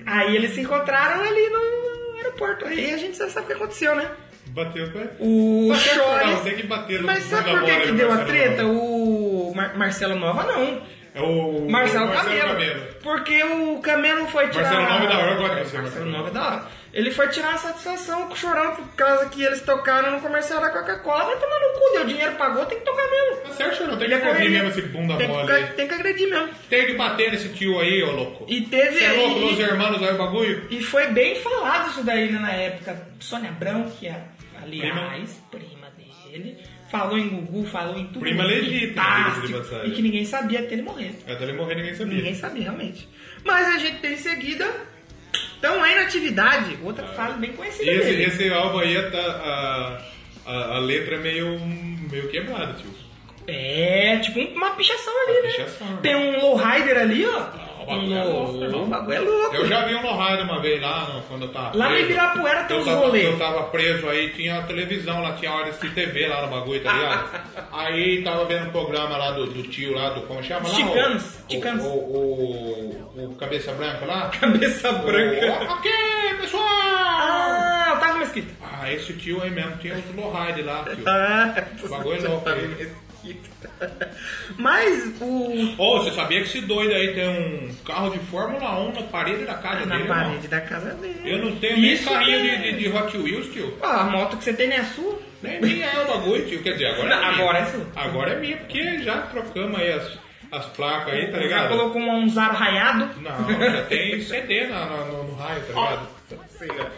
Speaker 7: Aí eles se encontraram ali no aeroporto. Aí a gente já sabe o que aconteceu, né?
Speaker 1: Bateu o pé.
Speaker 7: O
Speaker 1: Bateu no final,
Speaker 7: Chores.
Speaker 1: Tem que bater no
Speaker 7: Mas sabe
Speaker 1: na
Speaker 7: por que,
Speaker 1: bola
Speaker 7: que
Speaker 1: do
Speaker 7: deu a
Speaker 1: Marcelo
Speaker 7: treta?
Speaker 1: Nova.
Speaker 7: O Mar- Marcelo Nova não.
Speaker 1: É o
Speaker 7: Marcelo,
Speaker 1: o
Speaker 7: Camelo,
Speaker 1: Camelo.
Speaker 7: Porque o Camelo foi tirar.
Speaker 1: Marcelo Nova é da hora, eu gosto de você,
Speaker 7: Marcelo,
Speaker 1: Marcelo
Speaker 7: Nova é da hora. Ele foi tirar a satisfação com o chorão por causa que eles tocaram no comercial da Coca-Cola. Vai tomar no cu, deu dinheiro, pagou, tem que tocar mesmo.
Speaker 1: Tá certo, não tem que
Speaker 7: Ele é
Speaker 1: agredir
Speaker 7: correria.
Speaker 1: mesmo esse
Speaker 2: Tá
Speaker 1: bunda
Speaker 7: tem, que-
Speaker 1: mole aí.
Speaker 7: tem que agredir mesmo.
Speaker 2: Tem que bater nesse tio aí, ô louco.
Speaker 7: E teve.
Speaker 2: Você é louco,
Speaker 7: e-
Speaker 2: os irmãos olha o bagulho?
Speaker 7: E foi bem falado isso daí né, na época. Sônia Abrão, que é, aliás, prima, dele, falou em Gugu, falou em tudo.
Speaker 2: Prima legítima, diga-se
Speaker 7: fantástico,
Speaker 2: de passagem.
Speaker 7: E que ninguém sabia até ele morrer.
Speaker 2: É Até ele morrer ninguém sabia.
Speaker 7: Ninguém sabia, realmente. Mas a gente tem em seguida. Então, aí na atividade, outra
Speaker 2: Ah.
Speaker 7: fase bem
Speaker 2: E
Speaker 7: conhecida
Speaker 2: esse,
Speaker 7: dele.
Speaker 2: esse álbum aí, a, a, a, a letra é meio, meio quebrada, tio.
Speaker 7: É, tipo um- uma pichação ali,
Speaker 2: Uma
Speaker 7: né?
Speaker 2: pichação.
Speaker 7: Tem um lowrider ali, ó.
Speaker 2: o bagulho é louco,
Speaker 7: Lo-
Speaker 2: irmão.
Speaker 7: O bagulho é louco.
Speaker 2: Eu já vi um Lowrider uma vez lá, no- quando eu tava
Speaker 7: Lá no
Speaker 2: preso.
Speaker 7: Ibirapuera tem um
Speaker 2: eu
Speaker 7: uns
Speaker 2: tava,
Speaker 7: rolês.
Speaker 2: Eu tava preso aí, tinha a televisão lá, tinha hora de TV lá no bagulho, tá ligado? aí tava vendo um programa lá do, do tio lá, do como chama lá?
Speaker 7: Ticanos,
Speaker 2: o,
Speaker 7: Ticanos.
Speaker 2: O, o, o, o Cabeça Branca lá.
Speaker 7: Cabeça branca.
Speaker 2: O, ok, pessoal!
Speaker 7: Ah, Otávio Mesquita.
Speaker 2: Ah, esse tio aí mesmo, tinha outro Lowrider lá, tio.
Speaker 7: Ah,
Speaker 2: O bagulho é louco aí.
Speaker 7: Mas o.
Speaker 2: Ô, você sabia que esse doido aí tem um carro de Fórmula 1 na parede da casa
Speaker 7: Na
Speaker 2: dele?
Speaker 7: parede da casa dele.
Speaker 2: Eu não tenho nem
Speaker 7: Isso
Speaker 2: carrinho
Speaker 7: é-
Speaker 2: de, de, de Hot Wheels, tio.
Speaker 7: Ó, a moto que você tem não é a sua?
Speaker 2: Nem minha é o bagulho, tio. Quer dizer, agora é
Speaker 7: Não,
Speaker 2: minha.
Speaker 7: agora é sua.
Speaker 2: Agora é minha, porque já trocamos aí as, as placas aí, tá
Speaker 7: Já
Speaker 2: ligado?
Speaker 7: colocou um zaro raiado?
Speaker 2: Não, já tem CD na, na- no, no raio, tá ligado?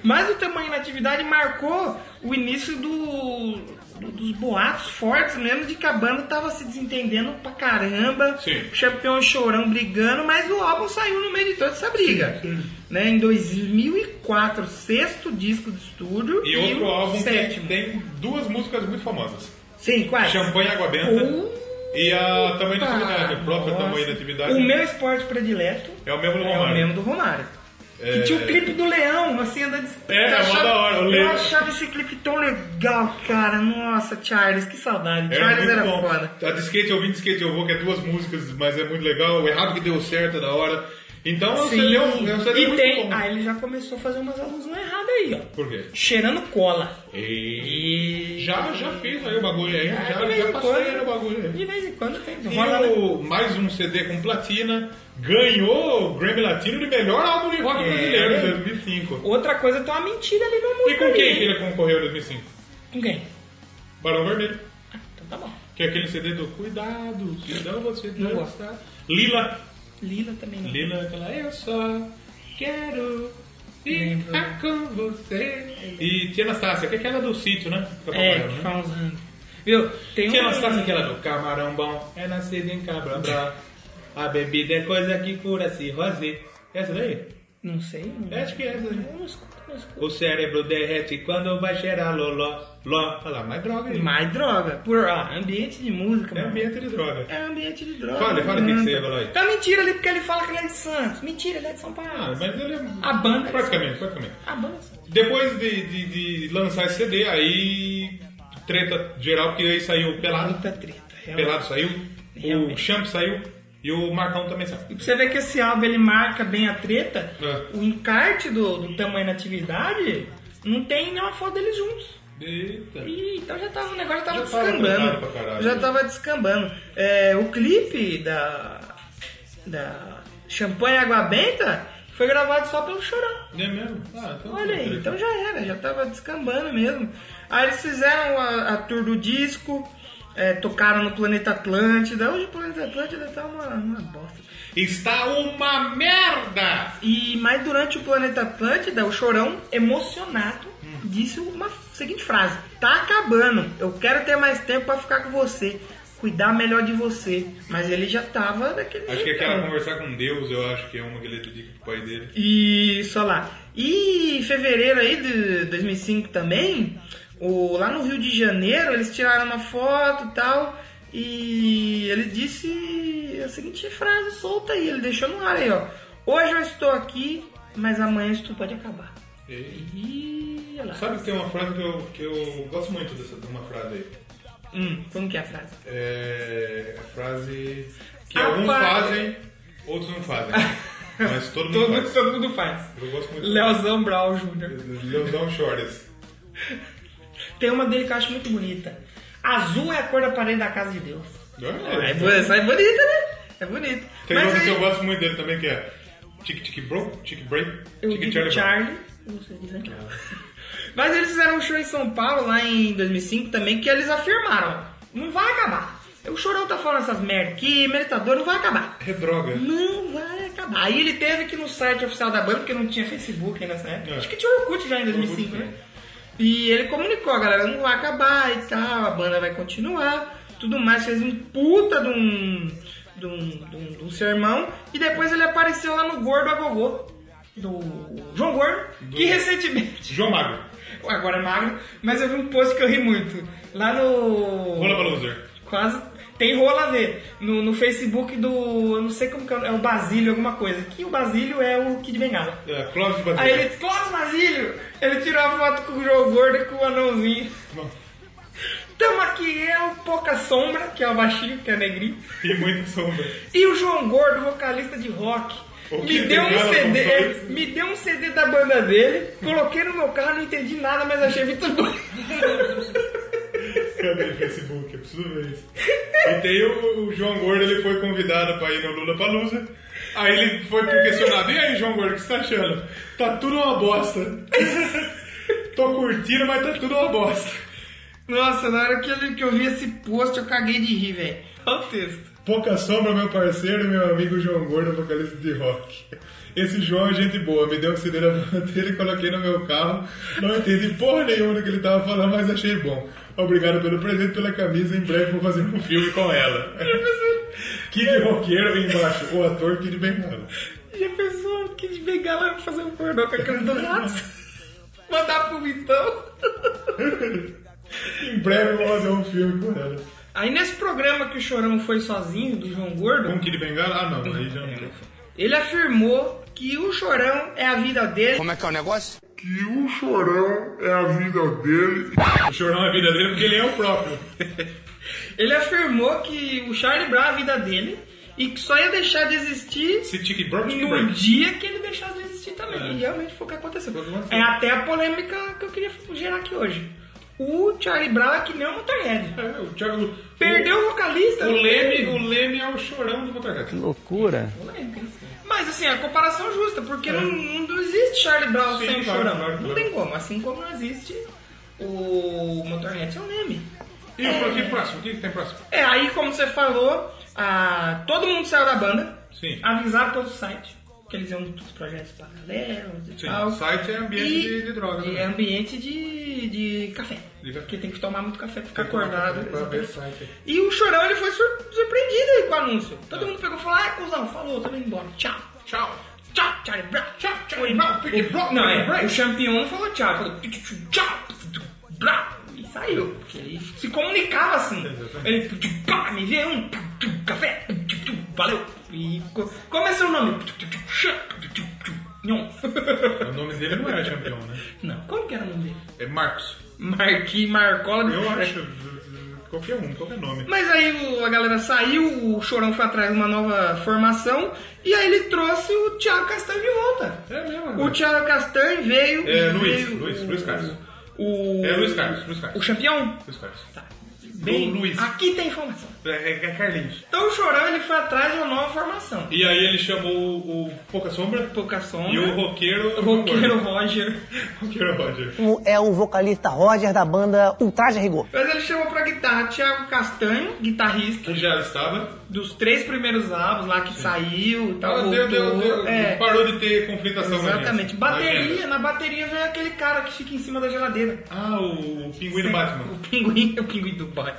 Speaker 7: Mas o tamanho da atividade marcou o início do, do- dos boatos fortes mesmo de que a banda tava se desentendendo pra caramba.
Speaker 2: Sim.
Speaker 7: O Champion e Chorão brigando, mas o álbum saiu no meio de toda essa briga. Né? Em 2004, sexto disco de estúdio
Speaker 2: E outro
Speaker 7: o
Speaker 2: álbum que
Speaker 7: sétimo.
Speaker 2: tem duas músicas muito famosas.
Speaker 7: Sim, quais?
Speaker 2: Champanhe Água Benta
Speaker 7: Puta
Speaker 2: e a Tamanho da Atividade, o próprio
Speaker 7: Um? Ah, nossa.
Speaker 2: Tamanho da Atividade.
Speaker 7: O meu esporte predileto
Speaker 2: É o mesmo do
Speaker 7: é o
Speaker 2: Romário.
Speaker 7: mesmo do Romário. Que tinha o clipe do leão, assim, andando... de-
Speaker 2: É, é mó da hora, eu
Speaker 7: Eu
Speaker 2: lembro.
Speaker 7: achava esse clipe tão legal, cara. Nossa, Charles, que saudade. Charles era
Speaker 2: é muito bom.
Speaker 7: foda.
Speaker 2: A de skate, eu vim de skate, eu vou, que é duas músicas, mas é muito legal. O errado que deu certo é da hora. Então você
Speaker 7: Sim.
Speaker 2: leu um CD
Speaker 7: e
Speaker 2: muito
Speaker 7: tem...
Speaker 2: bom.
Speaker 7: Ah, ele já começou a fazer umas alusões erradas aí, ó.
Speaker 2: Por quê?
Speaker 7: Cheirando cola.
Speaker 2: E...
Speaker 7: E...
Speaker 2: Já, já fiz aí o bagulho aí.
Speaker 7: Ah,
Speaker 2: Já,
Speaker 7: de vez
Speaker 2: já
Speaker 7: em
Speaker 2: passei aí
Speaker 7: quando,
Speaker 2: no bagulho aí.
Speaker 7: De vez em quando tem.
Speaker 2: E
Speaker 7: rola, né?
Speaker 2: o, mais um CD com platina ganhou o Grammy Latino de melhor álbum de rock
Speaker 7: É.
Speaker 2: brasileiro em 2005.
Speaker 7: Outra coisa, tem uma mentira ali na música.
Speaker 2: E com
Speaker 7: ali,
Speaker 2: quem
Speaker 7: hein?
Speaker 2: que ele concorreu em 2005?
Speaker 7: Com quem?
Speaker 2: Barão Vermelho.
Speaker 7: Então tá bom.
Speaker 2: Que é aquele CD do Cuidado, senão você não
Speaker 7: Não
Speaker 2: vai
Speaker 7: gosto.
Speaker 2: gostar. Lila,
Speaker 7: Lila também não.
Speaker 2: Lila, aquela eu só quero
Speaker 7: Lembro.
Speaker 2: ficar com você. E Tia Anastácia, que é aquela do sítio, né? Da Papai,
Speaker 7: É, que
Speaker 2: né? é-
Speaker 7: faz uns anos. Viu? Tem
Speaker 2: Tia
Speaker 7: um...
Speaker 2: Anastácia, aquela do camarão bom, é nascido em cabrambá. A bebida é coisa que cura cirrose. Essa daí?
Speaker 7: Não sei. né? Não...
Speaker 2: É, Acho que é essa daí.
Speaker 7: Eu Hum. não escuto, não escuto.
Speaker 2: O cérebro derrete quando vai cheirar loló. Ló. Olha lá, mais droga aí.
Speaker 7: Mais droga. Por, ó, ambiente de
Speaker 2: É
Speaker 7: música, mano.
Speaker 2: ambiente de droga.
Speaker 7: É ambiente de droga.
Speaker 2: Fala, fala o que que você ia falar aí.
Speaker 7: Tá mentira ali porque ele fala que ele é de Santos. Mentira, ele é de São Paulo.
Speaker 2: Ah, mas ele é...
Speaker 7: A banda-
Speaker 2: Praticamente, praticamente.
Speaker 7: Ah, bom, Santos.
Speaker 2: Depois de, de- de lançar esse CD, aí treta geral, porque aí saiu o Pelado.
Speaker 7: Muita treta. realmente.
Speaker 2: Pelado saiu, o
Speaker 7: Realmente.
Speaker 2: Champ saiu e o Marcão também saiu.
Speaker 7: Você vê que esse álbum ele marca bem a treta.
Speaker 2: É.
Speaker 7: O encarte do, do tamanho da atividade não tem nenhuma foto deles juntos.
Speaker 2: Eita.
Speaker 7: Ih, então já tava, o negócio tava
Speaker 2: Já tava
Speaker 7: descambando.
Speaker 2: cantado pra caralho. né?
Speaker 7: já tava descambando. É, o clipe da. Da Champanhe Água Benta foi gravado só pelo Chorão.
Speaker 2: Não é mesmo? Ah, então.
Speaker 7: Olha aí,
Speaker 2: treta.
Speaker 7: então já era, já tava descambando mesmo. Aí eles fizeram a, a tour do disco, é, tocaram no Planeta Atlântida. Hoje o Planeta Atlântida tá uma, uma bosta.
Speaker 2: Está uma merda!
Speaker 7: E mas durante o Planeta Atlântida, o Chorão, emocionado,
Speaker 2: Hum.
Speaker 7: disse uma seguinte frase: "Tá acabando. Eu quero ter mais tempo pra ficar com você, cuidar melhor de você". Mas ele já tava daquele
Speaker 2: Acho que
Speaker 7: jeitão.
Speaker 2: aquela conversar com Deus, eu acho que é uma que ele dedica pro pai dele.
Speaker 7: E só lá. E em fevereiro aí de 2005 também, o, lá no Rio de Janeiro, eles tiraram uma foto e tal. E ele disse a seguinte frase solta aí, ele deixou no ar aí, ó. Hoje eu estou aqui, mas amanhã isso tudo pode acabar.
Speaker 2: E-
Speaker 7: Ih, olha lá.
Speaker 2: Sabe que tem uma frase que eu, que eu gosto muito dessa de uma frase aí?
Speaker 7: Hum, como que é a frase?
Speaker 2: É a frase que
Speaker 7: Ah,
Speaker 2: alguns
Speaker 7: pá.
Speaker 2: fazem, outros não fazem. Mas todo mundo
Speaker 7: Todo,
Speaker 2: faz.
Speaker 7: todo mundo faz.
Speaker 2: Eu gosto muito.
Speaker 7: Leozão Brau Jr.
Speaker 2: Leozão Shores.
Speaker 7: Tem uma dele que eu acho muito bonita. Azul é a cor da parede da casa de Deus. É,
Speaker 2: É,
Speaker 7: bo- essa é bonita, né? É bonita.
Speaker 2: Tem
Speaker 7: Mas
Speaker 2: outro que
Speaker 7: aí,
Speaker 2: eu gosto muito dele também, que é Tic Tic Bro, Tic Break,
Speaker 7: eu
Speaker 2: Tic
Speaker 7: digo
Speaker 2: Charlie Brown.
Speaker 7: Charlie. Não sei dizer. Mas eles fizeram um show em São Paulo lá em 2005 também, que eles afirmaram: não vai acabar. O Chorão tá falando essas merda aqui, meritador, não vai acabar.
Speaker 2: É droga.
Speaker 7: Não vai acabar. Aí ele teve que ir no site oficial da banda, porque não tinha Facebook ainda nessa época.
Speaker 2: É.
Speaker 7: Acho que tinha Orkut já em 2005, né? E ele comunicou, galera, não vai acabar e tal, a banda vai continuar, tudo mais. Fez um puta de um, de um, de um, de um sermão. E depois ele apareceu lá no Gordo a Gogô, do João Gordo, que recentemente...
Speaker 2: João Magro.
Speaker 7: Agora é magro, mas eu vi um post que eu ri muito. Lá no...
Speaker 2: Rola pra loser.
Speaker 7: Quase tem rola a ver. No, no Facebook do. Eu não sei como que é. o- É o Basílio alguma coisa. Que o Basílio é o Kid Bengala.
Speaker 2: É, Clóvis de Batalha.
Speaker 7: Aí ele, Cláudio Basílio! Ele tirou a foto com o João Gordo e com o anãozinho. Tamo aqui, eu, Pouca Sombra, que é o baixinho, que é negrinho.
Speaker 2: E muita sombra.
Speaker 7: E o João Gordo, vocalista de rock.
Speaker 2: O
Speaker 7: Me
Speaker 2: Kid
Speaker 7: deu, um
Speaker 2: Bengala
Speaker 7: CD,
Speaker 2: comprou
Speaker 7: é,
Speaker 2: isso?
Speaker 7: me deu um CD da banda dele, coloquei no meu carro, não entendi nada, mas achei muito bom.
Speaker 2: Cadê o Facebook? Eu preciso ver isso. E tem o, o João Gordo, ele foi convidado pra ir no Lula Palusa. Aí ele foi questionado: E aí, João Gordo, o que você tá achando? Tá tudo uma bosta. Tô curtindo, mas tá tudo uma bosta.
Speaker 7: Nossa, na hora que, ele, que eu vi esse post, eu caguei de rir, velho. Olha o texto.
Speaker 2: Pouca sombra, meu parceiro e meu amigo João Gordo, vocalista de rock. Esse João é gente boa, me deu um CD na mão dele e coloquei no meu carro. Não entendi porra nenhuma do que ele tava falando, mas achei bom. Obrigado pelo presente, pela camisa, em breve vou fazer um filme com ela. Kid Roqueiro embaixo, o ator Kid Bengala.
Speaker 7: Já pensou que de bengala vai fazer um pornô com a cara do lado? Mandar pro Vitão?
Speaker 2: Em breve vou fazer um filme com ela.
Speaker 7: Aí nesse programa que o Chorão foi sozinho, do João Gordo,
Speaker 2: Kid Bengala? Ah não, aí já não.
Speaker 7: ele afirmou que o Chorão é a vida dele.
Speaker 3: Como é que é o negócio?
Speaker 2: O chorão é a vida dele porque ele é o próprio.
Speaker 7: Ele afirmou que o Charlie Brown é a vida dele e que só ia deixar de existir
Speaker 2: Se Tic Brock
Speaker 7: no dia que ele deixasse de existir também. E realmente foi o que aconteceu. É até a polêmica que eu queria gerar aqui hoje. O Charlie Brown é que nem o Motorhead.
Speaker 2: O Thiago.
Speaker 7: Perdeu o vocalista.
Speaker 2: O
Speaker 7: não
Speaker 2: Leme,
Speaker 7: tem-
Speaker 2: o Leme é o chorão do Motorhead.
Speaker 6: Loucura.
Speaker 7: Mas assim, é a comparação justa, porque não, não existe Charlie Brown
Speaker 2: É. Sim,
Speaker 7: sem o
Speaker 2: claro,
Speaker 7: Chorão.
Speaker 2: claro,
Speaker 7: Não
Speaker 2: claro.
Speaker 7: tem como, assim como não existe o Motorhead sem o Leme.
Speaker 2: E o que próximo? O que que tem próximo?
Speaker 7: É, aí como você falou, ah, todo mundo saiu da banda,
Speaker 2: Sim. Ah,
Speaker 7: avisaram todo o site, que eles iam dos projetos paralelos e
Speaker 2: Sim,
Speaker 7: tal.
Speaker 2: o site é ambiente
Speaker 7: Ah, E-
Speaker 2: de, de droga.
Speaker 7: e
Speaker 2: né?
Speaker 7: É ambiente de, de café.
Speaker 2: De café.
Speaker 7: Porque tem que tomar muito café pra ficar
Speaker 2: Tem que tomar
Speaker 7: acordado.
Speaker 2: café pra ver
Speaker 7: exatamente.
Speaker 2: site.
Speaker 7: E o Chorão ele foi sur- surpreendido aí com o anúncio. Todo mundo pegou e falou, ah, cuzão, falou, tô indo embora, tchau.
Speaker 2: Tchau.
Speaker 7: Tchau, Charlie Brown. Tchau, Charlie Brown. Pique, bro, não, é, o campeão não falou tchau. Ele falou tic, tic, tchau. pique, tic, brau. E saiu. Porque ele se comunicava assim. Ele, pique, tic, pá, me vê um pique, tic, café. pique, tic, tic, Valeu. E co- como é seu nome? Pique, tic, tic, chá, pique, tic, tic, nhon.
Speaker 2: O nome dele não era campeão, né?
Speaker 7: Não, como que era o nome dele?
Speaker 2: É Marcos.
Speaker 7: Marqui, Marcola. de-
Speaker 2: Eu acho. Qualquer um, qualquer nome.
Speaker 7: Mas aí o- a galera saiu, o Chorão foi atrás de uma nova formação. E aí ele trouxe o Thiago Castanho de volta.
Speaker 2: É mesmo.
Speaker 7: O Thiago Castanho veio.
Speaker 2: É,
Speaker 7: e
Speaker 2: Luiz,
Speaker 7: veio
Speaker 2: Luiz,
Speaker 7: o-
Speaker 2: Luiz Carlos.
Speaker 7: O.
Speaker 2: É Luiz Carlos, Luiz Carlos.
Speaker 7: O campeão?
Speaker 2: Luiz Carlos.
Speaker 7: Tá. Bem, ah.
Speaker 2: Luiz.
Speaker 7: Aqui tem informação.
Speaker 2: É, é- é Carlinhos.
Speaker 7: Então o Chorão ele foi atrás de uma nova formação.
Speaker 2: E aí ele chamou o, o Pouca Sombra
Speaker 7: Pouca sombra.
Speaker 2: e o roqueiro.
Speaker 7: o roqueiro Roger.
Speaker 2: Roqueiro Roger.
Speaker 6: É o vocalista Roger da banda Ultraje Rigor.
Speaker 7: Mas ele chamou pra guitarra Thiago Castanho, guitarrista
Speaker 2: Que já estava.
Speaker 7: dos três primeiros álbuns lá que saiu e tal.
Speaker 2: Ah, deu, deu,
Speaker 7: voltou.
Speaker 2: deu. um
Speaker 7: É,
Speaker 2: Parou de ter conflitação. na
Speaker 7: exatamente.
Speaker 2: agenda.
Speaker 7: Bateria,
Speaker 2: Na agenda.
Speaker 7: na bateria vem aquele cara que fica em cima da geladeira.
Speaker 2: Ah, o, o Pinguim do Batman.
Speaker 7: O pinguim, o pinguim do Batman.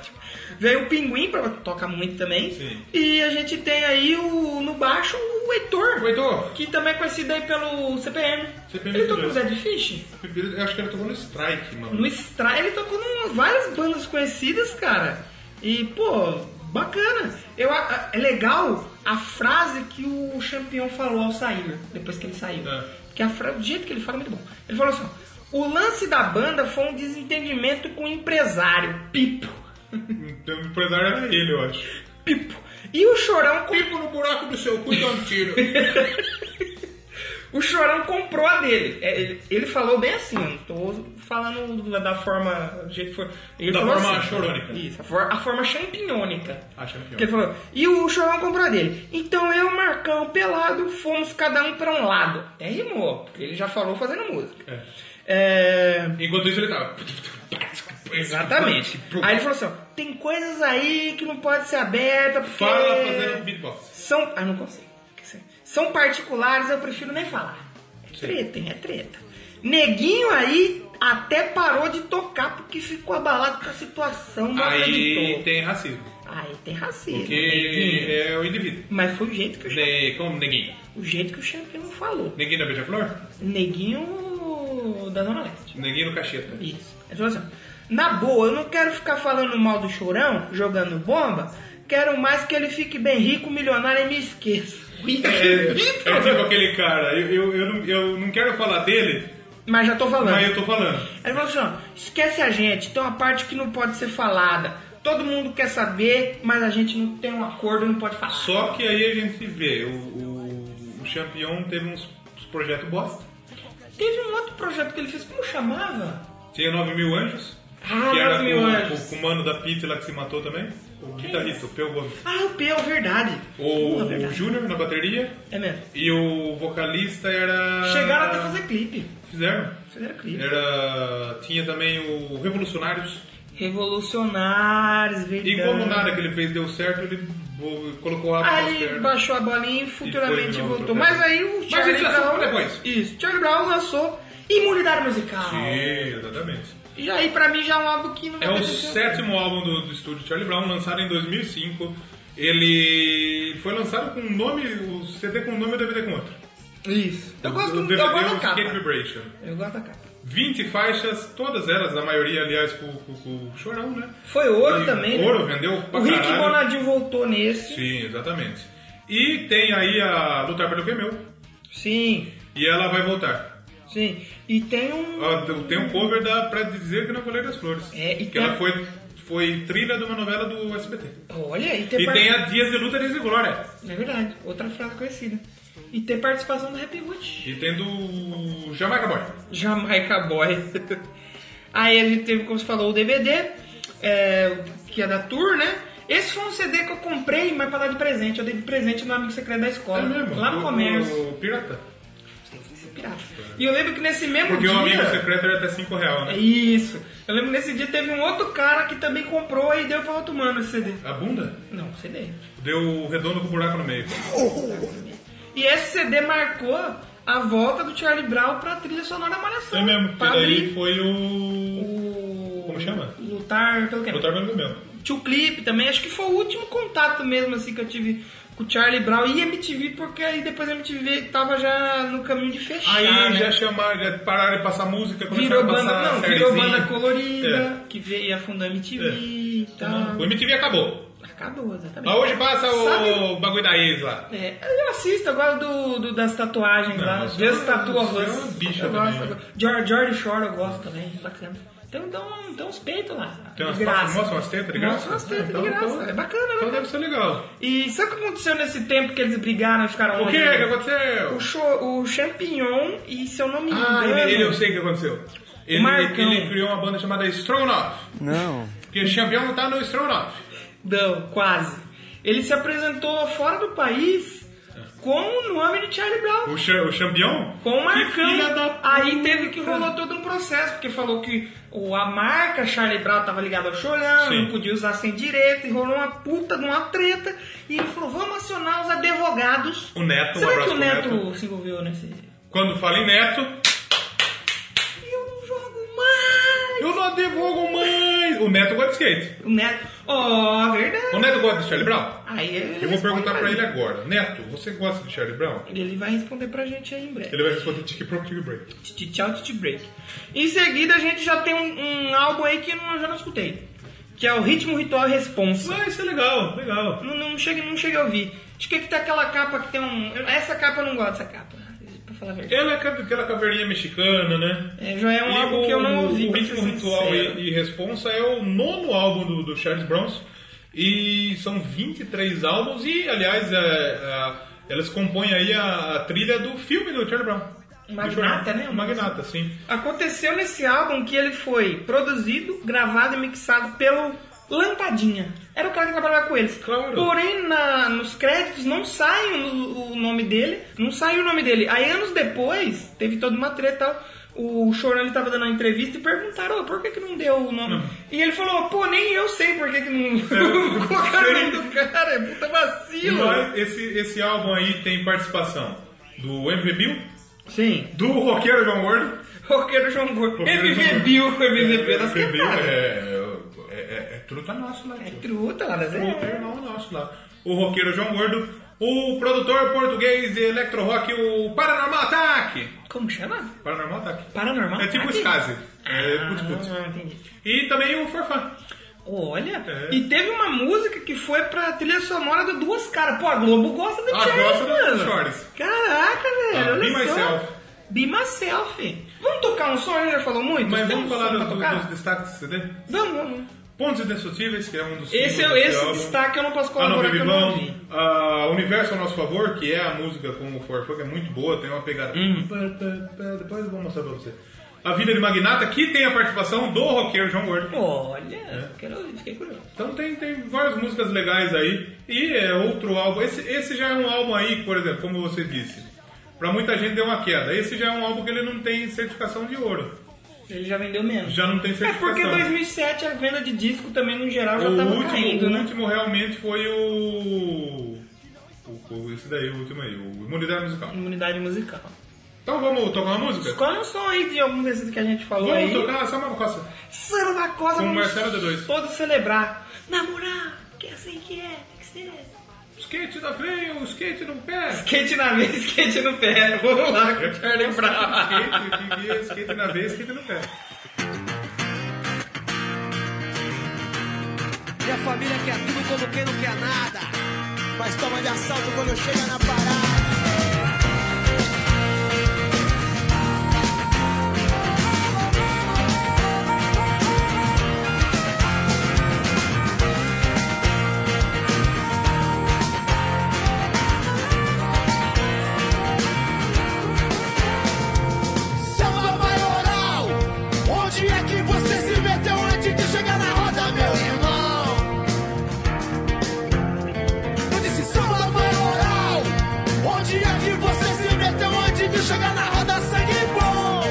Speaker 7: Veio o pinguim, pra, toca muito também.
Speaker 2: Sim.
Speaker 7: E a gente tem aí o, no baixo o Heitor,
Speaker 2: O Heitor.
Speaker 7: que também é conhecido aí pelo CPM.
Speaker 2: CPM
Speaker 7: ele tocou no
Speaker 2: mesmo.
Speaker 7: Zé de Fish,
Speaker 2: Eu acho que ele tocou no Strike, mano.
Speaker 7: no Stra ele tocou em várias bandas conhecidas, cara. E, pô, bacana. Eu, a- a- é legal a frase que o campeão falou ao sair, depois que ele saiu.
Speaker 2: É.
Speaker 7: Que a fra... do jeito que ele fala é muito bom. Ele falou assim: ó, o lance da banda foi um desentendimento com o empresário, Pipo.
Speaker 2: Então, O empresário era ele, eu acho.
Speaker 7: Pipo.
Speaker 1: E o Chorão, com-
Speaker 2: Pico no buraco do seu cu e dá um tiro.
Speaker 1: o Chorão comprou a dele. É, ele, ele falou bem assim, eu não tô falando da, da forma. Do jeito que for, ele
Speaker 2: Da
Speaker 1: falou
Speaker 2: forma
Speaker 1: assim,
Speaker 2: chorônica.
Speaker 1: Isso, a, for- a forma champinhônica.
Speaker 2: Ah, champion.
Speaker 1: Porque ele falou, e o Chorão comprou a dele. Então eu, Marcão, pelado, fomos cada um pra um lado. Até rimou, porque ele já falou fazendo música. É,
Speaker 2: Enquanto isso ele tava.
Speaker 1: Exatamente. Aí ele falou assim: ó, tem coisas aí que não pode ser aberta porque.
Speaker 2: Fala fazendo beatbox.
Speaker 1: São. Ah, não consigo. São particulares, eu prefiro nem falar. É treta, hein? É treta. Neguinho aí até parou de tocar porque ficou abalado com a situação, não
Speaker 2: Aí
Speaker 1: acreditou.
Speaker 2: tem racismo.
Speaker 1: Aí tem racismo.
Speaker 2: Que é o indivíduo.
Speaker 1: Mas foi o jeito que o, Cha-
Speaker 2: Ne- Como neguinho?
Speaker 1: o jeito que o champion falou.
Speaker 2: Neguinho da beija-flor?
Speaker 1: Neguinho da Zona Leste.
Speaker 2: Neguinho no cacheta.
Speaker 1: Isso. Ele falou assim, na boa, eu não quero ficar falando mal do chorão, jogando bomba, quero mais que ele fique bem rico, milionário e me esqueça.
Speaker 2: É tipo aquele cara, eu, eu, eu, não, eu não quero falar dele,
Speaker 1: Mas já tô falando.
Speaker 2: mas eu tô falando.
Speaker 1: Ele falou assim, ó, esquece a gente, tem uma parte que não pode ser falada. Todo mundo quer saber, mas a gente não tem um acordo, não pode falar.
Speaker 2: Só que aí a gente vê, o, o, o Champion teve uns, uns projetos bosta.
Speaker 1: Teve um outro projeto que ele fez, como chamava?
Speaker 2: Tinha 9 mil anjos.
Speaker 1: Ah,
Speaker 2: que era
Speaker 1: 9 Mil
Speaker 2: com,
Speaker 1: Anjos.
Speaker 2: com o mano da pizza lá que se matou também. tá O guitarrista, o Peu Gomes.
Speaker 1: Ah, o Peu, verdade.
Speaker 2: O,
Speaker 1: Porra,
Speaker 2: o
Speaker 1: verdade.
Speaker 2: Júnior na bateria.
Speaker 1: É mesmo.
Speaker 2: E o vocalista era.
Speaker 1: Chegaram
Speaker 2: Ah.
Speaker 1: até fazer clipe.
Speaker 2: Fizeram.
Speaker 1: Fizeram clipe.
Speaker 2: Era. Tinha também o Revolucionários.
Speaker 1: Revolucionários, verdade.
Speaker 2: E como nada que ele fez deu certo, ele bo- colocou a
Speaker 1: Aí
Speaker 2: nas
Speaker 1: ele
Speaker 2: pernas.
Speaker 1: baixou a bolinha e
Speaker 2: E foi de
Speaker 1: futuramente
Speaker 2: novo
Speaker 1: voltou.
Speaker 2: pro pé.
Speaker 1: Mas aí o
Speaker 2: Mas
Speaker 1: Charlie
Speaker 2: isso é assunto
Speaker 1: Brown.
Speaker 2: pra depois.
Speaker 1: Isso, Charlie Brown lançou Imunidade Musical.
Speaker 2: Sim, exatamente.
Speaker 1: E aí pra mim já é um álbum que não vai
Speaker 2: É o
Speaker 1: ter sucesso.
Speaker 2: sétimo álbum do, do estúdio Charlie Brown, lançado em 2005. Ele foi lançado com um nome, o CD com um nome e o DVD com outro.
Speaker 1: Isso. Eu
Speaker 2: O-
Speaker 1: gosto,
Speaker 2: o
Speaker 1: do,
Speaker 2: DVD
Speaker 1: eu gosto
Speaker 2: é
Speaker 1: da
Speaker 2: o
Speaker 1: capa.
Speaker 2: Escape Vibration.
Speaker 1: Eu gosto da capa.
Speaker 2: 20 faixas, todas elas, a maioria, aliás, com, com, com o Chorão, né?
Speaker 1: Foi ouro
Speaker 2: E
Speaker 1: também. né?
Speaker 2: Ouro, vendeu pra
Speaker 1: O Rick
Speaker 2: caralho.
Speaker 1: Bonadinho voltou nesse. Sim.
Speaker 2: Sim, exatamente. E tem aí a Lutar pelo que é meu.
Speaker 1: Sim.
Speaker 2: E ela vai voltar.
Speaker 1: E tem um.
Speaker 2: Ó, Tem um cover da Pra Dizer que não falei das flores.
Speaker 1: É, e
Speaker 2: que
Speaker 1: tem-
Speaker 2: ela foi, foi trilha de uma novela do SBT.
Speaker 1: Olha, e tem,
Speaker 2: E
Speaker 1: par-
Speaker 2: tem a Dias de Luta, Dias de Glória.
Speaker 1: É verdade, outra frase conhecida. E tem participação do Happy Wood.
Speaker 2: E tem do Jamaica Boy.
Speaker 1: Jamaica Boy. Aí a gente teve, como você falou, o DVD, é, que é da Tour, né? Esse foi um CD que eu comprei, mas pra dar de presente. Eu dei de presente no Amigo Secreto da Escola. Lá no
Speaker 2: É do-
Speaker 1: comércio.
Speaker 2: do Pirata.
Speaker 1: Esse é pirata. E eu lembro que nesse mesmo
Speaker 2: Porque
Speaker 1: dia...
Speaker 2: o amigo secreto era até 5 real,
Speaker 1: É
Speaker 2: né?
Speaker 1: Isso. Eu lembro que nesse dia teve um outro cara que também comprou e deu pra outro mano esse CD.
Speaker 2: A bunda
Speaker 1: Não, um CD.
Speaker 2: deu redondo com buraco no meio.
Speaker 1: E esse CD marcou a volta do Charlie Brown pra trilha sonora Malhação.
Speaker 2: É mesmo, porque
Speaker 1: Pra
Speaker 2: daí
Speaker 1: abrir
Speaker 2: foi o.
Speaker 1: o...
Speaker 2: Como chama?
Speaker 1: Lutar pelo que
Speaker 2: Lutar pelo meu.
Speaker 1: Tio um Clipe também, acho que foi o último contato mesmo assim que eu tive com o Charlie Brown e MTV, porque aí depois a MTV tava já no caminho de fechar.
Speaker 2: Aí
Speaker 1: né?
Speaker 2: já chamaram, já pararam de passar música,
Speaker 1: virou
Speaker 2: começaram a
Speaker 1: banda,
Speaker 2: passar
Speaker 1: não, virou
Speaker 2: sériezinha.
Speaker 1: banda colorida, que veio afundou a MTV
Speaker 2: É.
Speaker 1: e tal.
Speaker 2: O MTV acabou.
Speaker 1: Acabou, exatamente.
Speaker 2: Mas hoje passa o
Speaker 1: Sabe-
Speaker 2: bagulho da Isla.
Speaker 1: É, eu assisto, eu gosto do, do- das tatuagens
Speaker 2: Não,
Speaker 1: lá.
Speaker 2: você
Speaker 1: Vê as
Speaker 2: é-
Speaker 1: tatuas
Speaker 2: você é uma bicha
Speaker 1: eu gosto,
Speaker 2: também,
Speaker 1: eu
Speaker 2: né?
Speaker 1: gosto. George, George Shore eu gosto também, é bacana. Tem, tem, um- tem uns peitos lá.
Speaker 2: Tem umas
Speaker 1: de graça.
Speaker 2: passas- mostra umas tetas de graça?
Speaker 1: Mostra umas tetas
Speaker 2: Então-
Speaker 1: de graça.
Speaker 2: então-
Speaker 1: é bacana,
Speaker 2: Então
Speaker 1: né?
Speaker 2: deve ser legal.
Speaker 1: E sabe o que aconteceu nesse tempo que eles brigaram e ficaram
Speaker 2: O que é
Speaker 1: longe?
Speaker 2: que aconteceu?
Speaker 1: O, show, o Champignon e, se eu não me engano...
Speaker 2: Ah, ele, ele eu sei o que aconteceu. Ele,
Speaker 1: é Marcão.
Speaker 2: ele criou uma banda chamada Strogonoff.
Speaker 11: Não.
Speaker 2: Porque o campeão tá no Strogonoff.
Speaker 1: Não, quase. Ele se apresentou fora do país
Speaker 2: É.
Speaker 1: com o nome de Charlie Brown.
Speaker 2: O, cha- o campeão?
Speaker 1: Com o Marcão.
Speaker 2: filha da puta.
Speaker 1: Aí teve que rolou todo um processo, porque falou que o- a marca Charlie Brown tava ligada ao Chorão,
Speaker 2: Sim.
Speaker 1: não podia usar sem direito, e rolou uma puta de uma treta. E ele falou: vamos acionar os advogados.
Speaker 2: O Neto, um
Speaker 1: Será que
Speaker 2: abraço
Speaker 1: o
Speaker 2: pro
Speaker 1: Neto,
Speaker 2: Neto.
Speaker 1: se envolveu nesse.
Speaker 2: Quando fala em neto,
Speaker 1: Eu não jogo mais!
Speaker 2: eu não advogo mais. O neto gosta de skate.
Speaker 1: O Neto. Ó, verdade.
Speaker 2: O neto gosta de Charlie Brown?
Speaker 1: Aí ele
Speaker 2: Eu vou
Speaker 1: responde
Speaker 2: perguntar pra ele agora. Neto, você gosta de Charlie Brown?
Speaker 1: Ele vai responder pra gente aí em breve.
Speaker 2: Ele vai responder tic pro tic break.
Speaker 1: Titi Tchau, Titi Break. Em seguida, a gente já tem um, um álbum aí que eu não- eu já não escutei. Que é o Ritmo Ritual e Responsa.
Speaker 2: Ah, isso é legal, legal.
Speaker 1: Não, não, cheguei, não cheguei a ouvir. De que que tem aquela capa que tem um... eu- Essa capa eu não gosto dessa capa, pra falar a verdade.
Speaker 2: Ela é aquela- aquela caveirinha mexicana, né?
Speaker 1: É, já é um
Speaker 2: E
Speaker 1: álbum que eu não ouvi,
Speaker 2: O
Speaker 1: pra ser
Speaker 2: Ritmo Ritual
Speaker 1: sincero.
Speaker 2: e, e Responsa é o nono álbum do, do Charles Bronson. E são 23 álbuns e, aliás, é, é, elas compõem aí a, a trilha do filme do Charlie Brown.
Speaker 1: Magnata, né?
Speaker 2: O Magnata, sim.
Speaker 1: Aconteceu nesse álbum que ele foi produzido, gravado e mixado pelo Lampadinha. Era o cara que trabalhava com eles.
Speaker 2: Claro.
Speaker 1: Porém, na- nos créditos não sai o, o nome dele, não saiu o nome dele. Aí, anos depois, teve toda uma treta e tal. O Chorão estava dando uma entrevista e perguntaram "Ô, por que, que não deu o nome.
Speaker 2: Hum.
Speaker 1: E ele falou: pô, nem eu sei por que, que não colocaram o nome do cara. É puta vacilo.
Speaker 2: Mas Esse, esse álbum aí tem participação do MV Bill,
Speaker 1: Sim.
Speaker 2: do roqueiro John Ward.
Speaker 1: Roqueiro João Gordo.
Speaker 2: Roqueiro João
Speaker 1: MV
Speaker 2: Gordo. É,
Speaker 1: Bill, MVP das
Speaker 2: MV Bill
Speaker 1: cantadas.
Speaker 2: é, é, é, é truta nosso lá, tio.
Speaker 1: Truta lá das
Speaker 2: O um irmão nosso lá. O roqueiro João Gordo. O produtor português de electro rock, o Paranormal Attack.
Speaker 1: Como chama?
Speaker 2: Paranormal Attack.
Speaker 1: Paranormal?
Speaker 2: É tipo o
Speaker 1: Attack?
Speaker 2: Skazi. É putz, putz.
Speaker 1: Ah, entendi.
Speaker 2: E também o Forfã.
Speaker 1: Olha,
Speaker 2: É.
Speaker 1: e teve uma música que foi pra trilha sonora do Duas Caras. Pô, a Globo gosta do
Speaker 2: Ah,
Speaker 1: Charles,
Speaker 2: gosta do
Speaker 1: mano.
Speaker 2: Charles.
Speaker 1: Caraca, velho,
Speaker 2: Ah,
Speaker 1: olha
Speaker 2: Be
Speaker 1: só.
Speaker 2: Myself.
Speaker 1: Be Myself. Vamos tocar um som, a gente já falou muito?
Speaker 2: Mas
Speaker 1: Tem
Speaker 2: vamos
Speaker 1: um
Speaker 2: falar
Speaker 1: som
Speaker 2: do-
Speaker 1: pra
Speaker 2: do-
Speaker 1: tocar?
Speaker 2: dos destaques do CD?
Speaker 1: Vamos, vamos.
Speaker 2: Pontos Indestrutíveis, que é um dos
Speaker 1: Esse,
Speaker 2: singles desse
Speaker 1: esse
Speaker 2: álbum.
Speaker 1: destaque eu não posso
Speaker 2: Ah, não,
Speaker 1: colaborar, que
Speaker 2: Baby
Speaker 1: eu não vi.
Speaker 2: Bom, a Universo ao Nosso Favor, que é a música com o Forfã, que é muito boa, tem uma pegada.
Speaker 1: Uhum.
Speaker 2: Pá, pá, pá, Depois eu vou mostrar pra você. A Vida de Magnata, que tem a participação do roqueiro João Gordo.
Speaker 1: Olha,
Speaker 2: É.
Speaker 1: quero ouvir, fiquei curioso.
Speaker 2: Então tem, tem várias músicas legais aí. E é outro álbum. Esse, esse já é um álbum aí, por exemplo, como você disse. Pra muita gente deu uma queda. Esse já é um álbum que ele não tem certificação de ouro.
Speaker 1: Ele já vendeu menos.
Speaker 2: Já não tem
Speaker 1: É porque em
Speaker 2: certificação.
Speaker 1: 2007 a venda de disco também, no geral, já
Speaker 2: o
Speaker 1: tava
Speaker 2: último,
Speaker 1: caindo,
Speaker 2: o
Speaker 1: né?
Speaker 2: último realmente foi o, o- o- Esse daí, o último aí, o Imunidade Musical.
Speaker 1: Imunidade musical.
Speaker 2: Então vamos tocar uma música?
Speaker 1: Escolhe um som aí de algum desses que a gente falou
Speaker 2: Vamos
Speaker 1: aí.
Speaker 2: tocar só uma coça.
Speaker 1: Samba da Cosa,
Speaker 2: Com
Speaker 1: vamos
Speaker 2: Marcelo D2.
Speaker 1: todos celebrar. Namorar, que é assim que é, tem que ser.
Speaker 2: Skate da freio, skate no pé.
Speaker 1: Skate na mesa, skate no pé. Vamos lá, com o Charlie Brown.
Speaker 2: Skate, skate, skate na veia, skate no pé.
Speaker 12: Minha família quer tudo como quem não quer nada. Mas toma de assalto quando chega na parada.
Speaker 3: Selva maioral, onde é que você se meteu antes de chegar na roda, meu irmão? Eu disse selva maioral, onde é que você se meteu antes de chegar na roda, sangue bom?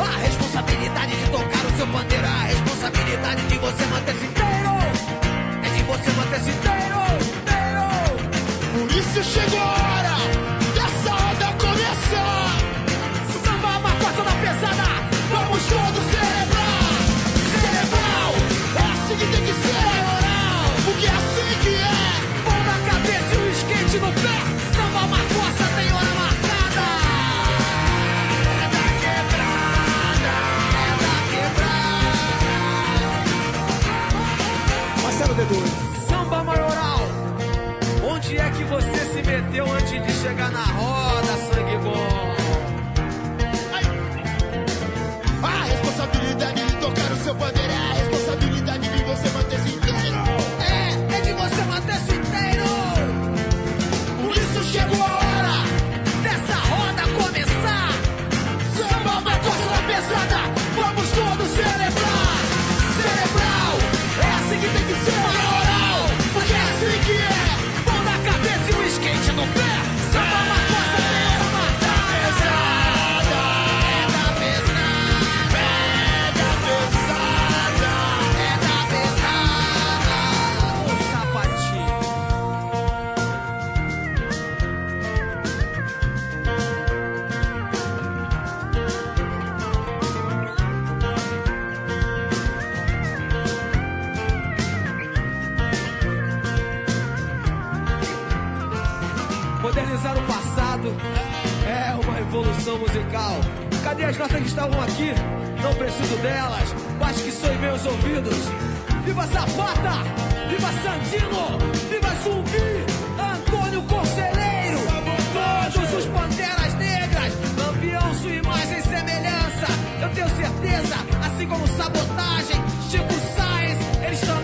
Speaker 12: A responsabilidade de tocar o seu pandeiro. A responsabilidade de você manter-se inteiro. É de você manter-se inteiro. inteiro.
Speaker 3: Por isso chegou a hora dessa roda começar. é
Speaker 12: Samba macosta na pesada.
Speaker 3: Vamos todos celebrar! Cerebral! É assim que tem que ser! Moral! Porque é assim que é!
Speaker 12: Pão na cabeça e o skate no pé. Samba macosta tem hora marcada. É da quebrada. É da quebrada.
Speaker 6: Marcelo D2.
Speaker 12: Samba maioral. Onde é que você se meteu antes de chegar na roda, sangue bom?
Speaker 3: A responsabilidade de tocar o seu bandeira é a responsabilidade de você manter-se inteiro!
Speaker 12: É, é de você manter-se inteiro.
Speaker 3: Por isso chegou a hora!
Speaker 12: Dessa roda começar.
Speaker 3: Samba uma costa pesada! Vamos todos celebrar! Cerebral! É assim que tem que ser! Moral! Porque é assim que é!
Speaker 12: Pão na cabeça e o skate no pé. Samba macosta tem hora marcada. É da pesada. É da pesada. É da pesada.
Speaker 3: Um
Speaker 12: O sapatinho. Modernizar o passado é uma evolução musical. Cadê as notas que estavam aqui? Não preciso delas, mas que são em meus ouvidos. Viva Zapata! Viva Santino! Viva Zumbi! Antônio Conselheiro! Todos os Panteras Negras! Lampião, sua imagem e semelhança! Eu tenho certeza, assim como Sabotagem, Chico Sá um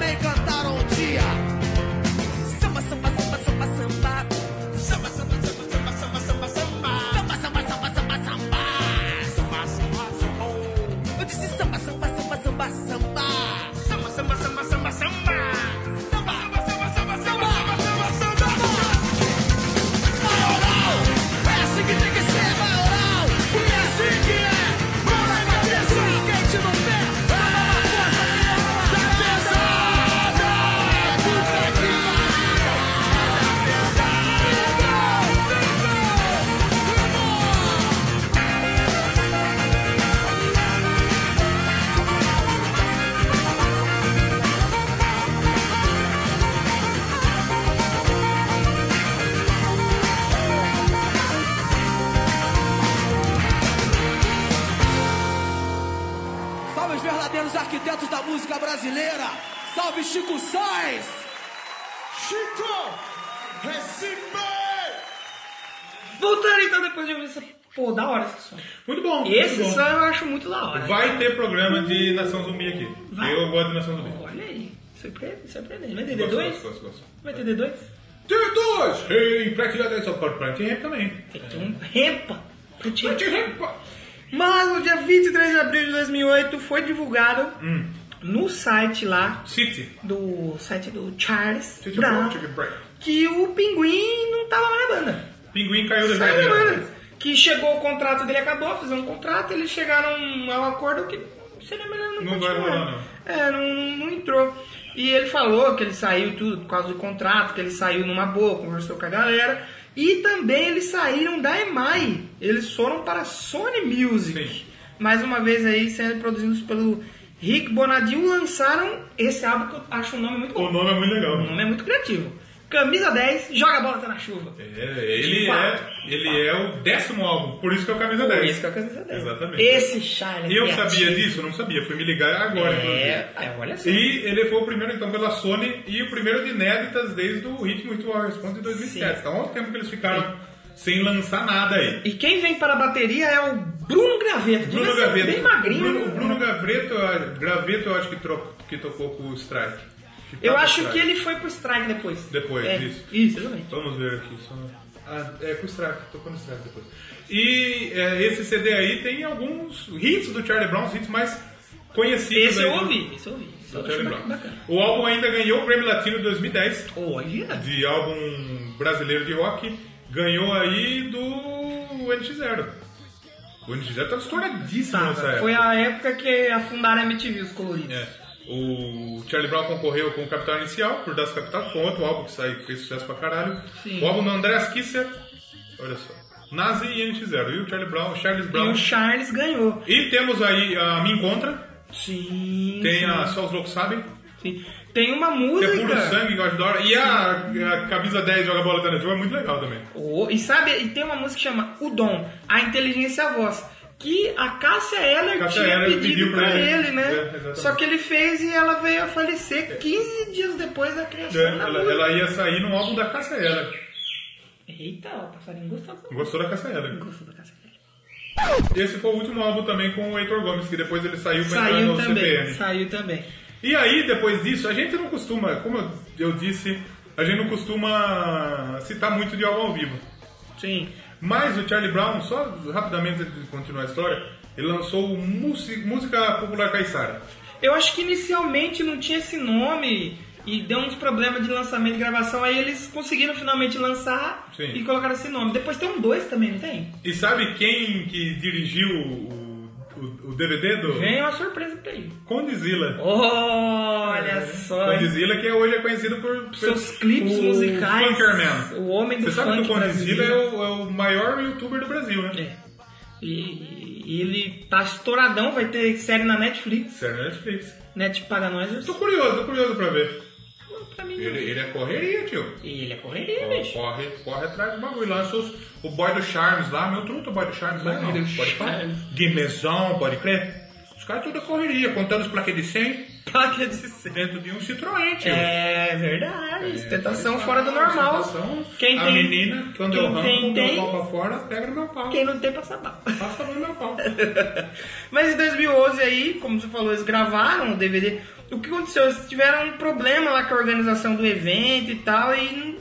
Speaker 12: verdadeiros arquitetos da música brasileira. Salve Chico Sainz!
Speaker 3: Chico, Recife!
Speaker 1: Voltando então depois de ouvir essa. Pô, da hora esse som.
Speaker 2: Muito bom.
Speaker 1: Esse
Speaker 2: muito bom.
Speaker 1: som eu acho muito da hora.
Speaker 2: Vai ter programa de Nação Zumbi aqui.
Speaker 1: Vai.
Speaker 2: Eu gosto de Nação Zumbi.
Speaker 1: Olha aí. Surpre- Surpreendente. Vai ter
Speaker 2: Gosto,
Speaker 1: D2?
Speaker 2: gosto, gosto, gosto.
Speaker 1: Vai ter D2?
Speaker 2: Ter dois! Ei, Pratt já tem só para Pratt Rap também.
Speaker 1: Tem que um rempa. pro time.
Speaker 2: Pratt Rap!
Speaker 1: Mas no dia 23 de abril de 2008 foi divulgado no site lá,
Speaker 2: City.
Speaker 1: do site do Charles
Speaker 2: City
Speaker 1: Brown,
Speaker 2: Brown, Chicken Break.
Speaker 1: que o Pinguim não tava mais na banda.
Speaker 2: Pinguim caiu da
Speaker 1: Saiu da
Speaker 2: janela.
Speaker 1: banda. Que chegou o contrato dele, acabou, fizeram um contrato, eles chegaram um ao acordo que seria melhor não,
Speaker 2: Não vai
Speaker 1: continuar.
Speaker 2: rolar, né? não.
Speaker 1: É, não, não entrou. E ele falou que ele saiu tudo por causa do contrato, que ele saiu numa boa, conversou com a galera. E também eles saíram da EMAI. Eles foram para a Sony Music.
Speaker 2: Sim.
Speaker 1: Mais uma vez aí, sendo produzidos pelo Rick Bonadil, lançaram esse álbum que eu acho um nome muito bom.
Speaker 2: O nome é muito
Speaker 1: O
Speaker 2: legal.
Speaker 1: nome é muito criativo. Camisa 10, joga a bola até na chuva.
Speaker 2: É, ele
Speaker 1: De fato.
Speaker 2: é, ele é o décimo álbum, por isso é que é o camisa
Speaker 1: Por
Speaker 2: 10.
Speaker 1: isso que é o camisa 10.
Speaker 2: Exatamente.
Speaker 1: Esse Charlie.
Speaker 2: Eu
Speaker 1: criativo.
Speaker 2: sabia disso? Não sabia, fui me ligar agora.
Speaker 1: É,
Speaker 2: inclusive.
Speaker 1: ah, olha só.
Speaker 2: E ele foi o primeiro, então, pela Sony e o primeiro de inéditas desde o Ritmo Ritual Response de 2007.
Speaker 1: Sim.
Speaker 2: Então, olha o tempo que eles ficaram sem lançar nada aí.
Speaker 1: E quem vem para a bateria é o Bruno Graveto.
Speaker 2: Bruno
Speaker 1: Devia ser
Speaker 2: Graveto.
Speaker 1: Bem magrinho.
Speaker 2: Bruno,
Speaker 1: né?
Speaker 2: Bruno Graveto, eu- Graveto, eu acho que, tro- que tocou com o Strike. Que tá
Speaker 1: Eu
Speaker 2: com o
Speaker 1: acho
Speaker 2: Strike.
Speaker 1: que ele foi pro strike depois.
Speaker 2: Depois,
Speaker 1: é,
Speaker 2: isso.
Speaker 1: Isso, exatamente.
Speaker 2: Vamos ver aqui. Só... Ah, é com o Strike, tocou no Strike depois. E é, esse CD aí tem alguns hits do Charlie Brown, os hits mais conhecidos.
Speaker 1: Esse
Speaker 2: aí
Speaker 1: eu
Speaker 2: do-
Speaker 1: ouvi, esse eu ouvi. Esse eu
Speaker 2: do
Speaker 1: acho
Speaker 2: Charlie
Speaker 1: bacana,
Speaker 2: Brown.
Speaker 1: bacana.
Speaker 2: O álbum ainda ganhou o Prêmio Latino 2010
Speaker 1: Olha!
Speaker 2: de álbum brasileiro de rock, ganhou aí do NX0. O NX0 tava estouradíssimo
Speaker 1: Tá,
Speaker 2: nessa época.
Speaker 1: foi a época que afundaram a MTV os coloridos.
Speaker 2: É. O Charlie Brown concorreu com o Capital Inicial, por Das Capital, com outro álbum que saiu, que fez sucesso pra caralho.
Speaker 1: Sim.
Speaker 2: O álbum do Andreas Kisser, olha só, Nazi e NX0. E o Charlie Brown, Charles
Speaker 1: E
Speaker 2: Brown.
Speaker 1: o Charles ganhou.
Speaker 2: E temos aí a Me Encontra,
Speaker 1: Sim.
Speaker 2: tem a Só os Loucos Sabem,
Speaker 1: sim. Tem uma
Speaker 2: que
Speaker 1: música.
Speaker 2: é Puro Sangue, que eu acho da hora. E a, a Camisa 10 Joga Bola Dando Jogo é muito legal também.
Speaker 1: Oh, e sabe, e tem uma música que chama O Dom, a inteligência e a voz. Que a Cássia Eller
Speaker 2: Cássia
Speaker 1: tinha
Speaker 2: Eller
Speaker 1: pedido
Speaker 2: pediu pra
Speaker 1: pra ele,
Speaker 2: ele,
Speaker 1: né?
Speaker 2: é, exatamente.
Speaker 1: Só que ele fez e ela veio a falecer 15 dias depois da criação
Speaker 2: É,
Speaker 1: da
Speaker 2: ela,
Speaker 1: música.
Speaker 2: ela ia sair no álbum da Cassiela.
Speaker 1: Eita, o passarinho gostou da
Speaker 2: Gostou da Cassiela.
Speaker 1: gostou da Cássia Eller.
Speaker 2: Esse foi o último álbum também com o Heitor Gomes, que depois ele saiu pra entrar
Speaker 1: Saiu
Speaker 2: no
Speaker 1: também,
Speaker 2: CPM.
Speaker 1: saiu também.
Speaker 2: E aí, depois disso, a gente não costuma, como eu- eu disse, a gente não costuma citar muito de álbum ao vivo.
Speaker 1: Sim.
Speaker 2: Mas o Charlie Brown, só rapidamente antes de continuar a história, ele lançou o Musi- Música Popular Caiçara.
Speaker 1: Eu acho que inicialmente não tinha esse nome e deu uns problemas de lançamento e gravação. Aí eles conseguiram finalmente lançar
Speaker 2: Sim.
Speaker 1: e colocaram esse nome. Depois tem um dois também, não tem?
Speaker 2: E sabe quem que dirigiu o, o- o DVD do
Speaker 1: Vem uma surpresa pra ele.
Speaker 2: Condizila?
Speaker 1: Olha só, hein?
Speaker 2: Condizila que hoje é conhecido por
Speaker 1: seus
Speaker 2: por-
Speaker 1: clipes
Speaker 2: o
Speaker 1: musicais.
Speaker 2: Funkerman.
Speaker 1: O homem do
Speaker 2: Você sabe
Speaker 1: funk
Speaker 2: que o Condizila é
Speaker 1: brasileiro.
Speaker 2: o, é o maior youtuber do Brasil, né?
Speaker 1: É. E, e ele tá estouradão, vai ter série na Netflix.
Speaker 2: Sério, é Netflix.
Speaker 1: Net paga nós. eu
Speaker 2: Tô
Speaker 1: sou
Speaker 2: curioso, tô curioso pra ver.
Speaker 1: Pra mim,
Speaker 2: Ele, ele é correria, tio.
Speaker 1: E ele é correria,
Speaker 2: Ó,
Speaker 1: bicho.
Speaker 2: Corre, corre atrás do bagulho. Lança os, o Boy do Charmes lá, meu truta, o Boy do Charmes lá, não, pode falar.
Speaker 1: Charmes.
Speaker 2: Guimezão, pode crer. Os caras tudo é correria, contando os plaquês de 100
Speaker 1: Placa de ser.
Speaker 2: dentro de um Citroën, tio.
Speaker 1: É verdade, ostentação
Speaker 2: Faz
Speaker 1: fora do normal.
Speaker 2: ostentação.
Speaker 1: Quem
Speaker 2: tá a
Speaker 1: tem,
Speaker 2: menina, quando
Speaker 1: quem
Speaker 2: eu arranco,
Speaker 1: tem,
Speaker 2: dou o
Speaker 1: tem.
Speaker 2: pau pra fora, pega no meu pau.
Speaker 1: Quem não tem, passa mal.
Speaker 2: Passa no meu pau.
Speaker 1: Mas em 2011 aí, como você falou, eles gravaram o DVD. O que aconteceu? Eles tiveram um problema lá com a organização do evento e tal, e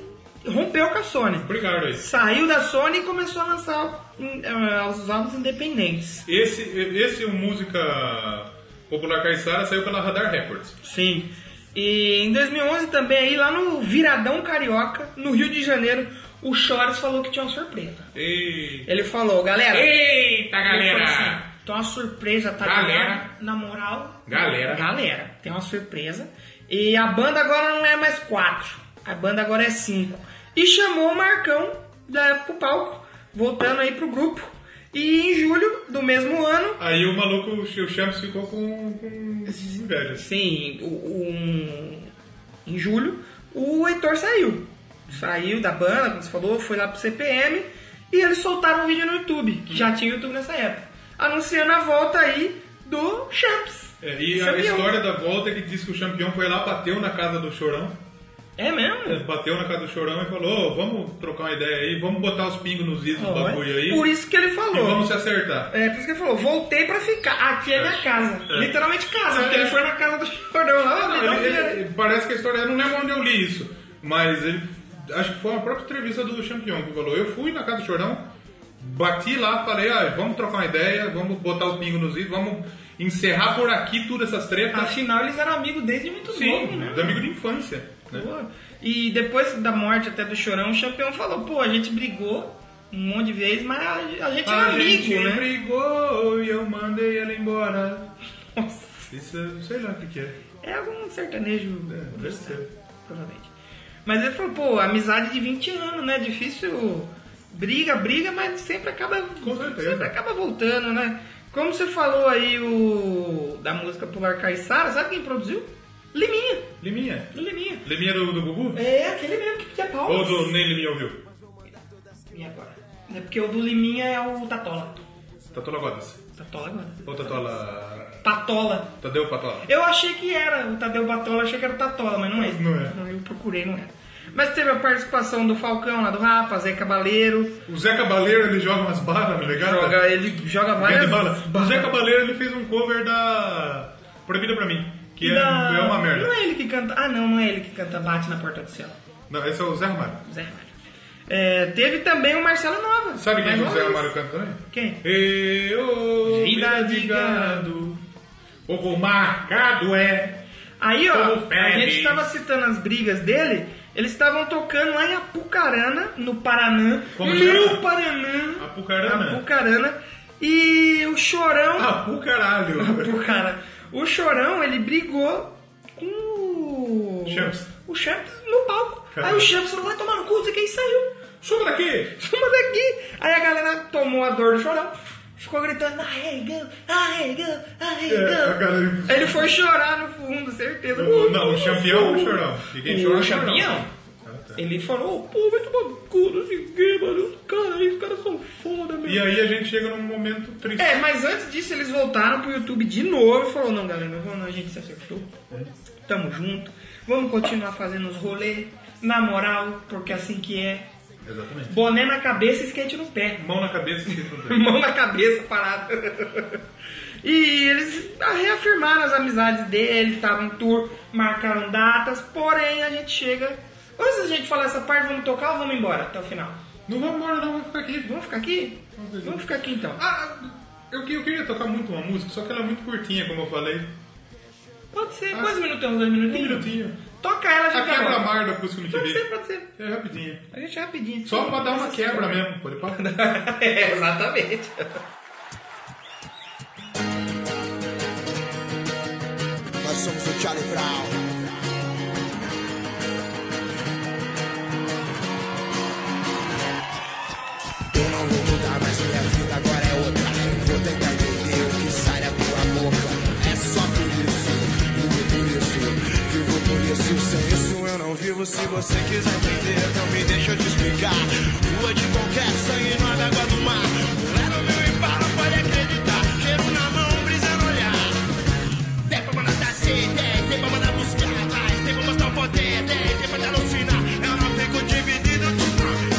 Speaker 1: rompeu com a Sony.
Speaker 2: Obrigado aí.
Speaker 1: Saiu da Sony e começou a lançar hum, ah, os álbuns independentes.
Speaker 2: Esse, esse é o Música Popular Caissara saiu pela Radar Records.
Speaker 1: Sim. E em 2011 também aí, lá no Viradão Carioca, no Rio de Janeiro, o Chores falou que tinha uma surpresa.
Speaker 2: E...
Speaker 1: Ele falou, galera...
Speaker 2: Eita,
Speaker 1: Ele falou assim, Tem uma surpresa, tá
Speaker 2: Tá, Galera.
Speaker 1: ligado? Na moral...
Speaker 2: Galera.
Speaker 1: Galera. Tem uma surpresa. E a banda agora não é mais quatro. A banda agora é cinco. E chamou o Marcão da, pro palco. Voltando aí pro grupo. E em julho do mesmo ano,
Speaker 2: Aí o maluco, o Champs ficou com, com inveja.
Speaker 1: Sim, o- o- em julho, o Heitor saiu. Saiu da banda, como você falou, foi lá pro CPM e eles soltaram um vídeo no YouTube, que já tinha YouTube nessa época, anunciando a volta aí do Champs.
Speaker 2: É, e a
Speaker 1: Champion.
Speaker 2: história da volta é que diz que o campeão foi lá, bateu na casa do Chorão,
Speaker 1: É mesmo?
Speaker 2: bateu na casa do Chorão e falou, "Ô, vamos trocar uma ideia aí, vamos botar os pingos nos is do É, bagulho aí
Speaker 1: Por isso que ele
Speaker 2: e
Speaker 1: falou.
Speaker 2: vamos se acertar.
Speaker 1: É, por isso que ele falou, voltei pra ficar. Aqui é minha casa. Literalmente casa, porque ele foi na casa do Jordão lá,
Speaker 2: É. Não,
Speaker 1: me dá um
Speaker 2: ele- ele-
Speaker 1: dinheiro.
Speaker 2: parece que a história, eu não lembro onde eu li isso, mas ele, acho que foi uma própria entrevista do Champion que falou, eu fui na casa do Chorão, bati lá, falei, ah, vamos trocar uma ideia, vamos botar o pingo nos is, vamos encerrar por aqui todas essas tretas.
Speaker 1: Afinal, eles eram amigos desde muito
Speaker 2: Sim,
Speaker 1: novo, né?
Speaker 2: do amigo de infância. né?
Speaker 1: Pô, E depois da morte até do Chorão, o Champion falou, pô, a gente brigou um monte de vezes, mas a, a gente era amigo, né?
Speaker 2: brigou e eu mandei ela embora. Isso, eu sei lá o que, que é.
Speaker 1: É algum sertanejo,
Speaker 2: deve ser.
Speaker 1: provavelmente. Mas ele falou, pô, amizade de 20 anos, né? Difícil. Briga, briga, mas sempre acaba.
Speaker 2: Com certeza.
Speaker 1: sempre acaba voltando, né? Como você falou aí o. da música Pular Caiçara, sabe quem produziu? Liminha.
Speaker 2: Liminha.
Speaker 1: do Liminha.
Speaker 2: Liminha do, do Gugu?
Speaker 1: É aquele mesmo que pedia pau.
Speaker 2: Ou do Nem Liminha ouviu?
Speaker 1: E agora? É porque o do Liminha é o Tatola.
Speaker 2: Tatola Godas.
Speaker 1: Tatola agora.
Speaker 2: Ou Tatola...
Speaker 1: Patola.
Speaker 2: Tadeu Patola.
Speaker 1: Eu achei que era o Tadeu Batola, achei que era o Tatola, mas não é.
Speaker 2: Não é.
Speaker 1: Eu procurei, não é. Mas teve a participação do Falcão lá do Rapa, Zé Cabaleiro.
Speaker 2: O Zé Cabaleiro, ele joga umas barras, me ligado?
Speaker 1: Joga, ele joga
Speaker 2: Grande
Speaker 1: várias.
Speaker 2: bala. O Zé Cabaleiro, ele fez um cover da... Proibida Pra Mim. Que é,
Speaker 1: Da-
Speaker 2: é uma merda.
Speaker 1: Não é ele que canta. Ah, não, não é ele que canta Bate na Porta do Céu.
Speaker 2: Não, esse é o Zé Armário.
Speaker 1: Zé Ramalho. É, teve também o Marcelo Nova.
Speaker 2: Sabe quem é
Speaker 1: Mais
Speaker 2: que o
Speaker 1: uma
Speaker 2: Zé
Speaker 1: vez.
Speaker 2: Armário canta também?
Speaker 1: Quem?
Speaker 2: Eu,
Speaker 1: Vida de gado,
Speaker 2: Ovo marcado é.
Speaker 1: Aí, ó,
Speaker 2: Como
Speaker 1: a
Speaker 2: fede.
Speaker 1: gente estava citando as brigas dele. Eles estavam tocando lá em Apucarana, no Paraná.
Speaker 2: Como
Speaker 1: Meu
Speaker 2: chama?
Speaker 1: Paraná.
Speaker 2: Apucarana?
Speaker 1: Apucarana. E o Chorão.
Speaker 2: Ah, pro caralho.
Speaker 1: Pro cara. O Chorão, ele brigou com o.
Speaker 2: Champs.
Speaker 1: O Champs no palco.
Speaker 2: Cara.
Speaker 1: Aí o Champs falou: vai tomar no cu, você quem saiu.
Speaker 2: Suma daqui!
Speaker 1: Suma daqui. Aí a galera tomou a dor do Chorão. Ficou gritando, I go, I go, I
Speaker 2: É, a
Speaker 1: go.
Speaker 2: galera-
Speaker 1: Ele foi chorar no fundo, certeza.
Speaker 2: O- não, o champião ou o chorão? E quem
Speaker 1: É. O
Speaker 2: chora Ah, tá. é o chorão.
Speaker 1: champião? Ele falou, pô, vai tomar no cu, não sei o que, mano. Os caras aí, os caras são foda, meu.
Speaker 2: E aí a gente chega num momento triste.
Speaker 1: É, mas antes disso eles voltaram pro YouTube de novo e falou, não, galera, não, não, a gente se acertou. Tamo junto. Vamos continuar fazendo os rolês, na moral, porque assim que é.
Speaker 2: Exatamente.
Speaker 1: Boné na cabeça e skate no pé.
Speaker 2: Mão na cabeça que não tem.
Speaker 1: Mão na cabeça, parada. E eles reafirmaram as amizades dele, estavam em tour, marcaram datas, porém a gente chega. Antes da gente falar essa parte, vamos tocar ou vamos embora até o final?
Speaker 2: Não vamos embora, não, vamos ficar aqui.
Speaker 1: Vamos ficar aqui? Vamos ficar aqui então.
Speaker 2: Ah, eu, que- eu queria tocar muito uma música, só que ela é muito curtinha, como eu falei.
Speaker 1: Pode ser, quantos minutos? Dois minutinhos?
Speaker 2: Um minutinho.
Speaker 1: Toca ela já
Speaker 2: A
Speaker 1: tá bom.
Speaker 2: quebra-mar da Cusco no
Speaker 1: Pode ser,
Speaker 2: TV.
Speaker 1: pode ser.
Speaker 2: É rapidinho.
Speaker 1: A gente é rapidinho.
Speaker 2: Só pra dar uma quebra mesmo. Pode parar.
Speaker 1: É, exatamente.
Speaker 3: Nós somos o Charlie Brown. Eu não vou mudar, mas minha vida agora é outra. Vou tentar entender o que sai da tua boca. É só por isso, vivo por isso, vivo por isso. Sem isso eu não vivo. Se você quiser entender, então me deixa eu te explicar. Rua de qualquer sangue, não é água do mar. Mulher no meu embalo, pode acreditar. Cheiro na mão, brisa no olhar. Tem pra mandar dar sede, tem pra mandar buscar mais, tem pra mostrar o poder, tem, tem pra te alucinar. Eu não fico dividido, não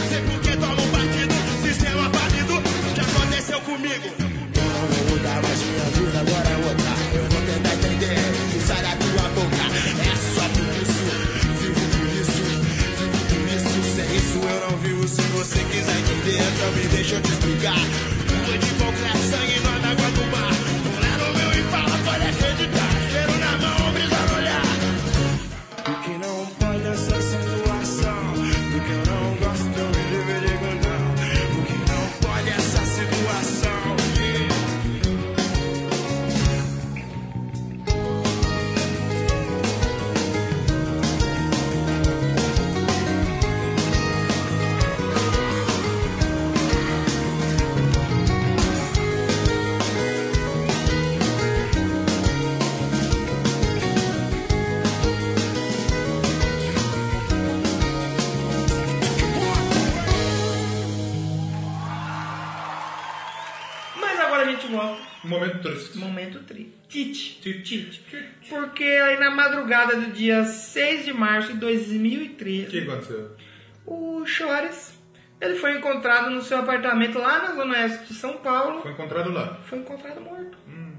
Speaker 3: sei por que tomo partido, sistema válido, o que aconteceu comigo. Eu não vou mudar, mas minha vida agora é outra. Eu vou tentar entender o que sai da tua boca. É só por isso, vivo por isso, vivo por isso. Sem isso eu não vivo, se você quiser entender, então me deixa eu te explicar. Rua de qualquer sangue, nó na água do mar. Mulher no meu e fala, pode acreditar. Cheiro na mão, brisa no olhar. O que não pode é essa situação. O que eu não gosto, eu me divido, não. O que não pode é essa situação.
Speaker 1: Mas agora a gente volta
Speaker 2: Um Momento triste.
Speaker 1: Momento tri. Tite.
Speaker 2: Tite.
Speaker 1: Porque aí na madrugada do dia 6 de março de
Speaker 2: O que
Speaker 1: 2013,
Speaker 2: aconteceu?
Speaker 1: o Chores ele foi encontrado no seu apartamento lá na zona oeste de São Paulo.
Speaker 2: Foi encontrado lá.
Speaker 1: Foi encontrado morto.
Speaker 2: Hum.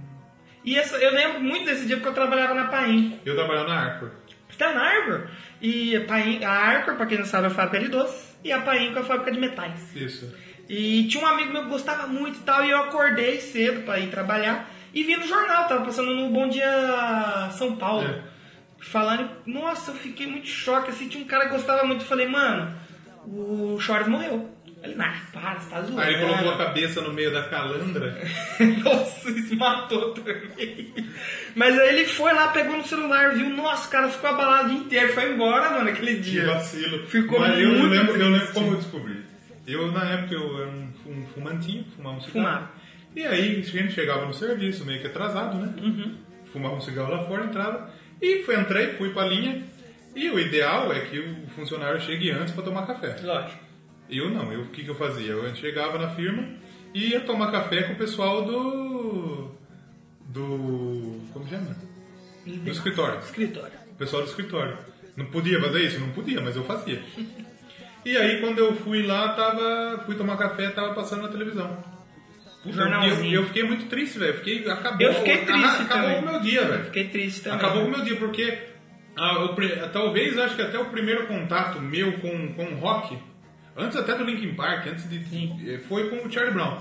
Speaker 1: E essa, eu lembro muito desse dia porque eu trabalhava na Paim.
Speaker 2: Eu trabalhava na Arcor.
Speaker 1: Está na Arcor. E a, Paim, a Arcor, pra quem não sabe, é a fábrica de doces. E a Paim é a fábrica de metais.
Speaker 2: Isso.
Speaker 1: E tinha um amigo meu que gostava muito e tal, e eu acordei cedo pra ir trabalhar e vi no jornal, tava passando no Bom Dia São Paulo.
Speaker 2: É.
Speaker 1: Falando, nossa, eu fiquei muito em choque, assim, tinha um cara que gostava muito, eu falei, mano, o Chores morreu. Ele, nah, para, você tá zoando.
Speaker 2: Aí ele colocou a cabeça no meio da calandra.
Speaker 1: Nossa, isso matou também. Mas aí ele foi lá, pegou no celular, viu, nossa, o cara ficou abalado o dia inteiro, foi embora, mano, aquele
Speaker 2: Que
Speaker 1: dia.
Speaker 2: vacilo.
Speaker 1: Ficou
Speaker 2: Mas eu
Speaker 1: muito
Speaker 2: lembro, eu lembro
Speaker 1: triste.
Speaker 2: como eu descobri. Eu, na época, eu era um, um fumantinho, fumava um cigarro.
Speaker 1: Fumava.
Speaker 2: E aí, a gente chegava no serviço, meio que atrasado, né?
Speaker 1: Uhum.
Speaker 2: Fumava um cigarro lá fora, entrava. E fui, entrei, fui pra linha. E o ideal é que o funcionário chegue antes pra tomar café.
Speaker 1: Lógico.
Speaker 2: Eu não, eu, o que, que eu fazia? Eu chegava na firma e ia tomar café com o pessoal do. do. como chama? Do escritório.
Speaker 1: Escritório.
Speaker 2: O pessoal do escritório. Não podia fazer isso? Não podia, mas eu fazia. E aí quando eu fui lá, tava. fui tomar café tava passando na televisão. Puta, eu,
Speaker 1: Jornalzinho.
Speaker 2: eu fiquei muito triste, velho. Fiquei, acabou,
Speaker 1: Eu fiquei triste
Speaker 2: acabou
Speaker 1: também.
Speaker 2: o meu dia, velho.
Speaker 1: Fiquei triste também.
Speaker 2: Acabou com o meu dia, porque ah, o pri- talvez acho que até o primeiro contato meu com, com o rock, antes até do Linkin Park, antes de. eh, Foi com o Charlie Brown,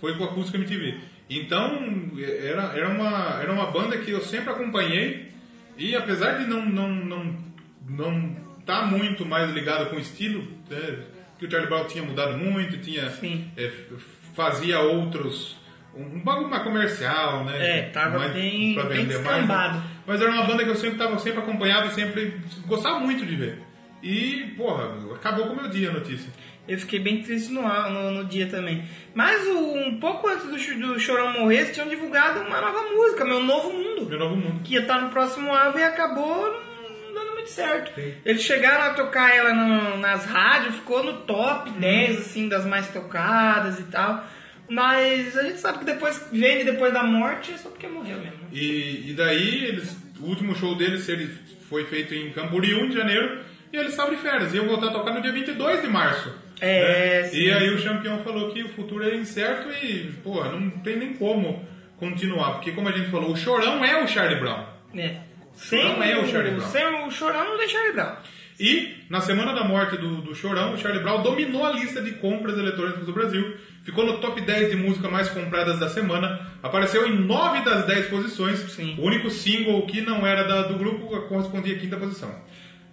Speaker 2: foi com a Acústica MTV. Então eh, era, era, uma, era uma banda que eu sempre acompanhei e apesar de não não não não tá muito mais ligado com o estilo né, que o Charlie Brown tinha mudado muito tinha
Speaker 1: Sim.
Speaker 2: eh, f- fazia outros um bagulho mais comercial né
Speaker 1: É, tava
Speaker 2: mais-
Speaker 1: bem-
Speaker 2: pra
Speaker 1: bem
Speaker 2: vender mais, né?
Speaker 1: descambado.
Speaker 2: Mas era uma banda que eu sempre tava sempre acompanhava, sempre gostava muito de ver. E, porra, acabou com o meu dia a notícia.
Speaker 1: Eu fiquei bem triste no, a- no, no dia também. Mas o- um pouco antes do, Ch- do Chorão morrer, eles tinham divulgado uma nova música, Meu Novo Mundo,
Speaker 2: Meu novo mundo.
Speaker 1: que ia estar no próximo álbum e acabou não, não dando muito certo. Eles chegaram a tocar ela no- nas rádios, ficou no top
Speaker 2: Hum.
Speaker 1: 10, assim, das mais tocadas e tal. Mas a gente sabe que depois que vende depois da morte é só porque morreu mesmo. né?
Speaker 2: E, e daí, eles, o último show deles ele foi feito em Camboriú, em janeiro, e eles estavam de férias. E eu voltar a tocar no dia 22 de março. né?
Speaker 1: É, sim.
Speaker 2: E aí o campeão falou que o futuro é incerto e, porra, não tem nem como continuar. Porque, como a gente falou, o Chorão é o Charlie Brown.
Speaker 1: É. Sem,
Speaker 2: Não é o Charlie Brown.
Speaker 1: sem o Chorão não deixa Charlie Brown.
Speaker 2: E, na semana da morte do, do Chorão, o Charlie Brown dominou a lista de compras eletrônicas do Brasil, ficou no top 10 de música mais compradas da semana, apareceu em 9 das 10 posições,
Speaker 1: Sim.
Speaker 2: o único single que não era da- do grupo correspondia à quinta posição.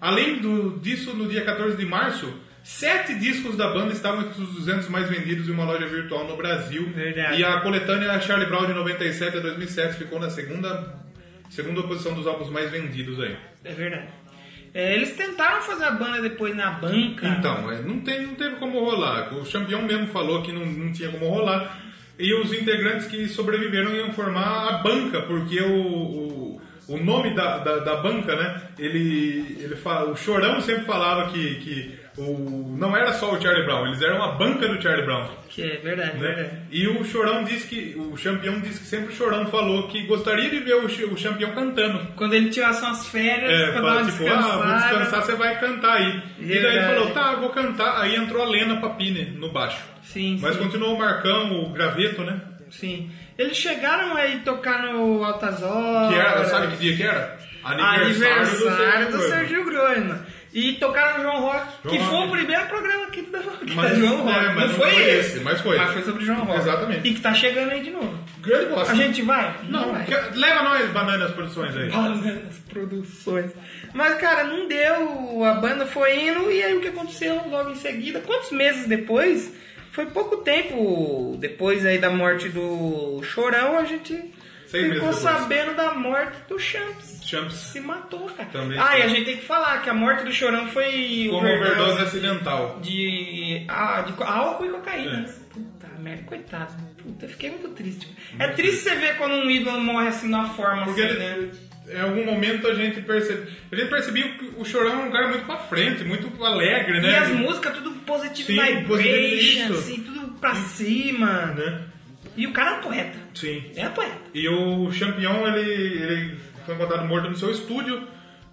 Speaker 2: Além do- disso, no dia 14 de março, sete discos da banda estavam entre os 200 mais vendidos em uma loja virtual no Brasil.
Speaker 1: Verdade.
Speaker 2: E a coletânea Charlie Brown de 97 a 2007 ficou na segunda, segunda posição dos álbuns mais vendidos aí.
Speaker 1: É verdade. É, eles tentaram fazer a banda depois na banca.
Speaker 2: Então, mas não, tem, não teve como rolar. O campeão mesmo falou que não, não tinha como rolar. E os integrantes que sobreviveram iam formar a banca, porque o, o, o nome da, da, da banca, né? Ele, ele fala, o Chorão sempre falava que, que o, não era só o Charlie Brown, eles eram a banca do Charlie Brown.
Speaker 1: Que é verdade, verdade.
Speaker 2: Né? E o Chorão disse que. O campeão disse que sempre o Chorão falou que gostaria de ver o, Ch- o campeão cantando.
Speaker 1: Quando ele tirasse umas férias,
Speaker 2: É,
Speaker 1: pra dar
Speaker 2: fala,
Speaker 1: uma
Speaker 2: tipo, ah,
Speaker 1: descansada.
Speaker 2: vou descansar, você vai cantar aí. E daí ele
Speaker 1: Verdade.
Speaker 2: falou, tá, eu vou cantar. Aí entrou a Lena Papini no baixo.
Speaker 1: Sim,
Speaker 2: Mas
Speaker 1: sim,
Speaker 2: continuou o Marcão, o Graveto, né?
Speaker 1: sim. Eles chegaram aí tocar no Altas Horas. Ah,
Speaker 2: Que era, sabe que dia que era?
Speaker 1: Aniversário, do,
Speaker 2: Grosso.
Speaker 1: Sergio Groisman. E tocaram no João Rock,
Speaker 2: João
Speaker 1: que foi
Speaker 2: Rock.
Speaker 1: o primeiro programa aqui do Rock.
Speaker 2: Mas-
Speaker 1: João Rock.
Speaker 2: é, mas
Speaker 1: não
Speaker 2: não
Speaker 1: foi
Speaker 2: foi
Speaker 1: esse,
Speaker 2: esse, mas foi.
Speaker 1: Mas foi sobre o João Rock.
Speaker 2: Exatamente.
Speaker 1: E que tá chegando aí de novo.
Speaker 2: Grande bosta.
Speaker 1: A gente vai?
Speaker 2: Não, Ah,
Speaker 1: vai.
Speaker 2: que- leva nós, Bananas Produções aí.
Speaker 1: Bananas Produções. Mas, cara, não deu. A banda foi indo e aí o que aconteceu logo em seguida? Quantos meses depois? Foi pouco tempo depois aí da morte do Chorão, a gente
Speaker 2: Seis meses
Speaker 1: ficou
Speaker 2: depois.
Speaker 1: sabendo da morte do Champs.
Speaker 2: Champs
Speaker 1: Se matou, cara.
Speaker 2: Também
Speaker 1: ah,
Speaker 2: foi.
Speaker 1: e a gente tem que falar que a morte do Chorão foi
Speaker 2: com uma overdose acidental.
Speaker 1: de, ah, de co- álcool e cocaína.
Speaker 2: É.
Speaker 1: Puta merda, coitado. Puta, eu fiquei muito triste. é triste você ver quando um ídolo morre assim na forma
Speaker 2: Porque
Speaker 1: assim,
Speaker 2: ele-
Speaker 1: né?
Speaker 2: em algum momento a gente percebe. A gente percebia que o Chorão é um cara muito pra frente, muito alegre, né?
Speaker 1: E as músicas, tudo positivo
Speaker 2: Sim,
Speaker 1: vibrations,
Speaker 2: positivo, isso.
Speaker 1: assim, tudo pra cima.
Speaker 2: né?
Speaker 1: E o cara é um poeta.
Speaker 2: Sim.
Speaker 1: É um poeta.
Speaker 2: E o Champion, ele, ele foi encontrado morto no seu estúdio,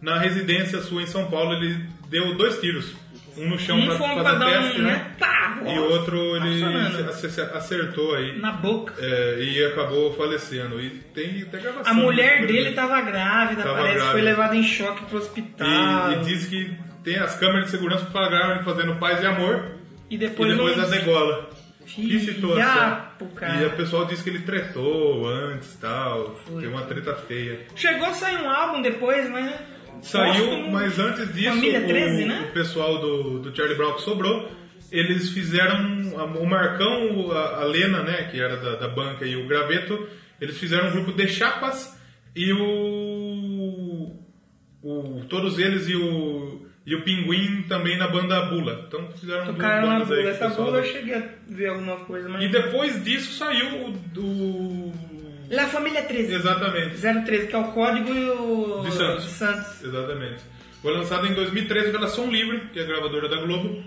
Speaker 2: na residência sua em São Paulo. Ele deu dois tiros. Um no chão
Speaker 1: Um
Speaker 2: pra
Speaker 1: foi um
Speaker 2: fazer
Speaker 1: pra dar
Speaker 2: teste,
Speaker 1: um,
Speaker 2: né?
Speaker 1: né? Tá,
Speaker 2: E
Speaker 1: ó,
Speaker 2: outro ele
Speaker 1: acionando.
Speaker 2: ace- ace- acertou aí.
Speaker 1: Na boca.
Speaker 2: É, e acabou falecendo. E tem até gravação.
Speaker 1: A mulher
Speaker 2: Né?
Speaker 1: dele tá- tava grávida,
Speaker 2: Tava
Speaker 1: parece que foi
Speaker 2: grávida.
Speaker 1: levada em choque pro
Speaker 2: E,
Speaker 1: hospital.
Speaker 2: e diz que tem as câmeras de segurança que flagraram ele fazendo paz e amor.
Speaker 1: E depois,
Speaker 2: e depois
Speaker 1: não-
Speaker 2: a degola. Que situação.
Speaker 1: Fiapo, cara.
Speaker 2: E o pessoal diz que ele tretou antes e tal. Tem uma treta feia.
Speaker 1: Chegou a sair um álbum depois, né?
Speaker 2: Saiu,
Speaker 1: Póstumo.
Speaker 2: mas antes disso,
Speaker 1: Família
Speaker 2: o,
Speaker 1: 13, né?
Speaker 2: o pessoal do, do Charlie Brown que sobrou, eles fizeram. um- a- O Marcão, o- a, a Lena, né, que era da, da banca, e o Graveto, eles fizeram um grupo de chapas e o. o todos eles e o. E o Pinguim também na banda Bula. Então fizeram duas
Speaker 1: Tocaram na
Speaker 2: bandas aí
Speaker 1: bula.
Speaker 2: com o
Speaker 1: Essa
Speaker 2: pessoal
Speaker 1: bula eu
Speaker 2: do-
Speaker 1: cheguei a ver alguma coisa, mas.
Speaker 2: E depois disso saiu o do.
Speaker 1: La Família 13.
Speaker 2: Exatamente.
Speaker 1: 013, que é o código e o.
Speaker 2: De Santos.
Speaker 1: de Santos.
Speaker 2: Exatamente. Foi lançado em 2013 pela Som Livre, que é a gravadora da Globo.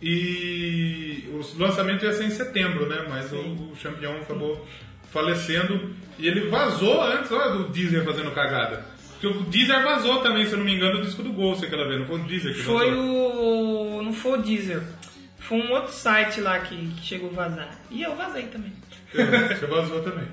Speaker 2: E o lançamento ia ser em setembro, né? Mas o, o campeão acabou falecendo. E ele vazou antes, olha, do Deezer fazendo cagada. Porque o Deezer vazou também, se eu não me engano, o disco do Gol, sei aquela vez. Não foi o Deezer que
Speaker 1: Foi
Speaker 2: vazou.
Speaker 1: o. Não foi o Deezer. Foi um outro site lá que, que chegou a vazar. E eu vazei também.
Speaker 2: É, Você vazou também.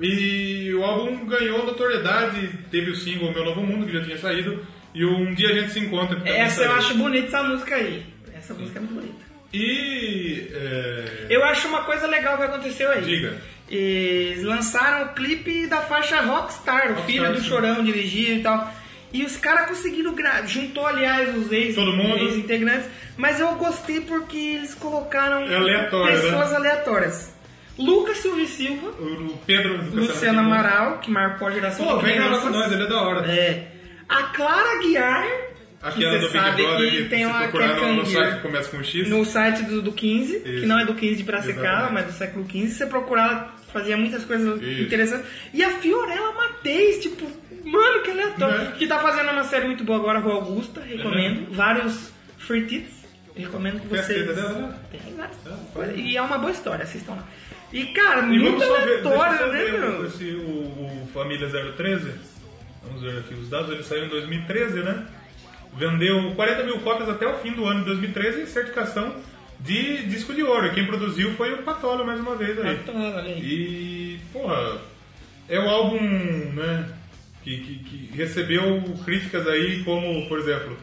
Speaker 2: E o álbum ganhou notoriedade, teve o single Meu Novo Mundo, que já tinha saído, e o Um Dia a Gente Se Encontra. que também
Speaker 1: Essa eu
Speaker 2: saiu.
Speaker 1: acho bonita essa música aí. Essa música é muito bonita.
Speaker 2: E. é,
Speaker 1: Eu acho uma coisa legal que aconteceu aí.
Speaker 2: Diga.
Speaker 1: Eles lançaram o clipe da faixa Rockstar, o filho do
Speaker 2: sim.
Speaker 1: Chorão dirigia e tal. E os caras conseguiram gra... juntou aliás os ex,
Speaker 2: Todo mundo.
Speaker 1: ex integrantes, mas eu gostei porque eles colocaram
Speaker 2: É aleatório,
Speaker 1: pessoas aleatórias. Lucas Silva e Silva,
Speaker 2: O Pedro do
Speaker 1: Luciano
Speaker 2: Caçarão Timon.
Speaker 1: Amaral, que marcou a geração
Speaker 2: Pô,
Speaker 1: de
Speaker 2: vem gravar com
Speaker 1: crianças.
Speaker 2: nós, ele é da hora.
Speaker 1: É. A Clara Guiar,
Speaker 2: Aquela
Speaker 1: que
Speaker 2: do
Speaker 1: você
Speaker 2: Big
Speaker 1: sabe
Speaker 2: Brother,
Speaker 1: que
Speaker 2: que
Speaker 1: tem
Speaker 2: se
Speaker 1: uma
Speaker 2: procurar no, no
Speaker 1: Cacanguir
Speaker 2: site que começa com X.
Speaker 1: no site do, do 15, que
Speaker 2: Isso.
Speaker 1: não é do 15 de Piracicaba,
Speaker 2: Exatamente.
Speaker 1: mas do século XV, você procurava, fazia muitas coisas
Speaker 2: Isso.
Speaker 1: interessantes. E a Fiorella Mateis, tipo, mano, que aleatório.
Speaker 2: Né?
Speaker 1: Que tá fazendo uma série muito boa agora, Rua Augusta, recomendo. Vários free tips, recomendo que
Speaker 2: Tem a
Speaker 1: vocês...
Speaker 2: teta dela, né?
Speaker 1: Tem vários. E é uma boa história, assistam lá. E, cara,
Speaker 2: E
Speaker 1: muito
Speaker 2: deixa
Speaker 1: aleatório,
Speaker 2: eu só
Speaker 1: né,
Speaker 2: ver
Speaker 1: meu?
Speaker 2: Se o, o Família 013, vamos ver aqui os dados, ele saiu em 2013, né? Vendeu 40 mil cópias até o fim do ano de 2013, certificação de disco de ouro. E quem produziu foi o Patola, mais uma vez. Aí.
Speaker 1: Patola, olha aí.
Speaker 2: E, porra, é um álbum, né, que, que- que recebeu críticas aí como, por exemplo,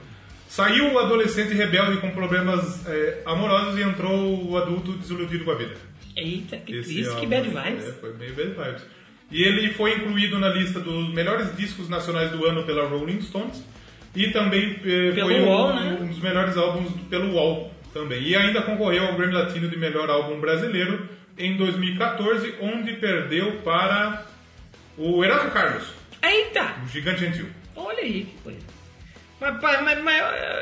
Speaker 2: saiu o adolescente rebelde com problemas eh, amorosos e entrou o adulto desiludido com a vida.
Speaker 1: Eita, que
Speaker 2: Esse
Speaker 1: triste, que
Speaker 2: álbum,
Speaker 1: bad vibes.
Speaker 2: É, foi meio bad vibes. E ele foi incluído na lista dos melhores discos nacionais do ano pela Rolling Stones e também eh,
Speaker 1: Pelo
Speaker 2: foi um,
Speaker 1: UOL, né?
Speaker 2: um dos melhores álbuns pelo UOL também. E ainda concorreu ao Grammy Latino de melhor álbum brasileiro em 2014, onde perdeu para o Erasmo Carlos,
Speaker 1: Eita!
Speaker 2: o Gigante Gentil.
Speaker 1: Olha aí que coisa. Mas, pai, mas, mas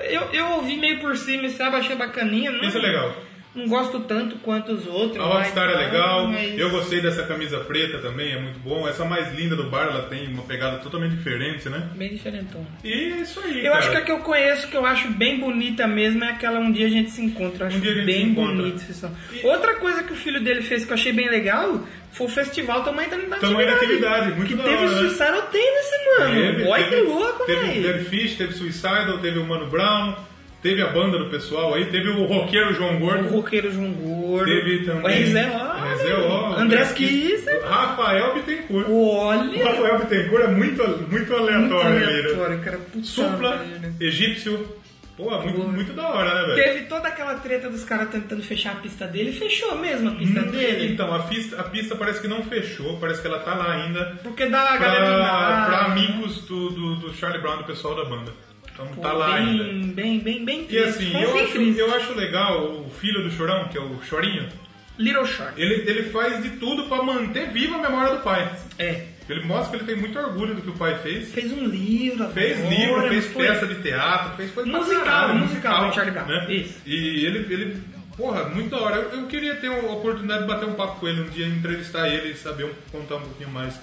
Speaker 1: eu, eu ouvi meio por cima, sabe? Achei bacaninha. Não,
Speaker 2: Isso é legal.
Speaker 1: Não gosto tanto quanto os outros.
Speaker 2: A
Speaker 1: mas-
Speaker 2: Rockstar é legal,
Speaker 1: mas-
Speaker 2: eu gostei dessa camisa preta também, é muito bom. Essa mais linda do bar, ela tem uma pegada totalmente diferente, né?
Speaker 1: Bem diferentão.
Speaker 2: E é isso aí.
Speaker 1: Eu
Speaker 2: cara.
Speaker 1: acho que a que eu conheço, que eu acho bem bonita mesmo, é aquela Um Dia a gente se encontra. Eu acho
Speaker 2: Um Dia a Gente Se
Speaker 1: bem
Speaker 2: Encontra.
Speaker 1: bonito. esse som. Outra coisa que o filho dele fez que eu achei bem legal foi o festival Tamanho da Atividade.
Speaker 2: Tamanho da Atividade, muito
Speaker 1: Que
Speaker 2: da
Speaker 1: teve
Speaker 2: hora, né?
Speaker 1: Suicidal tem nesse mano. Olha que louco,
Speaker 2: Teve o
Speaker 1: velho.
Speaker 2: Deadfish, teve Suicidal, teve o Mano Brown, teve a banda do pessoal aí, teve o roqueiro João
Speaker 1: O
Speaker 2: Gordo,
Speaker 1: roqueiro João Gordo.
Speaker 2: teve
Speaker 1: O
Speaker 2: também...
Speaker 1: RZO. Andrés
Speaker 2: RZO,
Speaker 1: é.
Speaker 2: Andrés
Speaker 1: Kisser.
Speaker 2: Rafael Bittencourt. O
Speaker 1: Olha.
Speaker 2: Rafael Bittencourt é muito, muito
Speaker 1: Muito
Speaker 2: aleatório, né?
Speaker 1: aleatório, cara. Puta
Speaker 2: Supla,
Speaker 1: merda, né?
Speaker 2: egípcio. Pô, muito, muito da hora, né, velho?
Speaker 1: Teve toda aquela treta dos caras tentando fechar a pista dele. Fechou mesmo a pista dele.
Speaker 2: Então, a pista, a pista parece que não fechou, parece que ela tá lá ainda.
Speaker 1: Porque dá a galera...
Speaker 2: Pra,
Speaker 1: andar,
Speaker 2: pra
Speaker 1: né?
Speaker 2: amigos do, do, do Charlie Brown, do pessoal da banda. Então
Speaker 1: Pô,
Speaker 2: tá lá
Speaker 1: bem, né?
Speaker 2: ainda.
Speaker 1: Bem, bem, bem
Speaker 2: E
Speaker 1: triste.
Speaker 2: assim,
Speaker 1: Mas
Speaker 2: eu
Speaker 1: bem
Speaker 2: acho,
Speaker 1: triste.
Speaker 2: eu acho legal o filho do Chorão, que é o Chorinho,
Speaker 1: Little Short.
Speaker 2: ele, ele faz de tudo pra manter viva a memória do pai.
Speaker 1: É.
Speaker 2: Ele mostra que ele tem muito orgulho do que o pai fez.
Speaker 1: Fez um livro agora,
Speaker 2: Fez livro, fez
Speaker 1: foi-
Speaker 2: peça de teatro, fez coisa pra
Speaker 1: Musical,
Speaker 2: caralho,
Speaker 1: musical, Charlie Brown.
Speaker 2: Né?
Speaker 1: Isso.
Speaker 2: E ele, ele, porra, muito da hora. Eu, eu queria ter a oportunidade de bater um papo com ele um dia, entrevistar ele e saber um- contar um pouquinho mais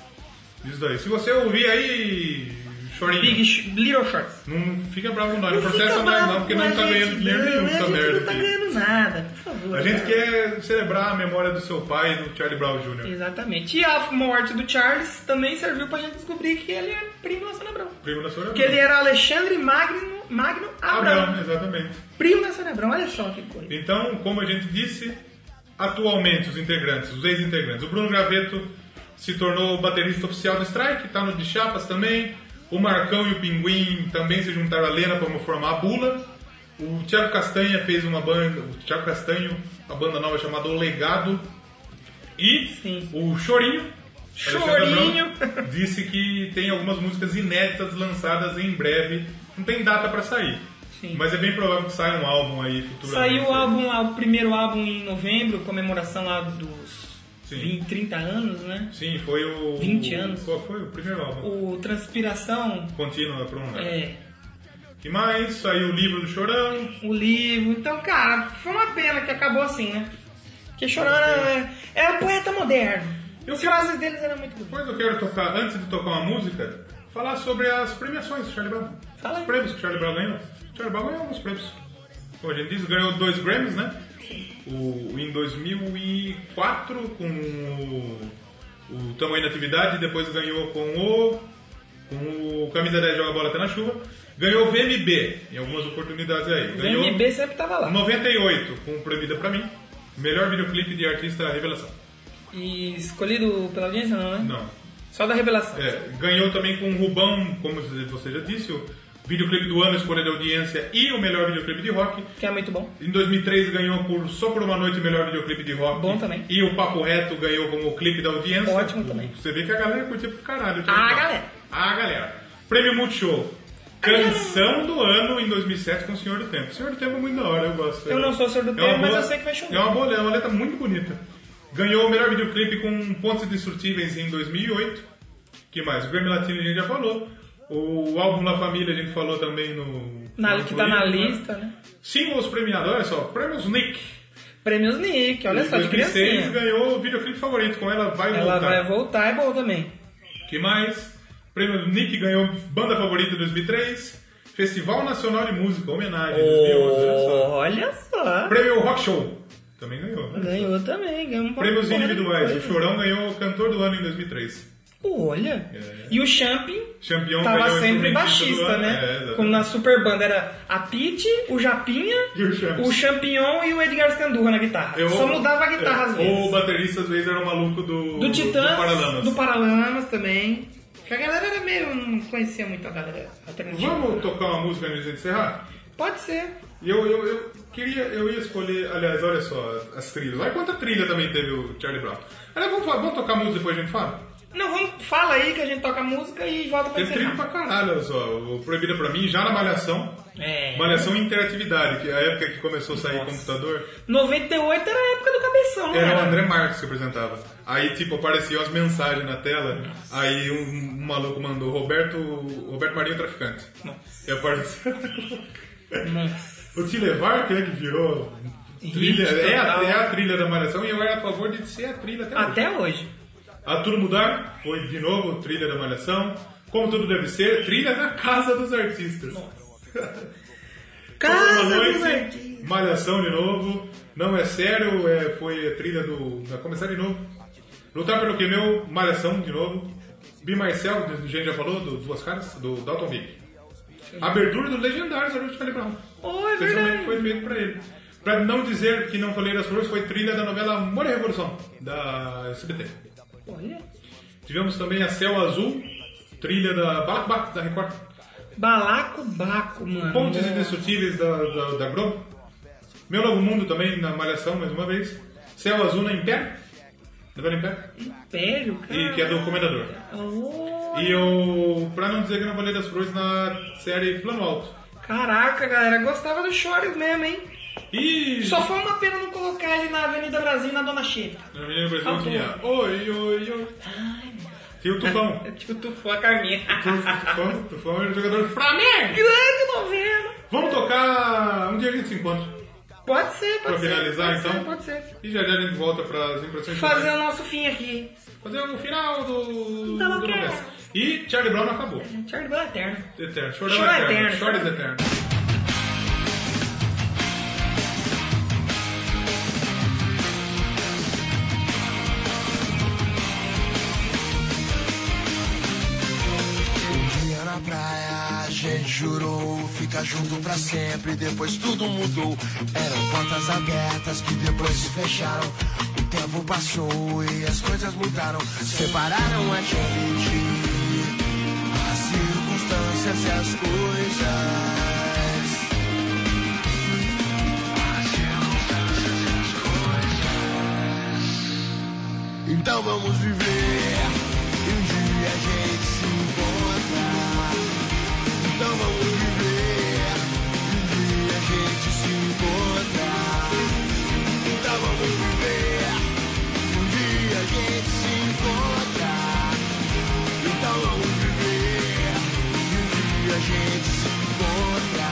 Speaker 2: disso daí. Se você ouvir aí, Chorinho.
Speaker 1: Big Sh- Little Shorts.
Speaker 2: Não é fica bravo com nós,
Speaker 1: Não
Speaker 2: não processa
Speaker 1: fica
Speaker 2: nós
Speaker 1: bravo
Speaker 2: não, porque
Speaker 1: com
Speaker 2: não
Speaker 1: né? a
Speaker 2: tá
Speaker 1: gente,
Speaker 2: ganhando dinheiro
Speaker 1: não,
Speaker 2: nenhum
Speaker 1: né? A gente
Speaker 2: essa
Speaker 1: não
Speaker 2: merda
Speaker 1: tá
Speaker 2: aqui.
Speaker 1: ganhando nada, por favor. né?
Speaker 2: A gente
Speaker 1: cara.
Speaker 2: quer celebrar a memória do seu pai e do Charlie Brown Jr.
Speaker 1: Exatamente. E a morte do Charles também serviu pra gente descobrir que ele é primo da Sônia Abrão.
Speaker 2: Primo da Sônia
Speaker 1: Que ele é era Alexandre Magno, Magno Abrão.
Speaker 2: Abrão, exatamente.
Speaker 1: Primo da Sônia Abrão, olha só que coisa.
Speaker 2: Então, como a gente disse, atualmente os integrantes, os ex-integrantes. O Bruno Graveto se tornou o baterista oficial do Strike, tá no de Chapas também. O Marcão e o Pinguim também se juntaram à Lena para formar a Bula. O Thiago Castanha fez uma banda, o Thiago Castanho, a banda nova chamada O Legado. E
Speaker 1: Sim.
Speaker 2: o Chorinho, Alexandre
Speaker 1: Chorinho.
Speaker 2: Abrão, disse que tem algumas músicas inéditas lançadas em breve. Não tem data para sair.
Speaker 1: Sim.
Speaker 2: Mas é bem provável que saia um álbum aí futuramente.
Speaker 1: Saiu o álbum lá, o primeiro álbum em novembro, comemoração lá dos
Speaker 2: Sim.
Speaker 1: 20, 30 anos, né?
Speaker 2: Sim, foi o.
Speaker 1: 20 anos.
Speaker 2: Qual foi o primeiro álbum?
Speaker 1: O Transpiração,
Speaker 2: Contínua prolongada.
Speaker 1: é,
Speaker 2: E mais, saiu o livro do Chorão.
Speaker 1: o livro. Então, cara, foi uma pena que acabou assim, né? Porque Chorão era, era um poeta moderno. E as frases deles eram muito boas.
Speaker 2: Depois eu quero tocar, antes de tocar uma música, falar sobre as premiações do Charlie Brown.
Speaker 1: Fala aí.
Speaker 2: Os prêmios que o Charlie Brown ganhou. O Charlie Brown ganhou alguns prêmios. Como a gente diz, ganhou dois Grammys, né? O, em 2004 com o, o Tamo Aí na Atividade, depois ganhou com o, com o Camisa 10 Joga Bola Até na Chuva. Ganhou o VMB em algumas oportunidades aí.
Speaker 1: O
Speaker 2: Ganhou,
Speaker 1: MB sempre tava lá.
Speaker 2: 98, com Proibida Pra Mim. Melhor videoclipe de artista revelação.
Speaker 1: E escolhido pela audiência, não, né?
Speaker 2: Não.
Speaker 1: Só da revelação.
Speaker 2: É, ganhou também com o Rubão, como você já disse, o videoclipe do ano, escolha da audiência e o melhor videoclipe de rock.
Speaker 1: Que é muito bom.
Speaker 2: Em 2003 ganhou por Só por uma Noite o melhor videoclipe de rock.
Speaker 1: Bom também.
Speaker 2: E o Papo Reto ganhou como clipe da audiência.
Speaker 1: Ótimo também.
Speaker 2: Você vê que a galera curtiu pro caralho.
Speaker 1: Ah, A
Speaker 2: Então,
Speaker 1: galera.
Speaker 2: A galera. Prêmio Multishow. Canção do ano em 2007 com o Senhor do Tempo. Senhor do Tempo é muito da hora, eu gosto. É
Speaker 1: Eu não sou Senhor do
Speaker 2: uma
Speaker 1: Tempo, mas
Speaker 2: boa-
Speaker 1: eu sei que vai chover.
Speaker 2: É uma, boa, é uma letra muito bonita. Ganhou o melhor videoclipe com Pontos Indestrutíveis em 2008. que mais? O Grammy Latino a gente já falou. O álbum La Família a gente falou também no...
Speaker 1: Na,
Speaker 2: no
Speaker 1: que tá na
Speaker 2: Twitter, né?
Speaker 1: lista, né?
Speaker 2: Singles premiados, olha só, prêmios Nick.
Speaker 1: Prêmios Nick, olha só, de
Speaker 2: 2006
Speaker 1: criancinha.
Speaker 2: ganhou o videoclipe favorito com Ela Vai
Speaker 1: Ela
Speaker 2: Voltar.
Speaker 1: vai voltar, é bom também.
Speaker 2: Que mais? Prêmio Nick ganhou Banda Favorita 2003. Festival Nacional de Música, homenagem. 2011, olha só.
Speaker 1: Oh, Olha só.
Speaker 2: Prêmio Rock Show, também ganhou. né?
Speaker 1: Ganhou também, ganhou um
Speaker 2: Prêmios
Speaker 1: pouco de
Speaker 2: individuais, o
Speaker 1: coisa.
Speaker 2: Chorão ganhou o Cantor do Ano em 2003.
Speaker 1: Olha.
Speaker 2: É.
Speaker 1: E o Champion
Speaker 2: Champion
Speaker 1: tava
Speaker 2: ganhou o
Speaker 1: sempre
Speaker 2: instrumentista do
Speaker 1: baixista,
Speaker 2: ano.
Speaker 1: né?
Speaker 2: É, exatamente.
Speaker 1: Como na super banda era a Pete, o Japinha,
Speaker 2: E o Champions.
Speaker 1: o Champion e o Edgar Scandurra na guitarra.
Speaker 2: Eu-
Speaker 1: Só mudava a guitarra
Speaker 2: é,
Speaker 1: às vezes.
Speaker 2: Ou o baterista às vezes era o maluco do,
Speaker 1: Do Titãs,
Speaker 2: do Paralamas.
Speaker 1: do Paralamas também. Porque a galera era meio. não conhecia muito a galera alternativa.
Speaker 2: Vamos tocar uma música antes de encerrar?
Speaker 1: Pode ser.
Speaker 2: E eu, eu, eu queria, eu ia escolher, aliás, olha só, as trilhas. Olha quanta trilha também teve o Charlie Brown. Aliás, vamos, fa- vamos tocar música depois a gente fala?
Speaker 1: Não, vamos, fala aí que a gente toca música e volta pra
Speaker 2: Teve trilha
Speaker 1: encerrar.
Speaker 2: pra caralho, olha só. O Proibida pra mim, já na Malhação.
Speaker 1: É.
Speaker 2: Malhação e Interatividade, que é a época que começou a sair computador,
Speaker 1: 98 era a época do cabeção, né? não
Speaker 2: era o André Marques que apresentava. Aí, tipo, apareciam as mensagens na tela, aí um, um maluco mandou Roberto, Roberto Marinho é Traficante. E apareceu.
Speaker 1: Nossa.
Speaker 2: O Te Levar, que é que virou trilha,
Speaker 1: Hit
Speaker 2: é a,
Speaker 1: total.
Speaker 2: é a trilha da Malhação e eu era a favor de ser a trilha até, hoje.
Speaker 1: Até hoje.
Speaker 2: A Tudo Mudar foi de novo trilha da Malhação. Como Tudo Deve Ser, trilha da Casa dos Artistas. Toda
Speaker 1: Casa
Speaker 2: Então, noite,
Speaker 1: dos Artistas.
Speaker 2: Malhação de novo. Não é sério, é, foi a trilha do. Vai começar de novo. Lutar pelo que meu, Malhação de novo. Be Myself, a gente já falou, do Duas Caras, do Dalton Vick. Abertura do Legendários, era o Charlie Brown.
Speaker 1: Oh, é
Speaker 2: Especialmente
Speaker 1: verdade.
Speaker 2: foi feito pra ele. Pra não dizer que não falei das flores, foi trilha da novela Amor e Revolução, da SBT.
Speaker 1: Olha.
Speaker 2: Tivemos também a Céu Azul, trilha da Balac Bac, da Record.
Speaker 1: Balaco Baco, mano.
Speaker 2: Pontes Indestrutíveis da, da, da Globo. Meu Novo Mundo também, na Malhação, mais uma vez. Céu Azul Tá na Império. Novela Império.
Speaker 1: Império, cara.
Speaker 2: E que é do Comendador.
Speaker 1: Oh,
Speaker 2: E eu, pra não dizer que não falei das flores, na série Plano Alto.
Speaker 1: Caraca, galera, gostava do Chores mesmo, hein?
Speaker 2: E...
Speaker 1: Só foi uma pena não colocar ele na Avenida Brasil na Dona Chica.
Speaker 2: Na Avenida Brasil tinha... é. Oi, oi, oi. Tinha o Tufão.
Speaker 1: É tipo Tufão a Carminha.
Speaker 2: Tufão, Tufão era um jogador fraco.
Speaker 1: Grande novela.
Speaker 2: Vamos tocar um dia que a gente se encontra.
Speaker 1: Pode ser,
Speaker 2: Pra
Speaker 1: pode ser.
Speaker 2: finalizar,
Speaker 1: pode
Speaker 2: então?
Speaker 1: Ser, pode ser.
Speaker 2: E já já a gente volta para as impressões
Speaker 1: Fazer
Speaker 2: finais.
Speaker 1: o nosso fim aqui.
Speaker 2: Fazer o final do.
Speaker 13: Tá bom,
Speaker 2: do
Speaker 13: quero.
Speaker 2: Nordeste. E Charlie Brown acabou.
Speaker 1: Charlie Brown é eterno.
Speaker 2: Eterno. Chorão
Speaker 1: Choro
Speaker 2: eterno.
Speaker 1: eterno.
Speaker 2: Chores eterno.
Speaker 3: Um dia na praia, a gente jurou ficar junto pra sempre. Depois tudo mudou. Eram portas abertas que depois se fecharam. O tempo passou e as coisas mudaram. Separaram a gente. As circunstâncias e as coisas. Então vamos viver. E um dia a gente se encontra. Então vamos viver. E um dia a gente se encontra. Então vamos viver. Um dia a gente se encontra. Então vamos viver. E um dia a gente se encontra.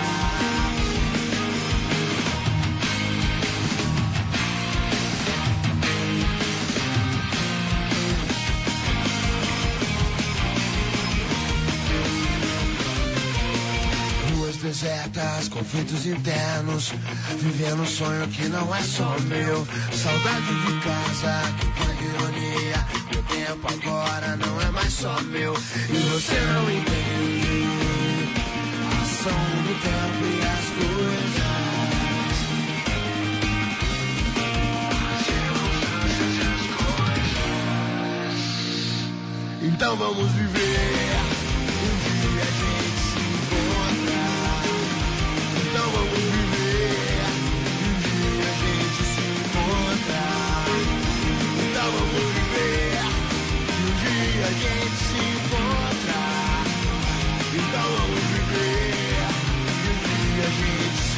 Speaker 3: Ruas desertas, conflitos internos. Vivendo um sonho que não é só meu. Saudade de casa, que com ironia. Meu tempo agora não é mais só meu. E você não entende a ação do tempo e as coisas. um Então vamos viver. Um dia a gente se encontra. Então vamos viver. Um dia a gente se encontra. Então vamos viver. Um dia a gente se encontra. Então vamos viver. Um dia a gente se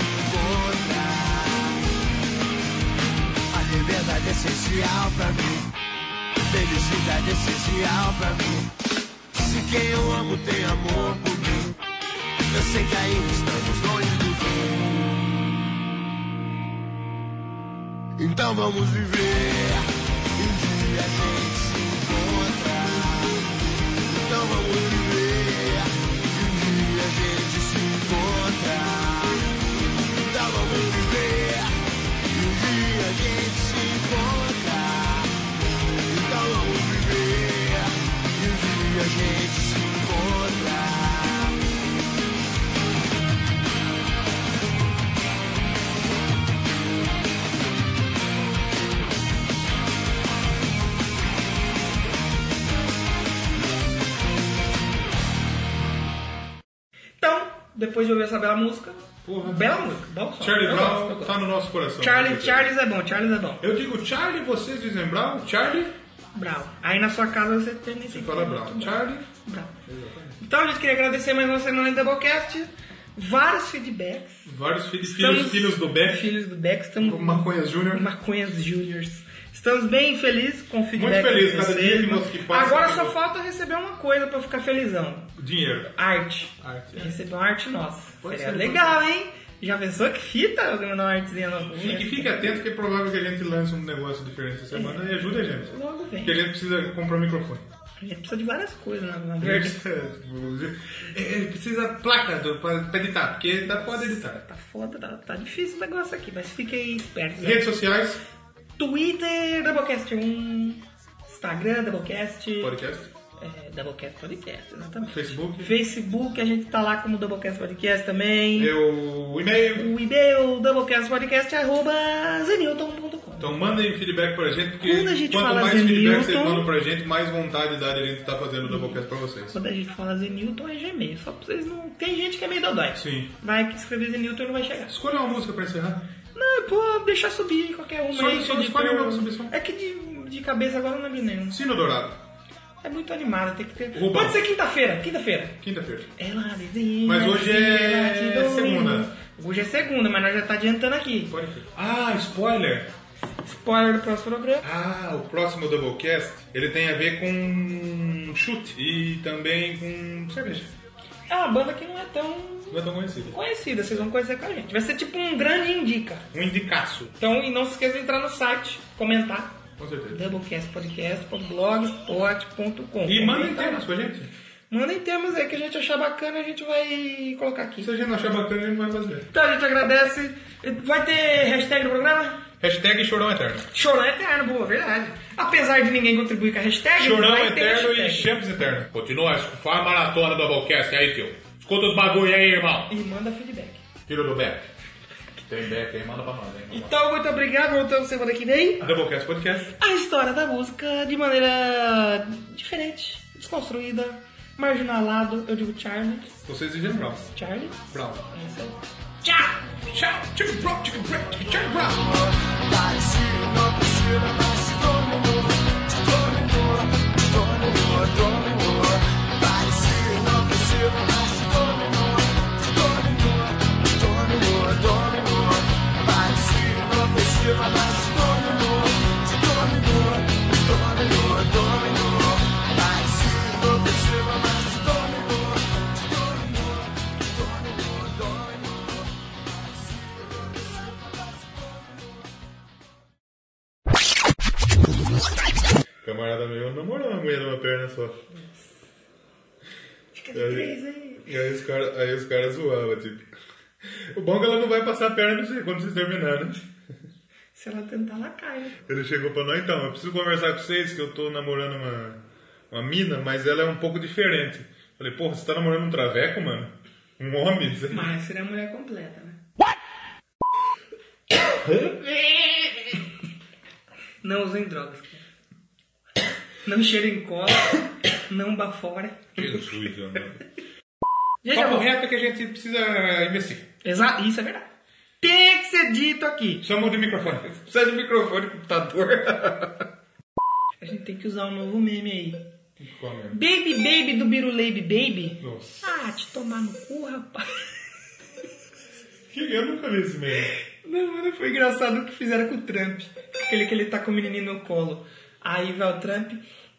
Speaker 3: encontra. A liberdade é essencial pra mim. Felicidade é essencial pra mim. Se quem eu amo tem amor por mim, eu sei que ainda estamos longe do fim. Então vamos viver. Um dia a gente se encontra. Então vamos viver. Um dia a gente se encontra. Então vamos viver. Um dia a gente se encontra. Então vamos viver e um dia a gente se encontra.
Speaker 1: Então, depois de ouvir essa bela música, bela música, bom som.
Speaker 2: Charlie
Speaker 1: Eu
Speaker 2: Brown
Speaker 1: gosto, eu
Speaker 2: tá
Speaker 1: gosto.
Speaker 2: no nosso coração.
Speaker 1: Charlie, Charles é bom, Charles é bom.
Speaker 2: Eu digo Charlie, vocês dizem Brown. Charlie,
Speaker 1: Brau. Aí na sua casa você tem nesse
Speaker 2: você fala Brown. Charlie,
Speaker 1: Brau. Então, a gente queria agradecer mais uma semana do Doublecast. Vários feedbacks.
Speaker 2: vários filhos,
Speaker 1: Estamos-
Speaker 2: filhos, filhos do Beck.
Speaker 1: Filhos do Beck. Estamos
Speaker 2: Maconha Júnior.
Speaker 1: Maconhas Juniors. Estamos bem felizes com o feedback.
Speaker 2: Muito feliz,
Speaker 1: de
Speaker 2: cada
Speaker 1: vocês,
Speaker 2: dia que
Speaker 1: né?
Speaker 2: você que passa,
Speaker 1: Agora
Speaker 2: cada
Speaker 1: só
Speaker 2: dia.
Speaker 1: falta receber uma coisa pra eu ficar felizão.
Speaker 2: Dinheiro.
Speaker 1: Arte.
Speaker 2: Arte, é.
Speaker 1: Receber uma arte nossa.
Speaker 2: Pode
Speaker 1: Seria
Speaker 2: ser,
Speaker 1: legal, hein? Já pensou que fita eu mandar uma artezinha nova?
Speaker 2: Fique, fique atento que é provável que a gente lance um negócio diferente essa semana e ajude a gente.
Speaker 1: Logo vem.
Speaker 2: Porque a gente precisa comprar um microfone.
Speaker 1: A gente precisa de várias coisas, na, na
Speaker 2: Ele
Speaker 1: verdade.
Speaker 2: precisa- ele É, precisa placa do, pra, pra editar, porque dá foda editar.
Speaker 1: Tá foda, tá, tá difícil o negócio aqui, mas fiquem espertos. né?
Speaker 2: Redes sociais,
Speaker 1: Twitter, Doublecast1, Instagram, Doublecast,
Speaker 2: podcast,
Speaker 1: é, Doublecast Podcast, exatamente.
Speaker 2: Facebook.
Speaker 1: Facebook, a gente tá lá como Doublecast Podcast também.
Speaker 2: é o e-mail.
Speaker 1: O e-mail, doublecastpodcast.zenilton.com.
Speaker 2: Então mandem feedback pra gente, porque
Speaker 1: Quando a gente
Speaker 2: quanto
Speaker 1: fala
Speaker 2: mais
Speaker 1: Zenilton-
Speaker 2: feedback vocês mandam pra gente, mais vontade dá de a gente estar fazendo o Doublecast pra vocês.
Speaker 1: Quando a gente fala Zenilton é Gmail, só pra vocês não. Tem gente que é meio dodói.
Speaker 2: Sim.
Speaker 1: Vai que escrever Zenilton e não vai chegar.
Speaker 2: Escolha uma música pra encerrar.
Speaker 1: Não, pô, deixar subir qualquer uma
Speaker 2: Só-
Speaker 1: aí.
Speaker 2: só
Speaker 1: que de
Speaker 2: escolhe
Speaker 1: cor-
Speaker 2: uma pra subir só.
Speaker 1: É que de, de cabeça agora eu não lembro nenhum.
Speaker 2: Sino Dourado,
Speaker 1: É muito animado, tem que ter.
Speaker 2: Rubão.
Speaker 1: Pode ser quinta-feira, quinta-feira.
Speaker 2: quinta-feira.
Speaker 1: Ela desenha.
Speaker 2: Mas hoje é
Speaker 1: te dou
Speaker 2: segunda.
Speaker 1: um. Hoje é segunda, mas nós já tá adiantando aqui.
Speaker 2: Pode ser. Ah, spoiler!
Speaker 1: Spoiler do próximo programa.
Speaker 2: Ah, o próximo Doublecast, ele tem a ver com chute e também com cerveja.
Speaker 1: É uma banda que não é tão
Speaker 2: Não é tão conhecida.
Speaker 1: conhecida, vocês vão conhecer com a gente. Vai ser tipo um grande indica.
Speaker 2: Um indicaço,
Speaker 1: Então, e não se esqueça de entrar no site, comentar.
Speaker 2: com certeza.
Speaker 1: doublecastpodcast.blogspot.com
Speaker 2: E mandem temas pra gente.
Speaker 1: Mandem temas aí que a gente achar bacana, a gente vai colocar aqui.
Speaker 14: Se a gente não achar bacana, a gente não vai fazer.
Speaker 1: Então a gente agradece. Vai ter hashtag no programa?
Speaker 15: Hashtag Chorão Eterno.
Speaker 1: Chorão Eterno, boa, verdade. Apesar de ninguém contribuir com a hashtag,
Speaker 2: Chorão
Speaker 1: vai ter
Speaker 2: Eterno e
Speaker 1: hashtag.
Speaker 2: Champs Eterno. Continua, faz a maratona do Doublecast aí, tio. Escuta os bagulho aí, irmão.
Speaker 1: E manda feedback.
Speaker 2: Tira do Beck. Tem Beck aí, manda pra nós, hein?
Speaker 1: Então, muito obrigado. Voltamos semana que vem.
Speaker 2: Doublecast Podcast.
Speaker 1: A história da música de maneira diferente, desconstruída, marginalado. Eu digo Charlie.
Speaker 2: Vocês e Jim Brown.
Speaker 1: Charlie?
Speaker 2: Brown.
Speaker 1: É isso aí.
Speaker 2: Tchau! Tchau! Jim Brown, Jim Brown, Jim Brown! Camarada meu namorou uma mulher numa perna só. Fica de três aí. E aí os caras aí os cara zoavam, tipo. O bom é que ela não vai passar a perna no você quando vocês terminarem. né?
Speaker 1: Se ela tentar, ela cai. né?
Speaker 2: Ele chegou pra nós, então, eu preciso conversar com vocês que eu tô namorando uma, uma mina, mas ela é um pouco diferente. Falei, porra, você tá namorando um traveco, mano? Um homem? Você-
Speaker 1: Mas seria a mulher completa, né? Não usem drogas. cara. Não cheirem cola. Não bafora.
Speaker 2: Jesus, mano.
Speaker 1: Gente,
Speaker 2: Papo
Speaker 1: eu-
Speaker 2: reto que a gente precisa investir.
Speaker 1: Exa isso é verdade. Tem que ser dito aqui.
Speaker 2: Só muda o microfone. Precisa de microfone, computador.
Speaker 1: A gente tem que usar um novo meme aí.
Speaker 2: Qual mesmo?
Speaker 1: Baby Baby do Biruleibe Baby.
Speaker 2: Nossa.
Speaker 1: Ah, te tomar no cu, rapaz.
Speaker 2: Que eu nunca vi esse mesmo.
Speaker 1: Não, mano, foi engraçado o que fizeram com o Trump. Aquele que ele tá com o menininho no colo. Aí vai o Trump.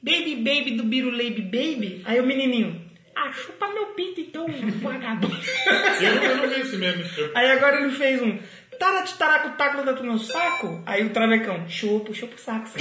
Speaker 1: Baby Baby do Biruleibe Baby. Aí o menininho.
Speaker 16: Ah, chupa meu pinto então, vagabundo.
Speaker 2: Eu nunca não vi esse meme. Eu-
Speaker 1: Aí agora ele fez um. Tarate, taraco, taco, dentro do meu saco. Aí o travecão. Chupa, chupa o saco.